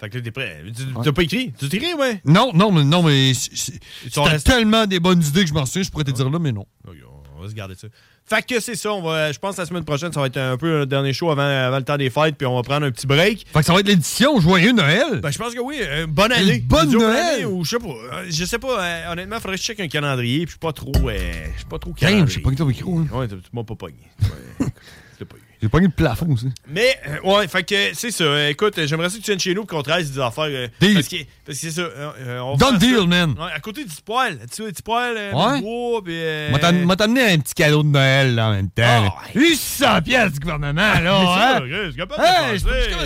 Speaker 5: Fait que là, t'es prêt. Tu- Tu t'as pas écrit. Tu t'écris, ouais.
Speaker 6: Non, non, mais, non, mais c- c-
Speaker 5: t'en
Speaker 6: c'était
Speaker 5: restes-
Speaker 6: tellement des bonnes idées que je m'en souviens, je pourrais te dire là, mais non.
Speaker 5: Oh, On va se garder ça. Fait que c'est ça, on va, je pense que la semaine prochaine, ça va être un peu le dernier show avant, avant le temps des fêtes, puis on va prendre un petit break.
Speaker 6: Fait que ça va être l'édition Joyeux Noël.
Speaker 5: Ben, je pense que oui, euh, bonne année.
Speaker 6: Bonne
Speaker 5: Disons
Speaker 6: Noël.
Speaker 5: année ou je sais pas. euh, Je sais pas, euh, honnêtement, faudrait que je check un calendrier, puis je suis pas trop. euh, je suis pas trop
Speaker 6: Damn,
Speaker 5: calendrier.
Speaker 6: j'ai pogné ton micro. hein.
Speaker 5: Ouais, tu tu m'as pas pogné.
Speaker 6: J'ai pogné le plafond aussi.
Speaker 5: Mais, euh, ouais, fait que c'est ça. Euh, Écoute, euh, j'aimerais ça que tu viennes chez nous, puis qu'on trace des affaires. euh,
Speaker 6: Deal.
Speaker 5: Parce que parce que c'est ça. euh, euh, on va
Speaker 6: Done
Speaker 5: faire ça.
Speaker 6: deal, man.
Speaker 5: Ouais, à côté du poil. Tu vois, du poil, euh,
Speaker 6: Ouais.
Speaker 5: du bois, puis. euh, Ah,
Speaker 6: M'a t'am- m'a t'amené un petit cadeau de Noël là, en même temps. là. 800 pièces du gouvernement, là, hein? Hey, je peux- je suis capable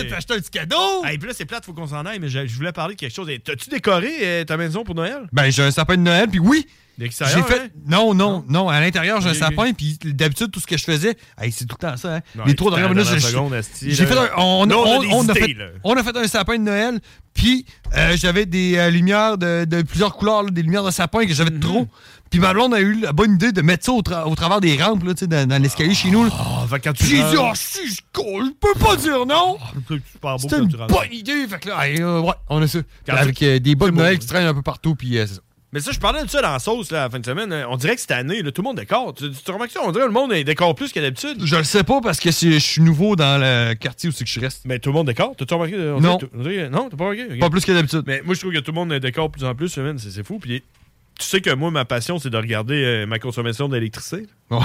Speaker 6: de t'acheter- un petit cadeau.
Speaker 5: Et puis là, c'est plate, faut qu'on s'en aille, mais je, je voulais parler de quelque chose. Eh, T'as-tu décoré euh, ta maison pour Noël?
Speaker 6: Ben, j'ai un sapin de Noël, puis oui!
Speaker 5: D'extérieur,
Speaker 6: J'ai fait.
Speaker 5: hein?
Speaker 6: Non, non, non, à l'intérieur, j'ai
Speaker 5: Ok,
Speaker 6: un
Speaker 5: ok.
Speaker 6: sapin, puis d'habitude, tout ce que je faisais, hey, c'est tout le temps ça, hein?
Speaker 5: Non,
Speaker 6: Les
Speaker 5: hey,
Speaker 6: trois
Speaker 5: tu
Speaker 6: dernières
Speaker 5: t'en
Speaker 6: minutes,
Speaker 5: donnes
Speaker 6: je-
Speaker 5: la seconde, Asti,
Speaker 6: j'ai
Speaker 5: là.
Speaker 6: fait un. On,
Speaker 5: Nous, on a des
Speaker 6: on a
Speaker 5: idées,
Speaker 6: fait,
Speaker 5: là.
Speaker 6: on a fait un sapin de Noël, puis euh, j'avais des euh, lumières de, de plusieurs couleurs, là, des lumières de sapin que j'avais
Speaker 5: Mhm.
Speaker 6: de trop. Puis ma blonde a eu la bonne idée de mettre ça au, tra- au travers des rampes, là, tu sais, dans, dans l'escalier chez nous. là.
Speaker 5: Ah,
Speaker 6: Puis j'ai dit, oh, si, je colle, je peux pas dire non!
Speaker 5: Ah,
Speaker 6: C'était une bonne idée. Fait que là, hey, euh, ouais, on a ça.
Speaker 5: Quand
Speaker 6: avec
Speaker 5: tu-
Speaker 6: euh, des bols
Speaker 5: c'est
Speaker 6: de
Speaker 5: beau,
Speaker 6: Noël
Speaker 5: hein.
Speaker 6: qui traînent un peu partout, puis euh, c'est ça.
Speaker 5: Mais ça, je parlais de ça dans la sauce là, la fin de semaine. hein. On dirait que cette année, là, tout le monde décore. Tu, tu remarques ça? On dirait que le monde euh, décore plus que d'habitude.
Speaker 6: Je le sais pas parce que c'est- je suis nouveau dans le quartier où c'est que je reste.
Speaker 5: Mais tout le monde décore. T'as-tu remarqué? euh, On
Speaker 6: Non.
Speaker 5: dirait- on dirait- non, t'as pas remarqué? Ok.
Speaker 6: Pas plus que d'habitude.
Speaker 5: Mais moi, je trouve que tout le monde euh, décore de plus en plus, man. C'est c'est fou. Puis tu sais que moi, ma passion, c'est de regarder euh, ma consommation d'électricité.
Speaker 6: Ouais.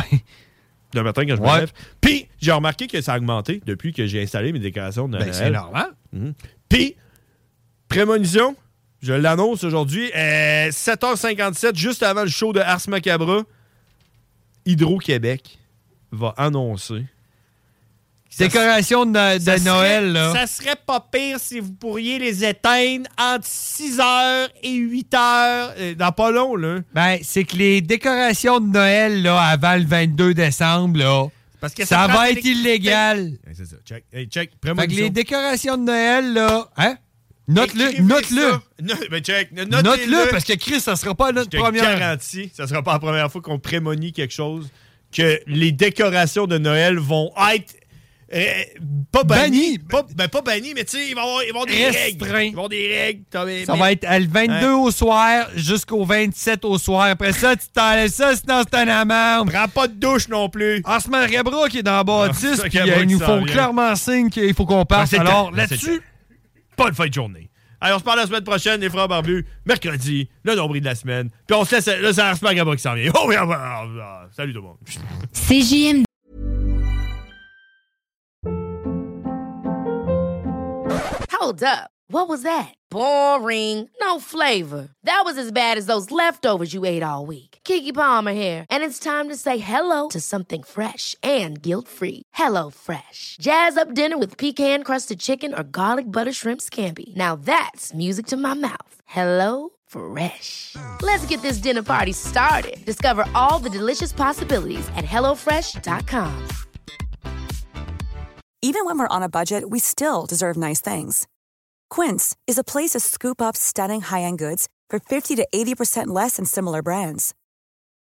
Speaker 5: Le matin, quand je me
Speaker 6: Ouais.
Speaker 5: lève. Puis j'ai remarqué que ça a augmenté depuis que j'ai installé mes décorations de
Speaker 6: Ben,
Speaker 5: Noël.
Speaker 6: c'est normal.
Speaker 5: Mhm. Puis, prémonition, je l'annonce aujourd'hui, euh, 7h57, juste avant le show de Ars Macabra, Hydro-Québec va annoncer.
Speaker 6: Décoration de, de Noël, là.
Speaker 5: serait pas pire si vous pourriez les éteindre entre 6h et 8h. Dans pas long, là.
Speaker 6: Ben, c'est que les décorations de Noël, là, avant le 22 décembre, là,
Speaker 5: Parce que
Speaker 6: ça,
Speaker 5: ça prend
Speaker 6: va être
Speaker 5: l'électricité.
Speaker 6: illégal.
Speaker 5: Ouais, c'est ça. Check. Hey, check.
Speaker 6: Fait que
Speaker 5: Prémonition.
Speaker 6: les décorations de Noël, là, hein? Note-le, note-le.
Speaker 5: Non, ben check. Notez-le.
Speaker 6: Note-le, parce que Chris, ça sera pas notre
Speaker 5: Je te
Speaker 6: première.
Speaker 5: garantis, ça sera pas la première fois qu'on prémonie quelque chose, que les décorations de Noël vont être euh, pas bannies. Pas, ben, pas bannies, mais tu sais, ils vont avoir, ils vont avoir des
Speaker 6: Restreints.
Speaker 5: règles. Ils vont avoir des règles. T'as- mais-
Speaker 6: Ça
Speaker 5: mais-
Speaker 6: va être à le 22
Speaker 5: Hein?
Speaker 6: au soir jusqu'au 27 au soir. Après ça, tu t'enlèves ça, sinon c'est un amende.
Speaker 5: Prends pas de douche non plus.
Speaker 6: En ce moment, Rebra qui est dans la bâtisse,
Speaker 5: Ah,
Speaker 6: puis
Speaker 5: Rebra
Speaker 6: euh, ils
Speaker 5: qui
Speaker 6: nous
Speaker 5: s'en
Speaker 6: font
Speaker 5: vient.
Speaker 6: clairement signe qu'il faut qu'on parte.
Speaker 5: Ben, c'est
Speaker 6: Alors
Speaker 5: temps. Ben, c'est
Speaker 6: là-dessus,
Speaker 5: temps. Bonne fin de journée. Allez, on se parle la semaine prochaine, les frères barbus, mercredi, le nombril de la semaine. Puis on se laisse. Là, c'est Ars Macabre qui s'en vient. Oh, oui, ah, ah, ah, salut tout le monde.
Speaker 8: CJMD.
Speaker 24: Hold up. What was that? Boring. No flavor. That was as bad as those leftovers you ate all week. Kiki Palmer here, and it's time to say hello to something fresh and guilt-free. Hello Fresh. Jazz up dinner with pecan-crusted chicken or garlic butter shrimp scampi. Now that's music to my mouth. Hello Fresh. Let's get this dinner party started. Discover all the delicious possibilities at hellofresh.com.
Speaker 8: Even when we're on a budget, we still deserve nice things. Quince is a place to scoop up stunning high-end goods for 50 to 80% less than similar brands.